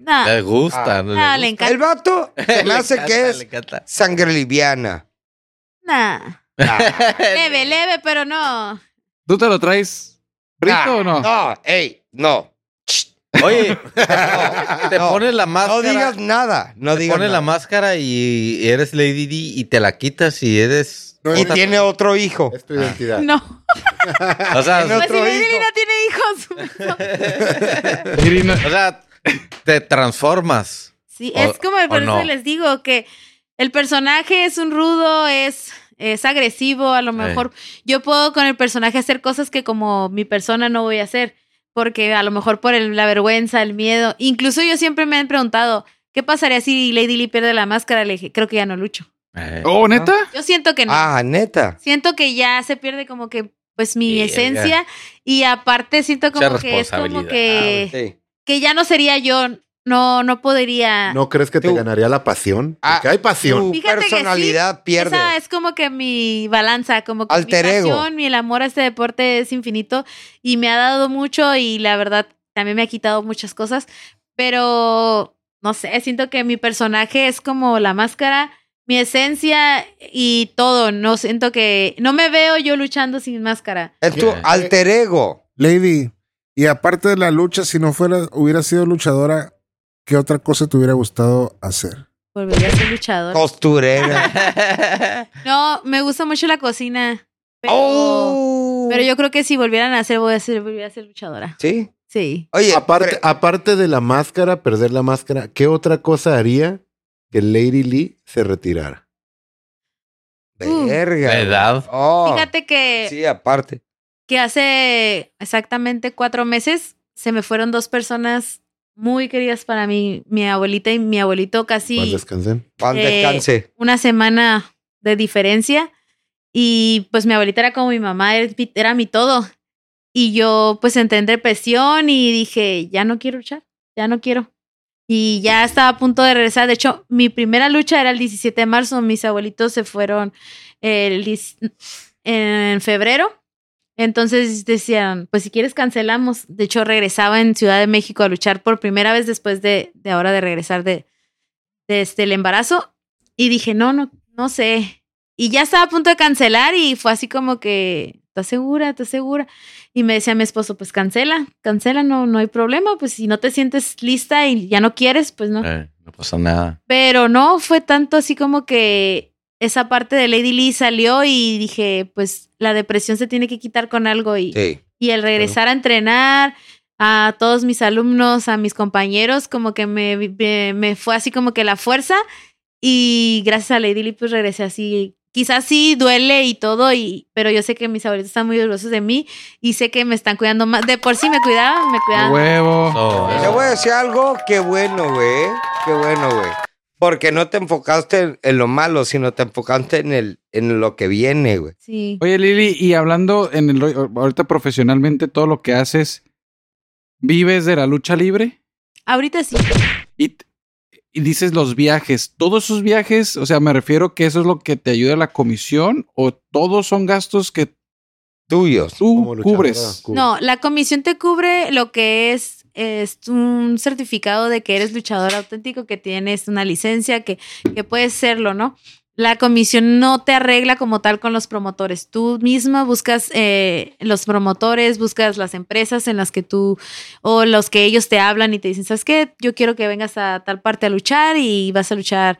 No,
Le gusta.
no,
gusta.
le
El
encanta.
vato se me
Le
hace que
encanta, le
Ah. es
encanta.
sangre liviana.
Nah.
Ah,
Leve, leve, pero no.
¿Tú te lo traes
Ah.
frito o no?
No, ey, no.
Oye, te
no.
pones la
No
máscara.
digas nada. No
te
digas
pones la
nada.
máscara y eres Lady D y te la quitas y eres.
Y tiene otro hijo.
Es tu identidad.
No.
O sea,
Tiene
Pues si
otro hijo.
Virginia no tiene hijos.
Irina,
o sea, te transformas.
Sí,
O-
es como
o
por eso
no.
les digo que el personaje es un rudo, es, es agresivo, a lo mejor yo puedo con el personaje hacer cosas que como mi persona no voy a hacer, porque a lo mejor por el- la vergüenza, el miedo, incluso yo siempre me han preguntado, ¿qué pasaría si Lady Lee pierde la máscara? Le dije, creo que ya no lucho.
Eh,
¿Oh, neta?
Yo siento que no.
Ah, neta.
Siento que ya se pierde como que pues mi
Verga.
esencia y aparte siento
Mucha
como que es como
responsabilidad.
Ah,
que,
Sí.
que ya no sería yo, no, no podría...
¿No crees que te
Tú.
ganaría la pasión?
Ah,
Porque hay pasión.
Tu
Fíjate que sí,
personalidad pierde.
Esa es como que mi balanza, como que
Alter
mi
ego.
pasión, mi el amor a este deporte es infinito y me ha dado mucho y la verdad también me ha quitado muchas cosas, pero no sé, siento que mi personaje es como la máscara, mi esencia y todo, no siento que no me veo yo luchando sin máscara.
Es tu
Yeah.
alter ego.
Lady, y aparte de la lucha, si no fuera, hubiera sido luchadora, ¿qué otra cosa te hubiera gustado hacer?
Volvería a ser luchador.
Costurera.
No, me gusta mucho la cocina. Pero,
Oh.
pero yo creo que si volvieran a hacer, voy a ser, volvería a ser luchadora.
Sí.
Sí.
Oye,
Aparte,
pre-
aparte de la máscara, perder la máscara, ¿qué otra cosa haría que Lady Lee se retirara?
Uh.
verga.
La edad.
Oh,
Fíjate que...
Sí, aparte.
que hace exactamente cuatro meses se me fueron dos personas muy queridas para mí, mi abuelita y mi abuelito
Paz,
casi
descansen.
Pan
Eh,
descanse.
una semana de diferencia y pues mi abuelita era como mi mamá, era mi, era mi todo. Y yo pues entré en depresión y dije, ya no quiero luchar, ya no quiero. Y ya estaba a punto de regresar. De hecho, mi primera lucha era el 17 de marzo. Mis abuelitos se fueron el, dis- en febrero. Entonces decían, pues si quieres cancelamos. De hecho, regresaba en Ciudad de México a luchar por primera vez después de, de ahora de regresar de, de este, el embarazo. Y dije, no, no, no sé. Y ya estaba a punto de cancelar y fue así como que, ¿estás segura? ¿Estás segura? Y me decía mi esposo, pues cancela, cancela, no, no hay problema. Pues si no te sientes lista y ya no quieres, pues no.
Eh, no pasa nada.
Pero no, fue tanto así como que esa parte de Lady Lee salió y dije, pues la depresión se tiene que quitar con algo y,
Sí.
y el regresar a entrenar a todos mis alumnos, a mis compañeros, como que me, me, me fue así como que la fuerza y gracias a Lady Lee pues regresé así. Quizás sí duele y todo, y, pero yo sé que mis abuelitos están muy orgullosos de mí y sé que me están cuidando más. De por sí me cuidaban, me
A
cuidaban.
huevo.
So,
Te voy a decir algo, qué bueno, güey. Qué bueno, güey. Porque no te enfocaste en, en lo malo, sino te enfocaste en, el, en lo que viene, güey.
Sí.
Oye, Lili, y hablando en el rollo- ahorita profesionalmente, todo lo que haces, ¿vives de la lucha libre?
Ahorita sí.
Y, t- y dices los viajes, todos esos viajes, o sea, me refiero que eso es lo que te ayuda la comisión o todos son gastos que
Tuyos.
tú
Como luchadora,
cubres.
cubres.
No, la comisión te cubre lo que es, es un certificado de que eres luchador auténtico, que tienes una licencia, que, que puedes serlo, ¿no? La comisión no te arregla como tal con los promotores. Tú misma buscas eh, los promotores, buscas las empresas en las que tú o los que ellos te hablan y te dicen, ¿sabes qué? Yo quiero que vengas a tal parte a luchar y vas a luchar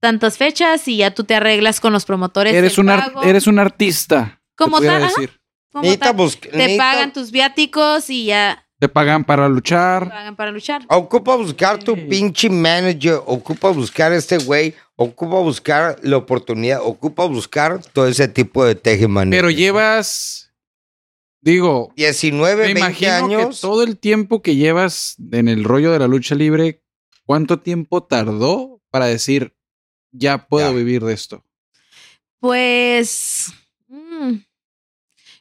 tantas fechas y ya tú te arreglas con los promotores.
Eres
el
un, ar-
pago,
eres un artista. te
Como
pudiera
tal, ajá,
decir.
como
Necesita
tal.
busc-
Te
necesita-
pagan tus viáticos y ya
Te pagan para
te
luchar.
pagan para luchar.
Ocupa buscar tu
Sí.
pinche manager, ocupa buscar este güey, ocupa buscar la oportunidad, ocupa buscar todo ese tipo de tejimanejo.
Pero llevas, digo,
19,
me
20
imagino que
años. Ah,
todo el tiempo que llevas en el rollo de la lucha libre, ¿cuánto tiempo tardó para decir, ya puedo vivir de esto?
Pues mm,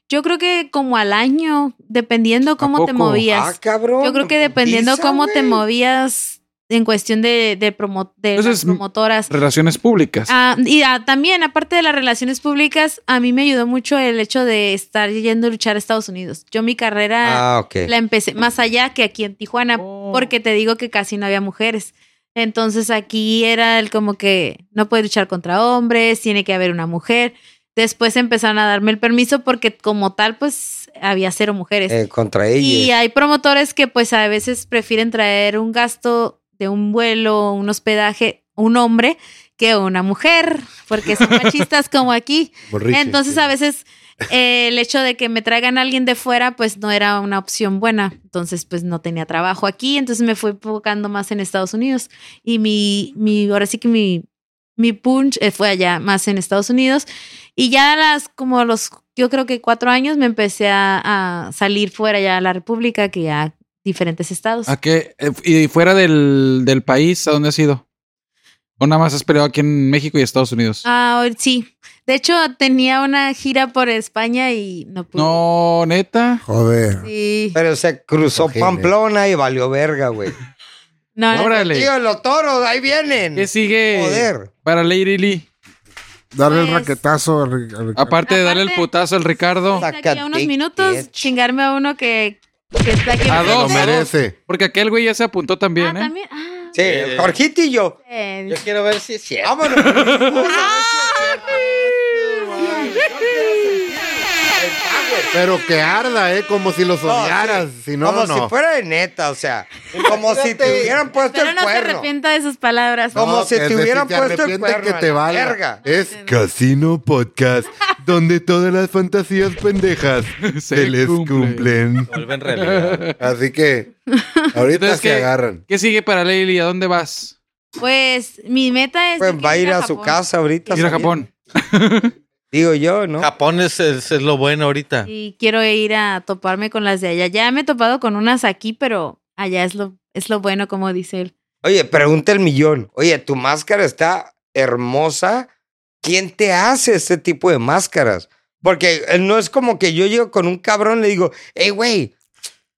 yo creo que como al año, dependiendo cómo te
poco?
Ah,
movías.
cabrón.
yo creo que dependiendo
putiza,
cómo te
güey.
movías en cuestión de, de, promo- de las
Entonces,
promotoras.
Relaciones públicas.
Ah, y ah, también, aparte de las relaciones públicas, a mí me ayudó mucho el hecho de estar yendo a luchar a Estados Unidos. Yo mi carrera
Ah, ok.
la empecé más allá que aquí en Tijuana,
Oh.
porque te digo que casi no había mujeres. Entonces aquí era el como que no puede luchar contra hombres, tiene que haber una mujer. Después empezaron a darme el permiso porque como tal pues había cero mujeres.
Eh, contra
Y
ella.
hay promotores que pues a veces prefieren traer un gasto de un vuelo, un hospedaje, un hombre que una mujer, porque son machistas como aquí.
Borriche.
Entonces a veces eh, el hecho de que me traigan a alguien de fuera pues no era una opción buena. Entonces pues no tenía trabajo aquí, entonces me fui enfocando más en Estados Unidos y mi, mi ahora sí que mi, mi punch eh, fue allá más en Estados Unidos y ya a las como a los yo creo que cuatro años me empecé a, a salir fuera ya a la República que ya a diferentes estados.
¿A qué? Eh, ¿Y fuera del, del país? ¿A dónde has ido? ¿O nada más has peleado aquí en México y Estados Unidos?
Ah, hoy- sí. De hecho tenía una gira por España y no pude.
No, neta.
Joder.
Sí.
Pero se cruzó
Ojete.
Pamplona y valió verga, güey.
No, no,
Órale.
Tío, los toros, ahí vienen.
¿Qué sigue
Joder.
para Lady Lee?
Darle el
Pues-
raquetazo al, ri- al-
Aparte de darle el
Aparte-
putazo al Ricardo.
de aquí a unos
Zacatecas.
minutos chingarme a uno que, que está aquí.
A
Se lo
dos.
Ah, merece.
Porque aquel güey ya se apuntó
Ah,
también, ¿eh?
también. Ah,
Sí, Jorgito y yo.
eh,
Yo quiero ver si es cierto.
Vámonos.
Ah,
Pero que arda, ¿eh? Como si los
No,
odiaras.
sí.
Si no,
como
no.
si fuera de neta, o sea, como si te hubieran puesto
Pero
el
no se
cuerno.
arrepienta de sus palabras.
No. como si
que
te
de-
hubieran puesto el
arrepientes
cuerno a la
valga.
verga.
Es Casino Podcast, donde todas las fantasías pendejas se,
Se
les
cumplen.
cumplen.
Se vuelve en realidad.
Así que ahorita
Entonces,
se agarran.
¿Qué sigue para Lady Lee? ¿A dónde vas?
Pues mi meta es.
Pues
de que
va a ir a su
Japón.
casa ahorita.
Ir a
saliendo.
Japón.
Digo yo, ¿no?
Japón es, es- es lo bueno ahorita.
Y quiero ir a toparme con las de allá. Ya me he topado con unas aquí, pero allá es lo, es lo bueno, como dice él.
Oye, pregunta el millón. Oye, tu máscara está hermosa. ¿Quién te hace este tipo de máscaras? Porque eh, no es como que yo llego con un cabrón y le digo, hey, güey,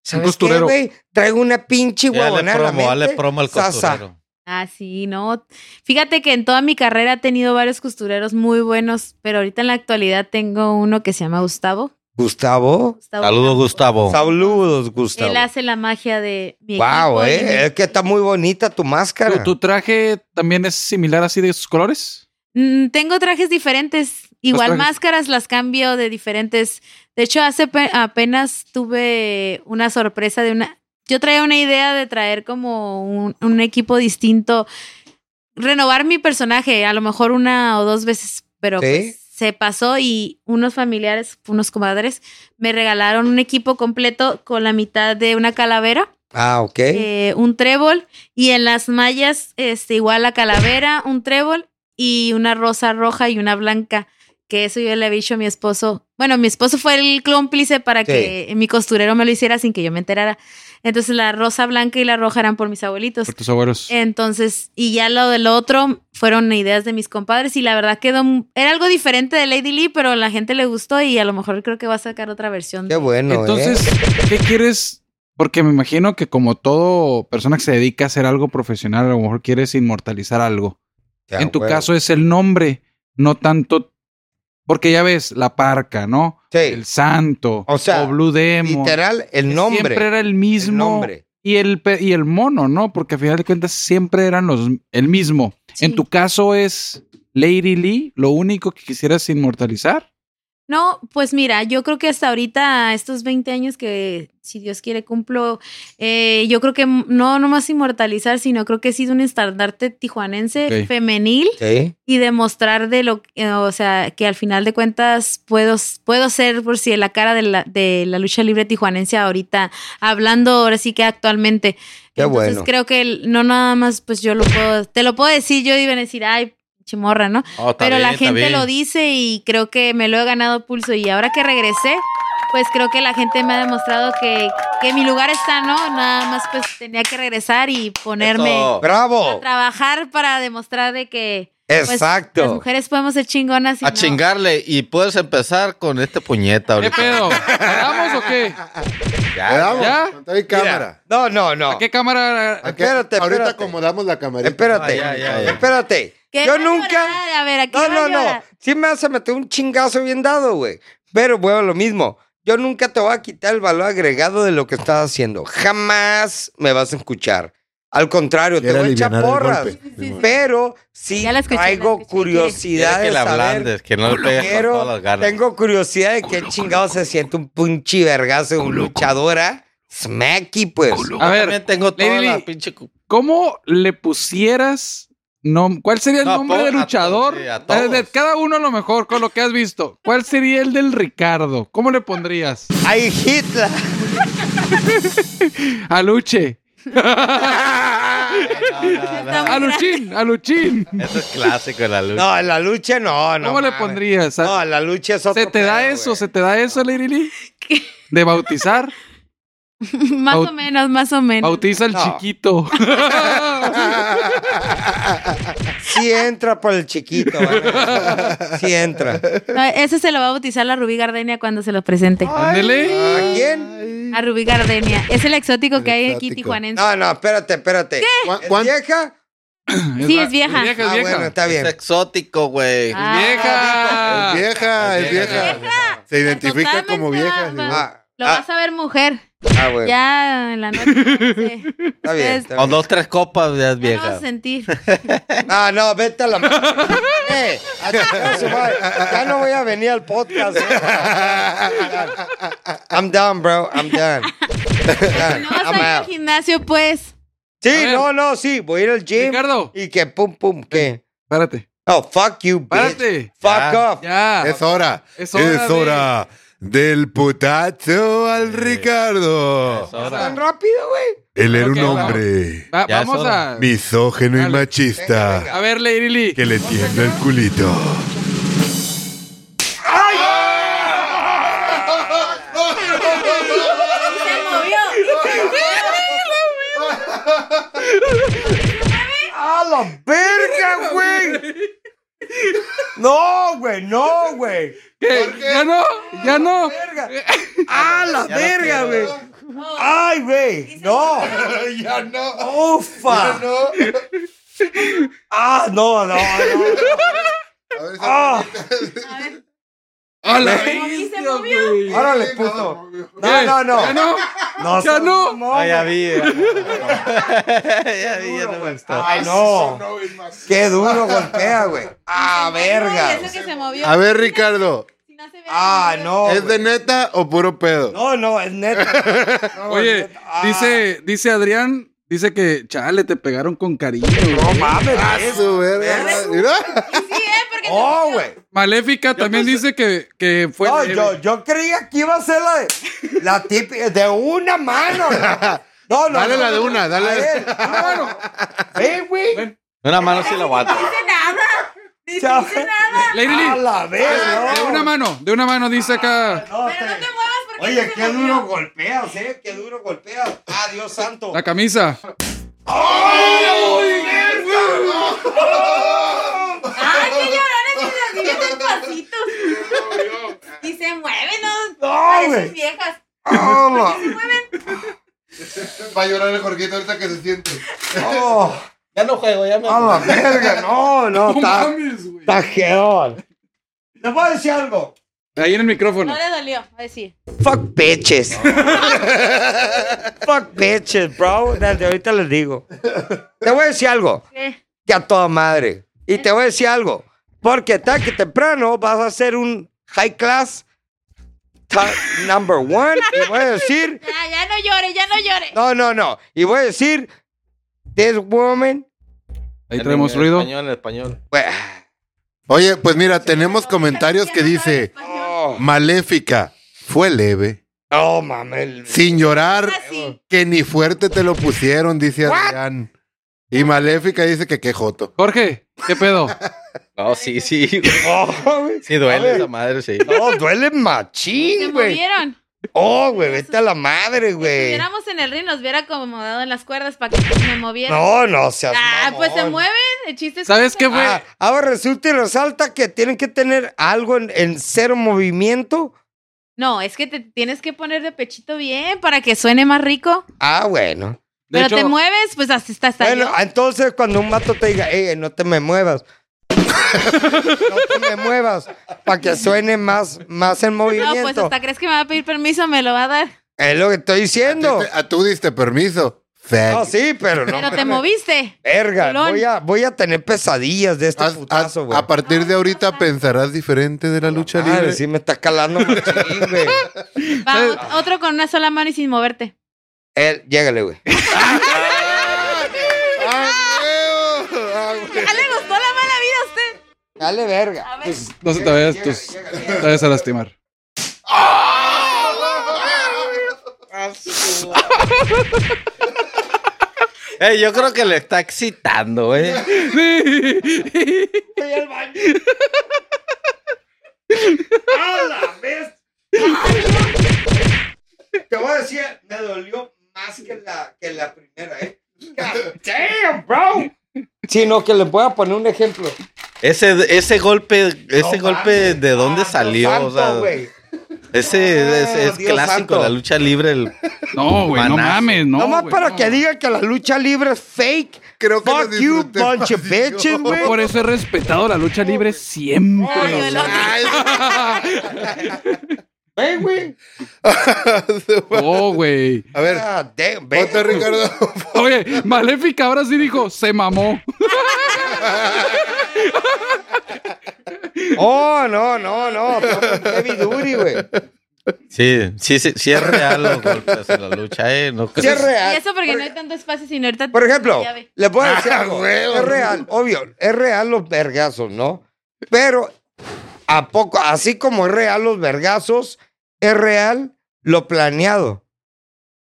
¿sabes qué,
costurero.
güey? Traigo una pinche
Ya le
huevonada en la
promo, dale
mente".
promo al
Sasa.
costurero.
Ah, sí, no. Fíjate que en toda mi carrera he tenido varios costureros muy buenos, pero ahorita en la actualidad tengo uno que se llama Gustavo.
Gustavo.
Gustavo
Saludos,
Campo.
Gustavo.
Saludos, Gustavo.
Él hace la magia de mi
Wow,
equipo y mi-
eh. Es que está muy bonita tu
¿Tu,
máscara.
tu traje también es similar así de sus colores?
Mm, tengo trajes diferentes. Igual
trajes.
máscaras las cambio de diferentes. De hecho, hace pe- apenas tuve una sorpresa de una. Yo traía una idea de traer como un, un equipo distinto. Renovar mi personaje, a lo mejor una o dos veces, pero
Sí.
pues, se pasó y unos familiares, unos comadres, me regalaron un equipo completo con la mitad de una calavera
Ah, ok.
eh, un trébol y en las mallas este igual la calavera, un trébol y una rosa roja y una blanca, que eso yo le había dicho a mi esposo. Bueno, mi esposo fue el cómplice para
Sí.
que mi costurero me lo hiciera sin que yo me enterara. Entonces la rosa blanca y la roja eran por mis abuelitos.
Por tus abuelos.
Eh, Entonces, y ya lo del otro fueron ideas de mis compadres y la verdad quedó, m- era algo diferente de Lady Lee, pero a la gente le gustó y a lo mejor creo que va a sacar otra versión.
Qué bueno,
Entonces,
eh.
¿qué quieres? Porque me imagino que como todo persona que se dedica a hacer algo profesional, a lo mejor quieres inmortalizar algo.
Ya,
en tu
bueno.
caso es el nombre, no tanto... Porque ya ves, la parca, ¿no?
Sí.
El santo.
O
O
sea,
Blue Demon.
literal, el nombre.
Siempre era el
el
mismo.
nombre.
Y el, pe- y el mono, ¿no? Porque al final de cuentas siempre eran los el mismo.
Sí.
En tu caso es Lady Lee, lo único que quisieras inmortalizar.
No, pues mira, yo creo que hasta ahorita, estos 20 años que, si Dios quiere, cumplo, eh, yo creo que m- no nomás inmortalizar, sino creo que he sido un estandarte tijuanense
Ok.
femenil
Sí.
y demostrar de lo, eh, o sea, que al final de cuentas puedo, puedo ser, por si la cara de la, de la lucha libre tijuanense ahorita, hablando ahora sí que actualmente.
Qué
Entonces
bueno.
creo que el- no nada más, pues yo lo puedo, te lo puedo decir yo y van a decir, ay, chimorra, ¿no?
Oh, está
Pero la
bien, está
gente
bien.
lo dice y creo que me lo he ganado pulso. Y ahora que regresé, pues creo que la gente me ha demostrado que, que mi lugar está, ¿no? Nada más pues tenía que regresar y ponerme
Eso.
a
Bravo.
trabajar para demostrar de que Pues,
Exacto.
Las mujeres podemos ser chingonas y
A
no-
chingarle y puedes empezar con este puñeta
¿Qué
ahorita.
pedo? ¿Paramos o qué?
Ya,
Ah,
Le damos,
¿Ya?
con todo y cámara.
No, no, no.
¿A qué cámara?
Aquí-
Espérate,
Ahorita
espérate.
acomodamos la camarita.
Espérate,
Ah, ya, ya, ya.
espérate.
¿Qué
Yo
van a
nunca.
llorar? A ver, aquí
No,
van a
no, no.
llorar?
Sí me vas a meter un chingazo bien dado, güey. Pero, bueno, lo mismo. Yo nunca te voy a quitar el valor agregado de lo que estás haciendo. Jamás me vas a escuchar. Al contrario, te
Quiere
voy a echar
alivianar el
porras.
golpe.
Sí, sí, sí.
Pero sí
Ya la escuché, la
traigo
escuché.
Quiere
curiosidad
que
de
la
saber.
ablandes, que no le pegues con todas las
Quiero,
ganas.
tengo curiosidad de qué chingado se siente un punchi vergazo de un luchadora. Smacky, pues.
A ver,
También tengo toda
Lady
la
Lee.
pinche cu-
¿cómo le pusieras... nom- ¿Cuál sería el
No,
nombre
pon
del
a
luchador?
todos, sí, a
De- de
todos.
cada uno a lo mejor, con lo que has visto. ¿Cuál sería el del Ricardo? ¿Cómo le pondrías?
Ay, Hitler.
A Luche.
Está muy
A Luchín, a Luchín.
Eso es clásico la lucha.
No, en la lucha no, no.
¿Cómo le
mames.
pondrías?
No, en la lucha es otro
¿Se te da
pedo,
eso?
güey.
¿Se te da eso, Lady Lee? ¿De bautizar?
más
Baut-
o menos, más o menos.
Bautiza al
No.
chiquito.
Sí entra por el chiquito, ¿vale? Sí entra.
No, ese se lo va a bautizar la Rubí Gardenia cuando se lo presente.
Ándele.
¿A quién?
A Rubí Gardenia. Es el exótico que hay aquí,
exótico.
tijuanense.
No, no, espérate, espérate.
¿Cuán-
¿Es
cuán-
vieja?
Sí, es vieja.
Es vieja, es
Ah,
vieja.
bueno, está
Es
bien.
exótico, güey.
Ah.
¡Vieja!
Es vieja, es vieja. Se identifica
Totalmente,
como vieja.
ah,
sí.
va.
Ah,
Lo
ah,
vas a ver mujer.
ah, bueno.
Ya en la noche. no sé.
Está bien.
es-
está
Con
bien.
dos, tres copas ya es
Ya lo vas
vieja.
a sentir.
Ah, no, vete a la madre. Eh, a chingar a su madre. Ya no voy a venir al podcast. eh. I'm done, bro. I'm done.
No vas a
I'm
ir al
out.
gimnasio, pues.
Sí,
ver.
no, no, sí. Voy a ir al gym.
Ricardo,
Y que pum, pum, ¿qué?
párate.
Oh, fuck you, bitch.
Párate.
Fuck
Ya.
off.
Ya.
Es hora.
Es
Es
hora
hora.
de-
Del putazo
Eh.
al Ricardo.
Tan rápido, güey.
Él era
Ok,
un
vamos.
hombre
Va-
Ya es
vamos
hora.
a.
misógeno
Dale.
y machista
Venga,
A ver, Lady Lee.
que le tiende el culito.
Se movió.
¡A la verga, güey! No, güey, no, güey.
¿Qué? Ya no, ya no.
Verga. ¡A la
Ya no
verga, güey!
quiero.
¡Ay, güey! ¡No!
ya no.
¡Ufa! ¡Ah, no, no, no! ¡Ah!
Hola.
movió, se movió.
¡Órale, puto! No, no,
Ya
no.
no.
No,
ya
seas
no.
mamón,
Ah, ya
güey.
vi. ya vi, ya no me gustó.
¡Ay, no! ¡Qué duro golpea, güey! ¡Ah, verga!
Eso que se movió.
A ver, Ricardo,
Si no se ve,
¡Ah, no!
¿es de
güey.
neta o puro pedo?
No, no, es neta. No, es
Oye,
neta. Ah,
dice, dice Adrián, dice que, chale, te pegaron con cariño.
No mames,
Ah,
es-
su verga. Mira.
Y sí, ¿eh? Porque
¡Oh, güey!
Maléfica también dice que, que fue.
No,
leve.
yo, yo creía que iba a ser la de, la típica, de una mano. güey. No, no.
Dale
no,
la de
no,
una, dale.
a ver, una mano. Ve, güey.
Una mano sí la aguanto.
dice nada. Ni
Ya
dice
ve.
nada.
Lady
A
Lee,
la vez,
de
no.
una mano, de una mano dice acá.
No,
Pero no
te-
te muevas porque no
Oye,
se
qué
movió.
duro golpeas, eh. Qué duro golpeas. Ah, Dios santo.
La camisa.
Ay, qué llorones y se dividen pasitos. Y se mueven, ¿no?
No,
Parecen
güey.
viejas.
¡Hola!
Va a llorar el Jorgito ahorita que se siente.
Oh,
Ya no juego, ya me
¡A la verga! No, no, está.
güey.
Está geón. Te voy a decir algo.
Ahí en el micrófono.
No le dolió, va a decir.
Fuck bitches. Fuck bitches, bro. Desde ahorita les digo. Te voy a decir algo.
¿Qué?
que a toda madre. Y te voy a decir algo, porque tarde que temprano vas a ser un high class top number one y voy a decir,
Ya, ya no llores, ya no llores.
no, no, no, y voy a decir, this woman,
Ahí tenemos ruido.
Español, español.
bueno,
Oye, pues mira, tenemos comentarios que dice
oh,
Maléfica, fue leve,
no mames.
sin llorar,
Así.
que ni fuerte te lo pusieron, dice Adrián. Y Maléfica dice que qué joto.
Jorge, ¿qué pedo?
No, sí, sí. güey.
Oh, güey.
Sí
A ver,
duele esa madre, sí.
No, duele
Se
machín, güey.
movieron.
Oh, güey, vete a la madre,
Si
güey.
estuviéramos en el ring, los hubiera acomodado en las cuerdas para que me movieran.
No, no seas
ah,
mamón.
pues se mueven. de chistes.
¿Sabes qué fue?
Ah, ahora resulta y resalta que tienen que tener algo en, en cero movimiento.
No, es que te tienes que poner de pechito bien para que suene más rico.
Ah, bueno.
De
pero
hecho,
te mueves, pues así está. hasta
Bueno, ah,
yo.
entonces cuando un mato te diga, eh, no te me muevas. no te me muevas. Para que suene más, más en
No, pues
movimiento.
hasta crees que me va a pedir permiso, me lo va a dar.
Es lo que estoy diciendo.
Diste- ah, tú diste permiso. Fag.
No, sí, pero no.
Pero te moviste.
Verga,
Pelón.
voy a, voy a tener pesadillas de este
Haz- haz-
putazo, güey.
a
Ah,
partir de ahorita pensarás diferente de la lucha
Madre,
libre.
sí me está calando machín, güey.
Va, ot- otro con una sola mano y sin moverte.
Eh, llégale, güey.
¡Ah, huevo! ¡Ah, huevo!
Ya le gustó la mala vida a usted.
Dale, verga.
A ver.
no se te vayas, tus- te vayas a lastimar.
Eh, yo creo que le está excitando, eh.
Te voy a decir, me dolió más que la, que la primera, ¿eh? ¡Damn, bro! Sino que les voy a poner un ejemplo.
Ese, ese golpe, ese
No
golpe,
mames.
¿de dónde
Ah,
salió?
santo,
o sea,
güey.
ese es,
Ah,
es
Dios
clásico,
santo.
la lucha libre. el-
No, güey, no
Manazo.
mames, no.
Nomás
güey,
para
no.
que digan que la lucha libre es fake.
Creo que lo
Fuck you,
disfruté
bunch of
más
bitches,
yo.
güey.
Por eso he respetado la lucha libre siempre.
Ay, el otro.
Ve, güey.
Oh, güey.
A ver,
Ah, damn, ve.
ponte Este, Ricardo.
Oye, Maléfica ahora sí dijo, se mamó.
Oh, no, no, no. fucking Heavy duty, güey.
Sí, sí, sí, sí es real los golpes en la lucha, eh. No
Sí, es
crees.
Y
real.
eso porque no hay tanto espacio, sino ahorita.
Por ejemplo,
Ya ve.
les voy a decir
Ah,
algo.
huevo.
Es real, obvio. Es real los vergazos, ¿no? Pero, ¿a poco? Así como es real los vergazos, es real lo planeado.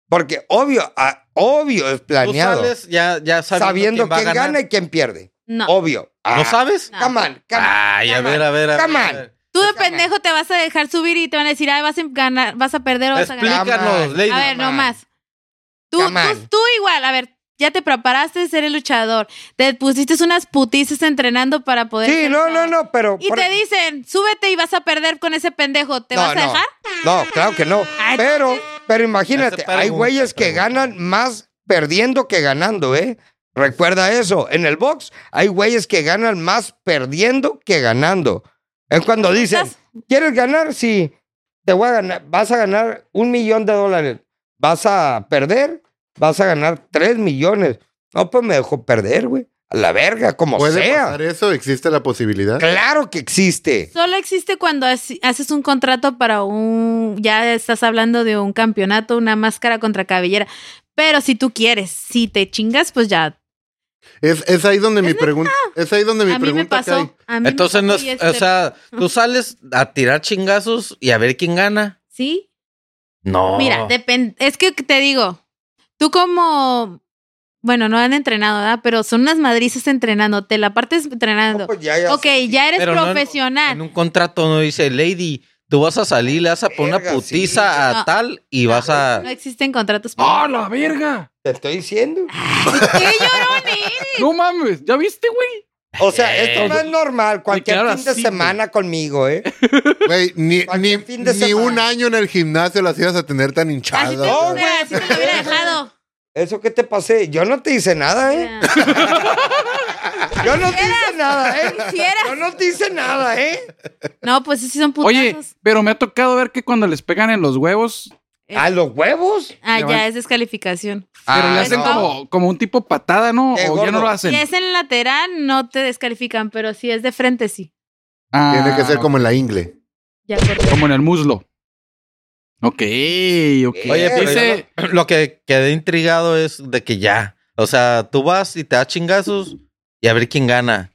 Porque, obvio, ah, obvio es
Tú
planeado.
sales ya, ya sabiendo,
Sabiendo
quién va a
quién,
ganar.
gana y quién pierde.
No.
Obvio.
¿No
Ah,
sabes? Ah,
No.
Come on, come on.
Ay, a
Come
ver,
on,
a ver, a ver.
come
a
on.
ver.
Tú de pendejo te vas a dejar subir y te van a decir, ay, vas a ganar, vas a perder o vas a ganar.
Explícanos, Lady.
A ver,
Come on.
no más. Tú,
Come
tú,
on.
tú igual, a ver, ya te preparaste de ser el luchador. Te pusiste unas putices entrenando para poder.
Sí,
ser
no, no,
luchador.
no, pero.
Y
por- e-
te dicen, súbete y vas a perder con ese pendejo. ¿Te
No,
vas a
no.
dejar?
No, claro que no.
Ay,
Pero, pero
Esa
imagínate,
pregunta,
hay güeyes que
pregunta.
ganan más perdiendo que ganando, ¿eh? Recuerda eso. En el box hay güeyes que ganan más perdiendo que ganando. Es cuando dicen,
¿Estás?
¿quieres ganar? Sí, te voy a ganar. Vas a ganar un millón de dólares. Vas a perder, vas a ganar tres millones. No, pues me dejó perder, güey. A la verga, como
¿Puede
sea.
pasar ¿eh? eso? ¿Existe la posibilidad?
Claro que existe.
Solo existe cuando haci- haces un contrato para un. Ya estás hablando de un campeonato, una máscara contra cabellera. Pero si tú quieres, si te chingas, pues ya.
Es, es ahí donde mi pregunta. Es ahí donde mi
a mí me
pregunta
pasó.
cae.
a mí me
Entonces,
pasó
no,
y
es-
este-
o sea, tú sales a tirar chingazos y a ver quién gana.
Sí,
No.
Mira, depende. Es que te digo, tú como. Bueno, no han entrenado, ¿verdad? Pero son unas madrizas entrenándote, la parte es entrenando.
No, pues ya, ya
ok, ya eres
Pero no en-
profesional.
En un contrato no dice, Lady, tú vas a salir, le vas a poner una
Verga,
putiza
sí.
a
No.
tal y vas a. ¡Oh!
No existen contratos.
¡Ah, la verga!
te estoy diciendo.
¡Qué llorón eh! eres!
No mames, ¿ya viste, güey?
O sea,
Eh.
esto no es normal. Cualquier
claro,
fin de
así,
semana conmigo, ¿eh?
Güey, ni, ni,
Cualquier fin de
ni un
semana.
año en el gimnasio las ibas a tener tan
Así te,
hinchadas.
No, güey.
así te lo hubiera dejado.
¿Eso qué te pasé? Yo no te hice nada, ¿eh? Yo no te hice nada, ¿eh?
Quisieras.
Yo no te hice nada, ¿eh?
No, pues sí son putazos.
Oye, pero me ha tocado ver que cuando les pegan en los huevos,
¿A los huevos?
ah,
levan-
ya es descalificación.
pero le
Ah,
hacen
no.
como, como un tipo patada, ¿no?
Qué
o ya no
gordo.
lo hacen.
Si es en lateral, no te descalifican, pero si es de frente, sí.
Ah,
Tiene que ser como en la ingle.
Ya corté.
como en el muslo. Ok, ok.
Oye, pero
dice,
yo lo, lo que quedé intrigado es de que ya. O sea, tú vas y te das chingazos y a ver quién gana.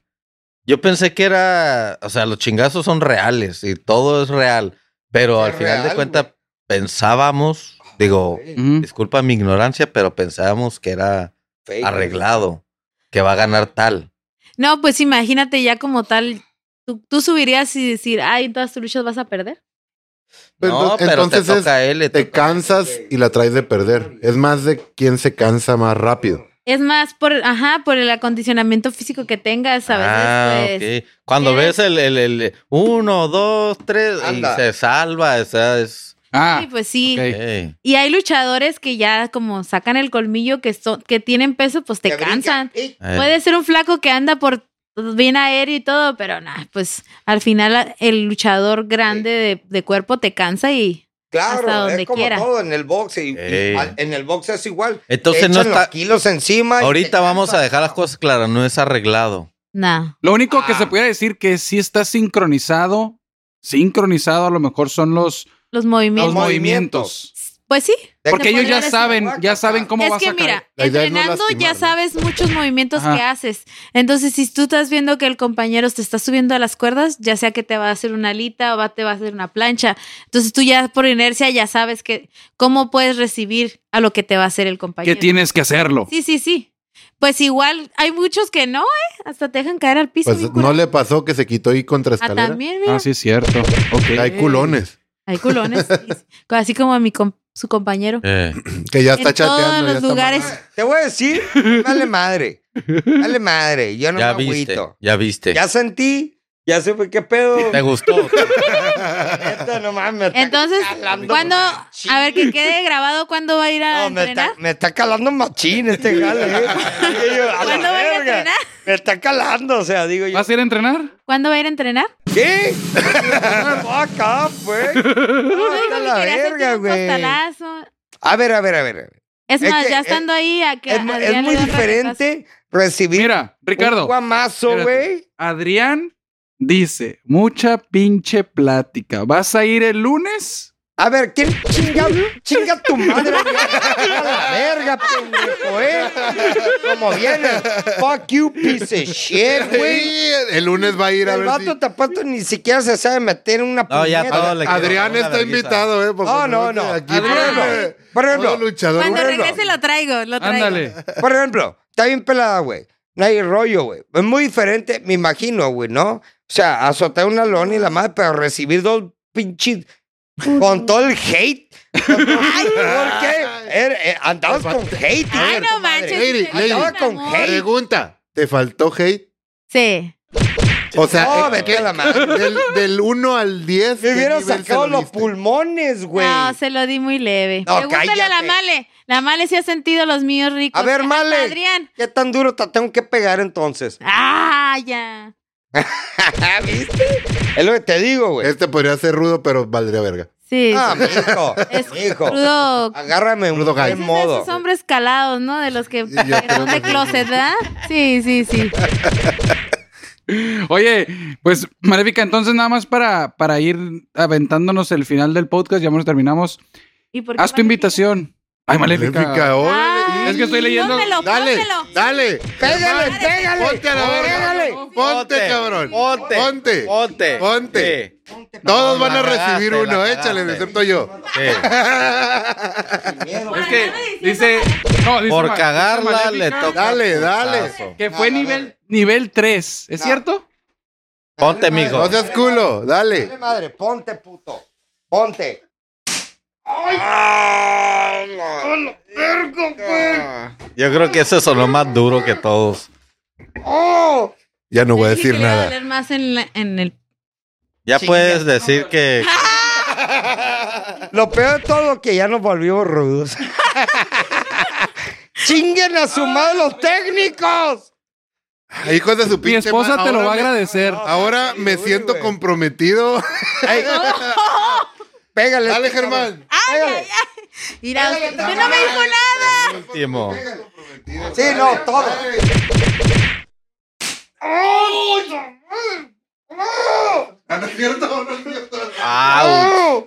Yo pensé que era. O sea, los chingazos son reales y todo es real. Pero
Es
al final
real,
de cuentas
güey.
pensábamos, digo, mm,
ujú,
disculpa mi ignorancia, pero pensábamos que era
Fake.
arreglado, que va a ganar tal.
No, pues imagínate ya como tal. ¿Tú, tú subirías y decir, ay, en todas tus luchas vas a perder?
Pues
no,
entonces-
pero
entonces
te
es-
toca a él. le
Te
toca-
cansas y la traes de perder. Es más de quién se cansa más rápido.
Es más, por, ajá, por el acondicionamiento físico que tengas, a veces,
ah,
pues,
ok. Cuando
¿quieres?
ves el, el, el uno, dos, tres, y
Anda.
se salva. Esa es.
Ah,
sí, pues sí.
ok.
Ey.
Y hay luchadores que ya como sacan el colmillo, que, son, que tienen peso, pues te
Que brinca.
cansan.
Ey,
Eh,
Puede ser un flaco que anda por bien aéreo y todo, pero nada, pues al final a- el luchador grande de, de cuerpo te cansa y
Claro,
Hasta donde
es como
quiera.
todo en el box. y- y
Ey.
al- en el box es igual.
Entonces
Te
no
echan los
está.
kilos encima. y te
Ahorita vamos a
cansas.
dejar las cosas claras. No es arreglado.
nada.
Lo único que se puede decir que sí está sincronizado, sincronizado a lo mejor son los,
Los
los
movimientos.
movimientos.
Pues sí.
Porque
Se
ellos
puede
ya
dar ese
saben, ya saben cómo
Es
vas
que
a caer.
mira,
La idea es no
entrenando ya
lastimar, ¿no?
sabes muchos movimientos
Ajá.
que haces. Entonces, si tú estás viendo que el compañero te está subiendo a las cuerdas, ya sea que te va a hacer una alita o va, te va a hacer una plancha, entonces tú ya por inercia ya sabes que cómo puedes recibir a lo que te va a hacer el
que
compañero.
tienes que hacerlo.
Sí, sí, sí. Pues igual hay muchos que no, ¿eh? Hasta te dejan caer al piso.
Pues
bien
no
cura-
le pasó que se quitó ahí contra
Ah,
escalera.
también, mira.
Ah, sí, es cierto. Ok.
Hay culones
Hay culones. sí, sí. Así como a mi com- su compañero.
Eh.
que ya está
en
chateando.
todos
ya
los
está
lugares.
Te voy a decir, dale madre. Dale madre. Yo no
Ya
me
viste.
agüito.
Ya viste.
Ya sentí, ya supe qué pedo.
Te gustó.
Neta, no mames, me está
Entonces,
calando
¿cuándo?
machín.
A ver, que quede grabado, ¿cuándo va a ir a
No, me
entrenar?
está, me está calando machín este jale. ¿eh? Y yo, a la
¿Cuándo van a
verga,
entrenar?
Me está calando, o sea, digo yo.
¿Vas a ir a entrenar?
¿Cuándo va a ir a entrenar?
¿Qué? Fuck up, güey. No,
Dijo
está
que
la
quería hacerte
verga,
un
güey.
costalazo.
A ver, a ver, a ver.
Es
Es
más,
que
ya
es-
estando ahí, a que
Es, mu-
Adrián
es
le
muy
dé un racatazo.
diferente recibir
Mira,
un
Ricardo,
guamazo,
espérate.
güey.
Adrián dice, mucha pinche plática. ¿Vas a ir el lunes?
A ver, ¿quién chinga, chinga tu madre? güey? A la verga, pendejo, ¿eh? Como viene. Fuck you, piece of shit, güey.
Sí, el lunes va a ir a
El
ver.
vato
si-
tapato ni siquiera se sabe meter en una
No, ya
puñeta.
todo le quedó
Adrián
una
está
vergüenza.
invitado, ¿eh? porque
No, no, no.
Aquí,
Adrián,
eh,
Por ejemplo,
todo luchador.
Cuando
bueno.
regrese lo traigo, lo traigo.
Ándale.
Por ejemplo, está bien pelada, güey. No hay rollo, güey. Es muy diferente, me imagino, güey, ¿no? O sea, azotar una lona y la madre, pero recibir dos pinches. Con todo el hate. Con todo- ¿Por qué? Er- eh, andabas con hate.
Ay,
hijo de
pues,
no
tu madre.
manches.
Lady,
sí,
lady.
sí,
Andaba con
amor.
hate.
Pregunta. ¿Te faltó hate?
Sí.
O sea,
No,
eh,
vete a la madre.
del, del 1 al 10.
Me
¿qué
hubieran
nivel se
sacado
lo
los
diste?
pulmones, güey.
No, se lo di muy leve.
No,
Pregúntale a la
cállate.
Male. La Male sí ha sentido los míos ricos.
A ver,
Hasta
Male.
Adrián.
¿Qué tan duro te tengo que pegar entonces?
Ah, ya.
¿Viste? Es lo que te digo, güey.
Este podría ser rudo, pero valdría verga.
Sí.
Ah,
sí.
mijo.
Es
mijo.
crudo.
Agárrame un
Crudo gallo.
buen
Pues Es de
modo.
esos hombres calados, ¿no? De los que,
yo
que
creo
son de
que sí.
closet, ¿verdad? Sí, sí, sí.
Oye, pues Maléfica, entonces nada más para, para ir aventándonos el final del podcast, ya nos terminamos.
¿Y por qué
Haz tu
Maléfica?
invitación. Ay, Maléfica.
Maléfica, órale.
Ay,
Es que estoy leyendo.
Pónmelo,
Dale,
pónmelo.
dale.
Pégale, pégale.
Ponte a la verga.
Pégale.
Ponte, cabrón.
Ponte.
Ponte.
Ponte.
Ponte.
No,
Todos van a
la cagaste,
recibir
la
uno,
cagaste.
échale, excepto yo.
Sí.
Es que dice. No, dice
Por
Ma-
cagarla
dice
le
Maléfica
toca.
Dale, dale.
putazo.
Que fue nivel, nivel 3, ¿es cierto?
Ponte, mijo.
No seas culo,
Dale
dale.
madre, ponte, puto. Ponte.
Yo creo que ese sonó más duro que todos.
Ya no voy a
Dije que
decir
le iba a
nada.
doler más en, la- en el.
Ya
Chinga.
puedes decir que.
Lo peor de todo que ya nos volvimos rudos. ¡Chinguen a su madre los técnicos!
Ay, Hijos de su pinche
Mi esposa
ma-
te lo
ahora
va a
me-
agradecer.
Ahora me
Uy,
siento
güey.
comprometido.
Ey, pégale.
Dale, Germán.
Pégale.
Mira, usted usted no me dijo nada.
Último.
Sí, no, todo.
Ah, no es cierto, no es cierto.
¡Au!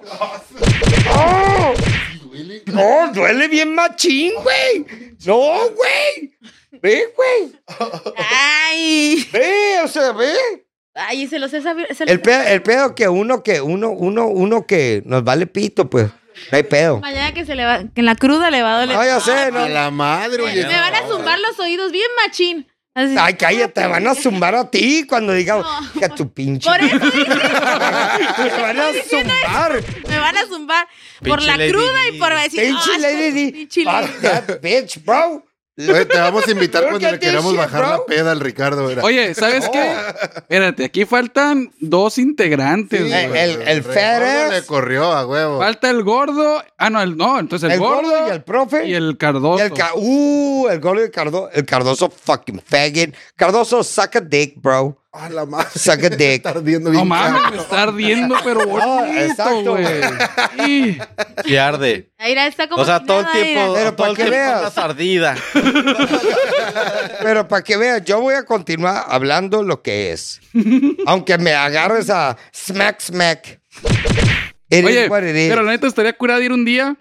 No, duele bien machín, güey. No, güey. Ve, güey.
Ay.
Ve, o sea, ve.
Ay, se los he sabido. se los-
El pedo, el pedo que uno que uno uno uno que nos vale pito, pues. No hay pedo.
Mañana que se le va. Que en la cruda le va a doler.
No, ya sé, no.
A la madre, oye.
me van a zumbar los oídos bien machín. Así.
Ay, cállate, van a zumbar a ti cuando digamos
No.
que a tu pinche.
Por eso dije,
Te van a zumbar.
me van a zumbar por
Pinche
la
Lady
cruda
Di.
y por decir.
Pinche
"Ah,
Lady
pinche
D.
Lady".
Fuck that bitch, bro.
Oye, te vamos a invitar
Look
cuando
at
le
this
queramos
shit,
bajar
bro.
la peda al Ricardo. mira.
Oye, ¿sabes qué? Espérate, aquí faltan dos integrantes,
Sí,
güey.
el- el- el
Ricardo
Férez.
le corrió a huevo.
Falta el gordo. Ah, no, el no, entonces el,
El
gordo,
gordo y el profe.
Y el cardoso.
Y el ca- uh, el gol de Cardoso. El Cardoso fucking faggot. Cardoso, suck a dick, bro.
a Ah, la madre.
Suck a dick.
Está ardiendo
no
bien
mames,
cabrón.
me está ardiendo, pero bonito,
exacto,
güey. Y-
Y arde.
Ahí Mira, está como.
O sea,
si
todo el
nada,
tiempo,
mira.
Pero
todo
para
el
que
tiempo
veas.
andas ardida.
Pero para que veas, yo voy a continuar hablando lo que es. Aunque me agarres a smack, smack. It
Oye,
is what it is.
pero la neta estaría curada de ir un día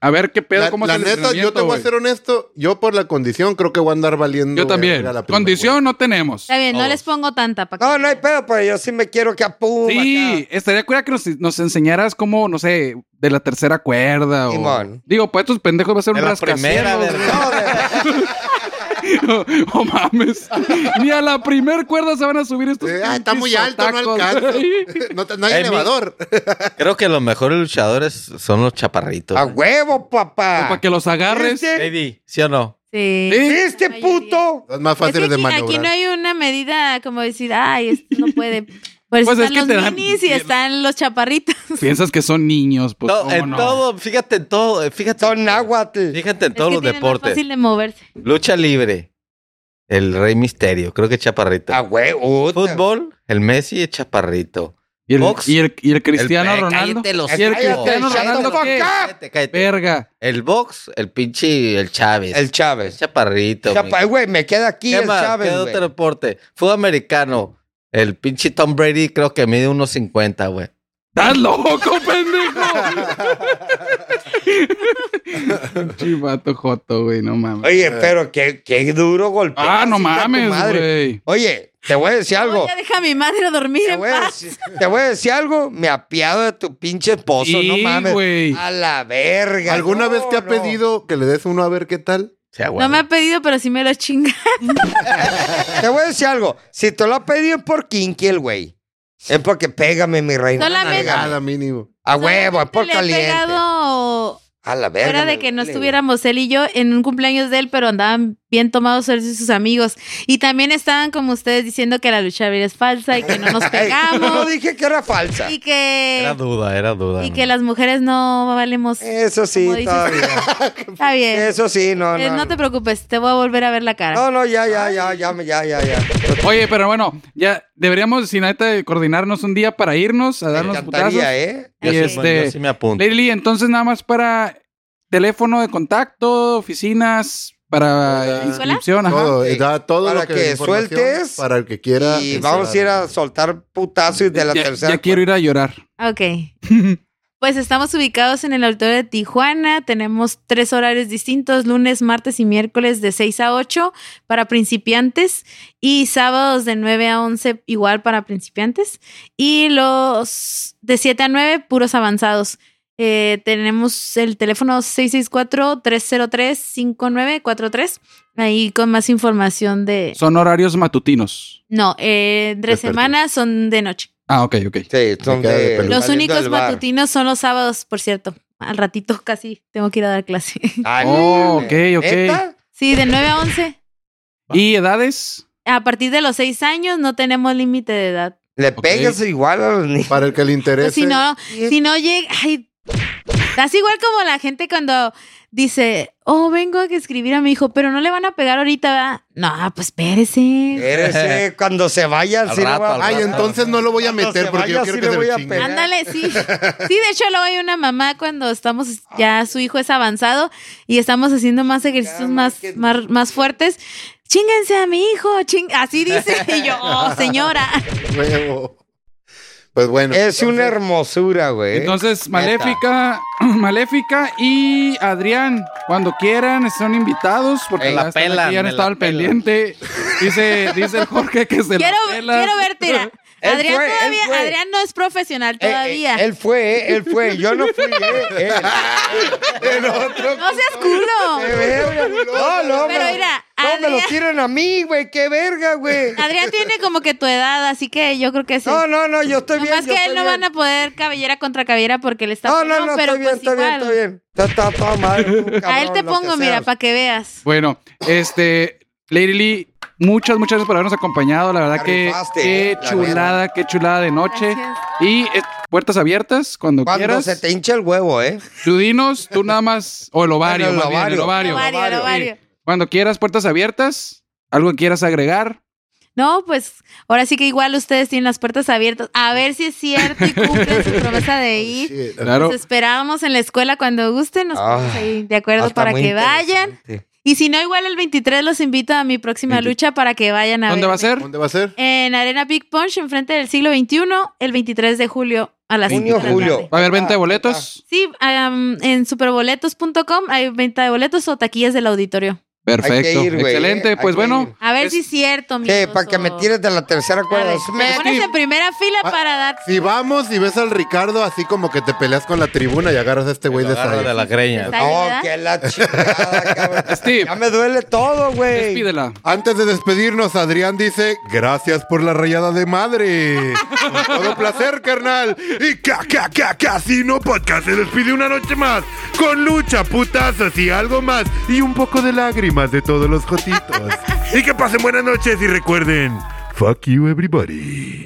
a ver qué pedo,
La,
cómo
la
es el
neta, yo te
entrenamiento,
voy
güey.
a ser honesto. Yo por la condición creo que voy a andar valiendo.
Yo también.
verga la primera
Condición no tenemos.
Está bien, no
Todos.
les pongo tanta. pa' que-
No, no hay pedo, pero yo sí me quiero que apuma.
Sí, estaría curada que nos, nos enseñaras cómo, no sé, de la tercera cuerda o...
Simón.
Digo, para estos pendejos va a ser
De
un
la primera,
rascacielos.
¿verdad?
No, oh, mames. Ni a la primer cuerda se van a subir estos.
Eh, ah, está
pinches
muy alto, no
sotacos,
alcanzo.
güey.
No, te- no hay
Eh, mi-
elevador.
Creo que los mejores luchadores son los chaparritos.
A huevo, papá.
Pues, Para que los agarres.
¿Viste?
Lady, ¿sí o no?
Sí.
Sí.
¿Viste,
Mayoría.
este puto?
Son más
Es que
fáciles de
aquí,
maniobrar.
aquí no hay una medida como decir, ay, esto no puede. Por eso
Pues es
están
que te
los
dan-
minis y están los chaparritos.
Piensas que son niños, pues.
No,
¿cómo
en
no?
todo, fíjate en todo, eh, fíjate.
Son náhuatl.
Fíjate en
Es
todos
que
los
tienen más
deportes.
fácil de moverse.
Lucha libre, el Rey Misterio, creo que chaparrito.
A huevo.
Fútbol, el Messi es chaparrito.
Y el,
Box.
y el, y el Cristiano
El-
Ronaldo.
cállate los
y el
hijos.
Cristiano
Cállate,
Ronaldo,
shut the
¿qué?
fuck up.
Cállate, cállate.
Verga.
El box, el pinche, el Chávez.
El Chávez.
chaparrito.
Chapa-
mijo.
Güey, me queda aquí
¿Qué
el
más?
Chávez.
¿Qué
güey.
otro deporte? Fútbol americano. El pinche Tom Brady creo que mide unos 50, güey.
¡Estás loco, pendejo! Chivato joto, güey, no mames.
Eh.
Oye, pero qué, qué duro golpe.
Ah, no
Sí, está tu
mames,
madre.
güey.
Oye, te voy a decir
No,
algo.
ya deja a mi madre dormir
Te
en
voy, a
paz.
decir, te voy a decir algo. Me apiado de tu pinche esposo, no
Sí,
mames.
güey.
A la verga.
¿Alguna
No,
vez te ha
no.
pedido que le des uno a ver qué tal?
O sea, güey.
No me ha pedido, pero sí me lo chinga.
Te voy a decir algo. Si te lo ha pedido es por Kinky, el güey. Es porque pégame, mi reina.
Solamente-
Pégame.
Nada mínimo.
A huevo, es por
Le he
caliente.
pegado
A la verga.
fuera de
me
que no
duele,
estuviéramos él y yo en un cumpleaños de él, pero andaban bien tomados él y sus amigos. Y también estaban como ustedes diciendo que la lucha libre es falsa y que no nos
güey. Ey, yo no
pegamos
dije que era falsa.
y que
Era duda, era duda.
y
¿no?
que las mujeres no valemos.
Eso sí,
Como dices,
todavía.
Está bien.
Eh, Eso sí, no,
Eh,
no.
no te preocupes, te voy a volver a ver la cara.
No, no, ya, ya, ya, ya, ya, ya, ya.
Oye, pero bueno, ya deberíamos, si neta, coordinarnos un día para irnos a
Me
darnos putazos.
encantaría, ¿eh?
Yo
Y
sí-
este-
yo sí me apunto.
Lili, entonces nada más para teléfono de contacto, oficinas, para
¿Escuela?
inscripción, ajá.
Todo,
Sí.
da todo
Para
lo que,
que
información
sueltes
Para el que quiera.
Y
que
vamos a
se
ir
la-
a soltar putazos de la
ya,
tercera.
ya quiero ir a llorar.
Ok. Pues estamos ubicados en el auditorio de Tijuana. Tenemos tres horarios distintos, lunes, martes y miércoles de 6 a 8 para principiantes y sábados de 9 a 11 igual para principiantes y los de 7 a 9 puros avanzados. Eh, tenemos el teléfono 664-303-5943. Ahí con más información de...
Son horarios matutinos.
No, eh, entre
Despertar.
semanas son de noche.
Ah, ok, ok.
Sí, son
Me queda de
de-
peluca.
Los
saliendo
únicos
del bar.
matutinos son los sábados, por cierto. Al ratito casi tengo que ir a dar clase.
Ah,
Oh, ok,
¿neta?
ok.
Sí, de 9 a 11.
¿Y edades?
A partir de los 6 años no tenemos límite de edad.
Le
Ok.
pegas igual a los niños.
Para el que le interese.
Pues si no, si no llega... Ay, estás igual como la gente cuando dice, oh, vengo a escribir a mi hijo, pero no le van a pegar ahorita, ¿verdad? No, pues espérese.
Eres, eh, cuando se vayan,
Al
sí le
rato,
voy a-
al
Ay,
rato.
entonces no lo voy a
Cuando
meter
se
porque yo
vaya,
quiero
sí
que
le
se
voy
lo
a
chingue.
pegar.
Ándale, sí. Sí, de hecho, luego hay una mamá cuando estamos, ya su hijo es avanzado y estamos haciendo más ejercicios
Cama,
más,
que-
más, más fuertes. Chinguense a mi hijo, ching así dice. Y yo, oh, señora.
Huevo. Pues bueno.
Es una
entonces,
hermosura, güey.
Entonces, Maléfica, Maléfica y Adrián, cuando quieran, son invitados porque
Me la
ya están aquí,
pelan,
ya han
me la
estado al
pelan.
pendiente. Dice, dice el Jorge que se
Quiero,
la pelan.
quiero verte. mira.
Él
Adrián
fue, él
todavía,
fue.
Adrián no es profesional
Eh, eh,
todavía.
él fue, eh, él fue. Yo no fui, eh, él.
el otro.
no seas culo.
Eh, verga. No, no,
Pero
pero-
mira,
No me lo tiran a mí, güey. Qué verga, güey.
Adrián tiene como que tu edad, así que yo creo que sí.
No, no, no, yo estoy bien.
Nomás
yo
que él
estoy
no
bien.
van a poder cabellera contra cabellera porque él está
No,
pelón,
no, no,
pero
estoy bien,
pues
estoy bien,
igual.
estoy bien. Está, está toda madre, tú,
a él
cabrón,
te
lo que
pongo, mira,
seas.
para que veas.
Bueno, este, Lady Lee, muchas, muchas gracias por habernos acompañado. La verdad
La
que
rifaste, eh,
qué
la
chulada, qué chulada de noche.
Gracias.
Y eh, puertas abiertas cuando,
Cuando
quieras.
se te hincha el huevo, ¿eh?
Tú dinos, tú nada más, o el ovario,
Bueno,
más
el
bien, el ovario.
ovario.
Ovario,
ovario.
ovario.
Sí. Cuando quieras, puertas abiertas. Algo que quieras agregar.
No, pues ahora sí que igual ustedes tienen las puertas abiertas. A ver si es cierto y cumplen su promesa de
pues,
ir.
Shit.
Pues,
Claro.
Los esperábamos en la escuela cuando gusten, nos
Ah,
ponemos ahí de acuerdo
Está
para
muy
que vayan.
interesante.
Y si no, igual el 23 los invito a mi próxima lucha para que vayan a
¿Dónde
verme.
va a ser?
¿Dónde va a ser?
En Arena Big Punch, enfrente del siglo XXI, el 23 de julio a las
Junio,
5 de la
julio.
tarde.
¿Va a haber venta de boletos?
Sí, am, en superboletos.com hay venta de boletos o taquillas del auditorio.
Perfecto.
ir, güey,
Excelente.
eh, hay
pues
que ir.
bueno.
A ver
es-
si es cierto, mi.
Sí, para que me tires de la tercera cuerda. Sí, me-
Me pones en primera fila
Ah,
para dar.
Si vamos y ves al Ricardo así como que te peleas con la tribuna y agarras a este güey
Lo
de
agarro de
sal.
la greña.
Está
No,
¿verdad?
que la chingada, cabrón.
Steve.
Ya me duele todo, güey.
Despídela.
Antes de despedirnos, Adrián dice, gracias por la rayada de madre. Con Todo placer, carnal.
Y KKK Casino Podcast se despide una noche más con lucha, putazos y algo más y un poco de lágrimas de todos los jotitos. y que pasen buenas noches y recuerden, fuck you everybody.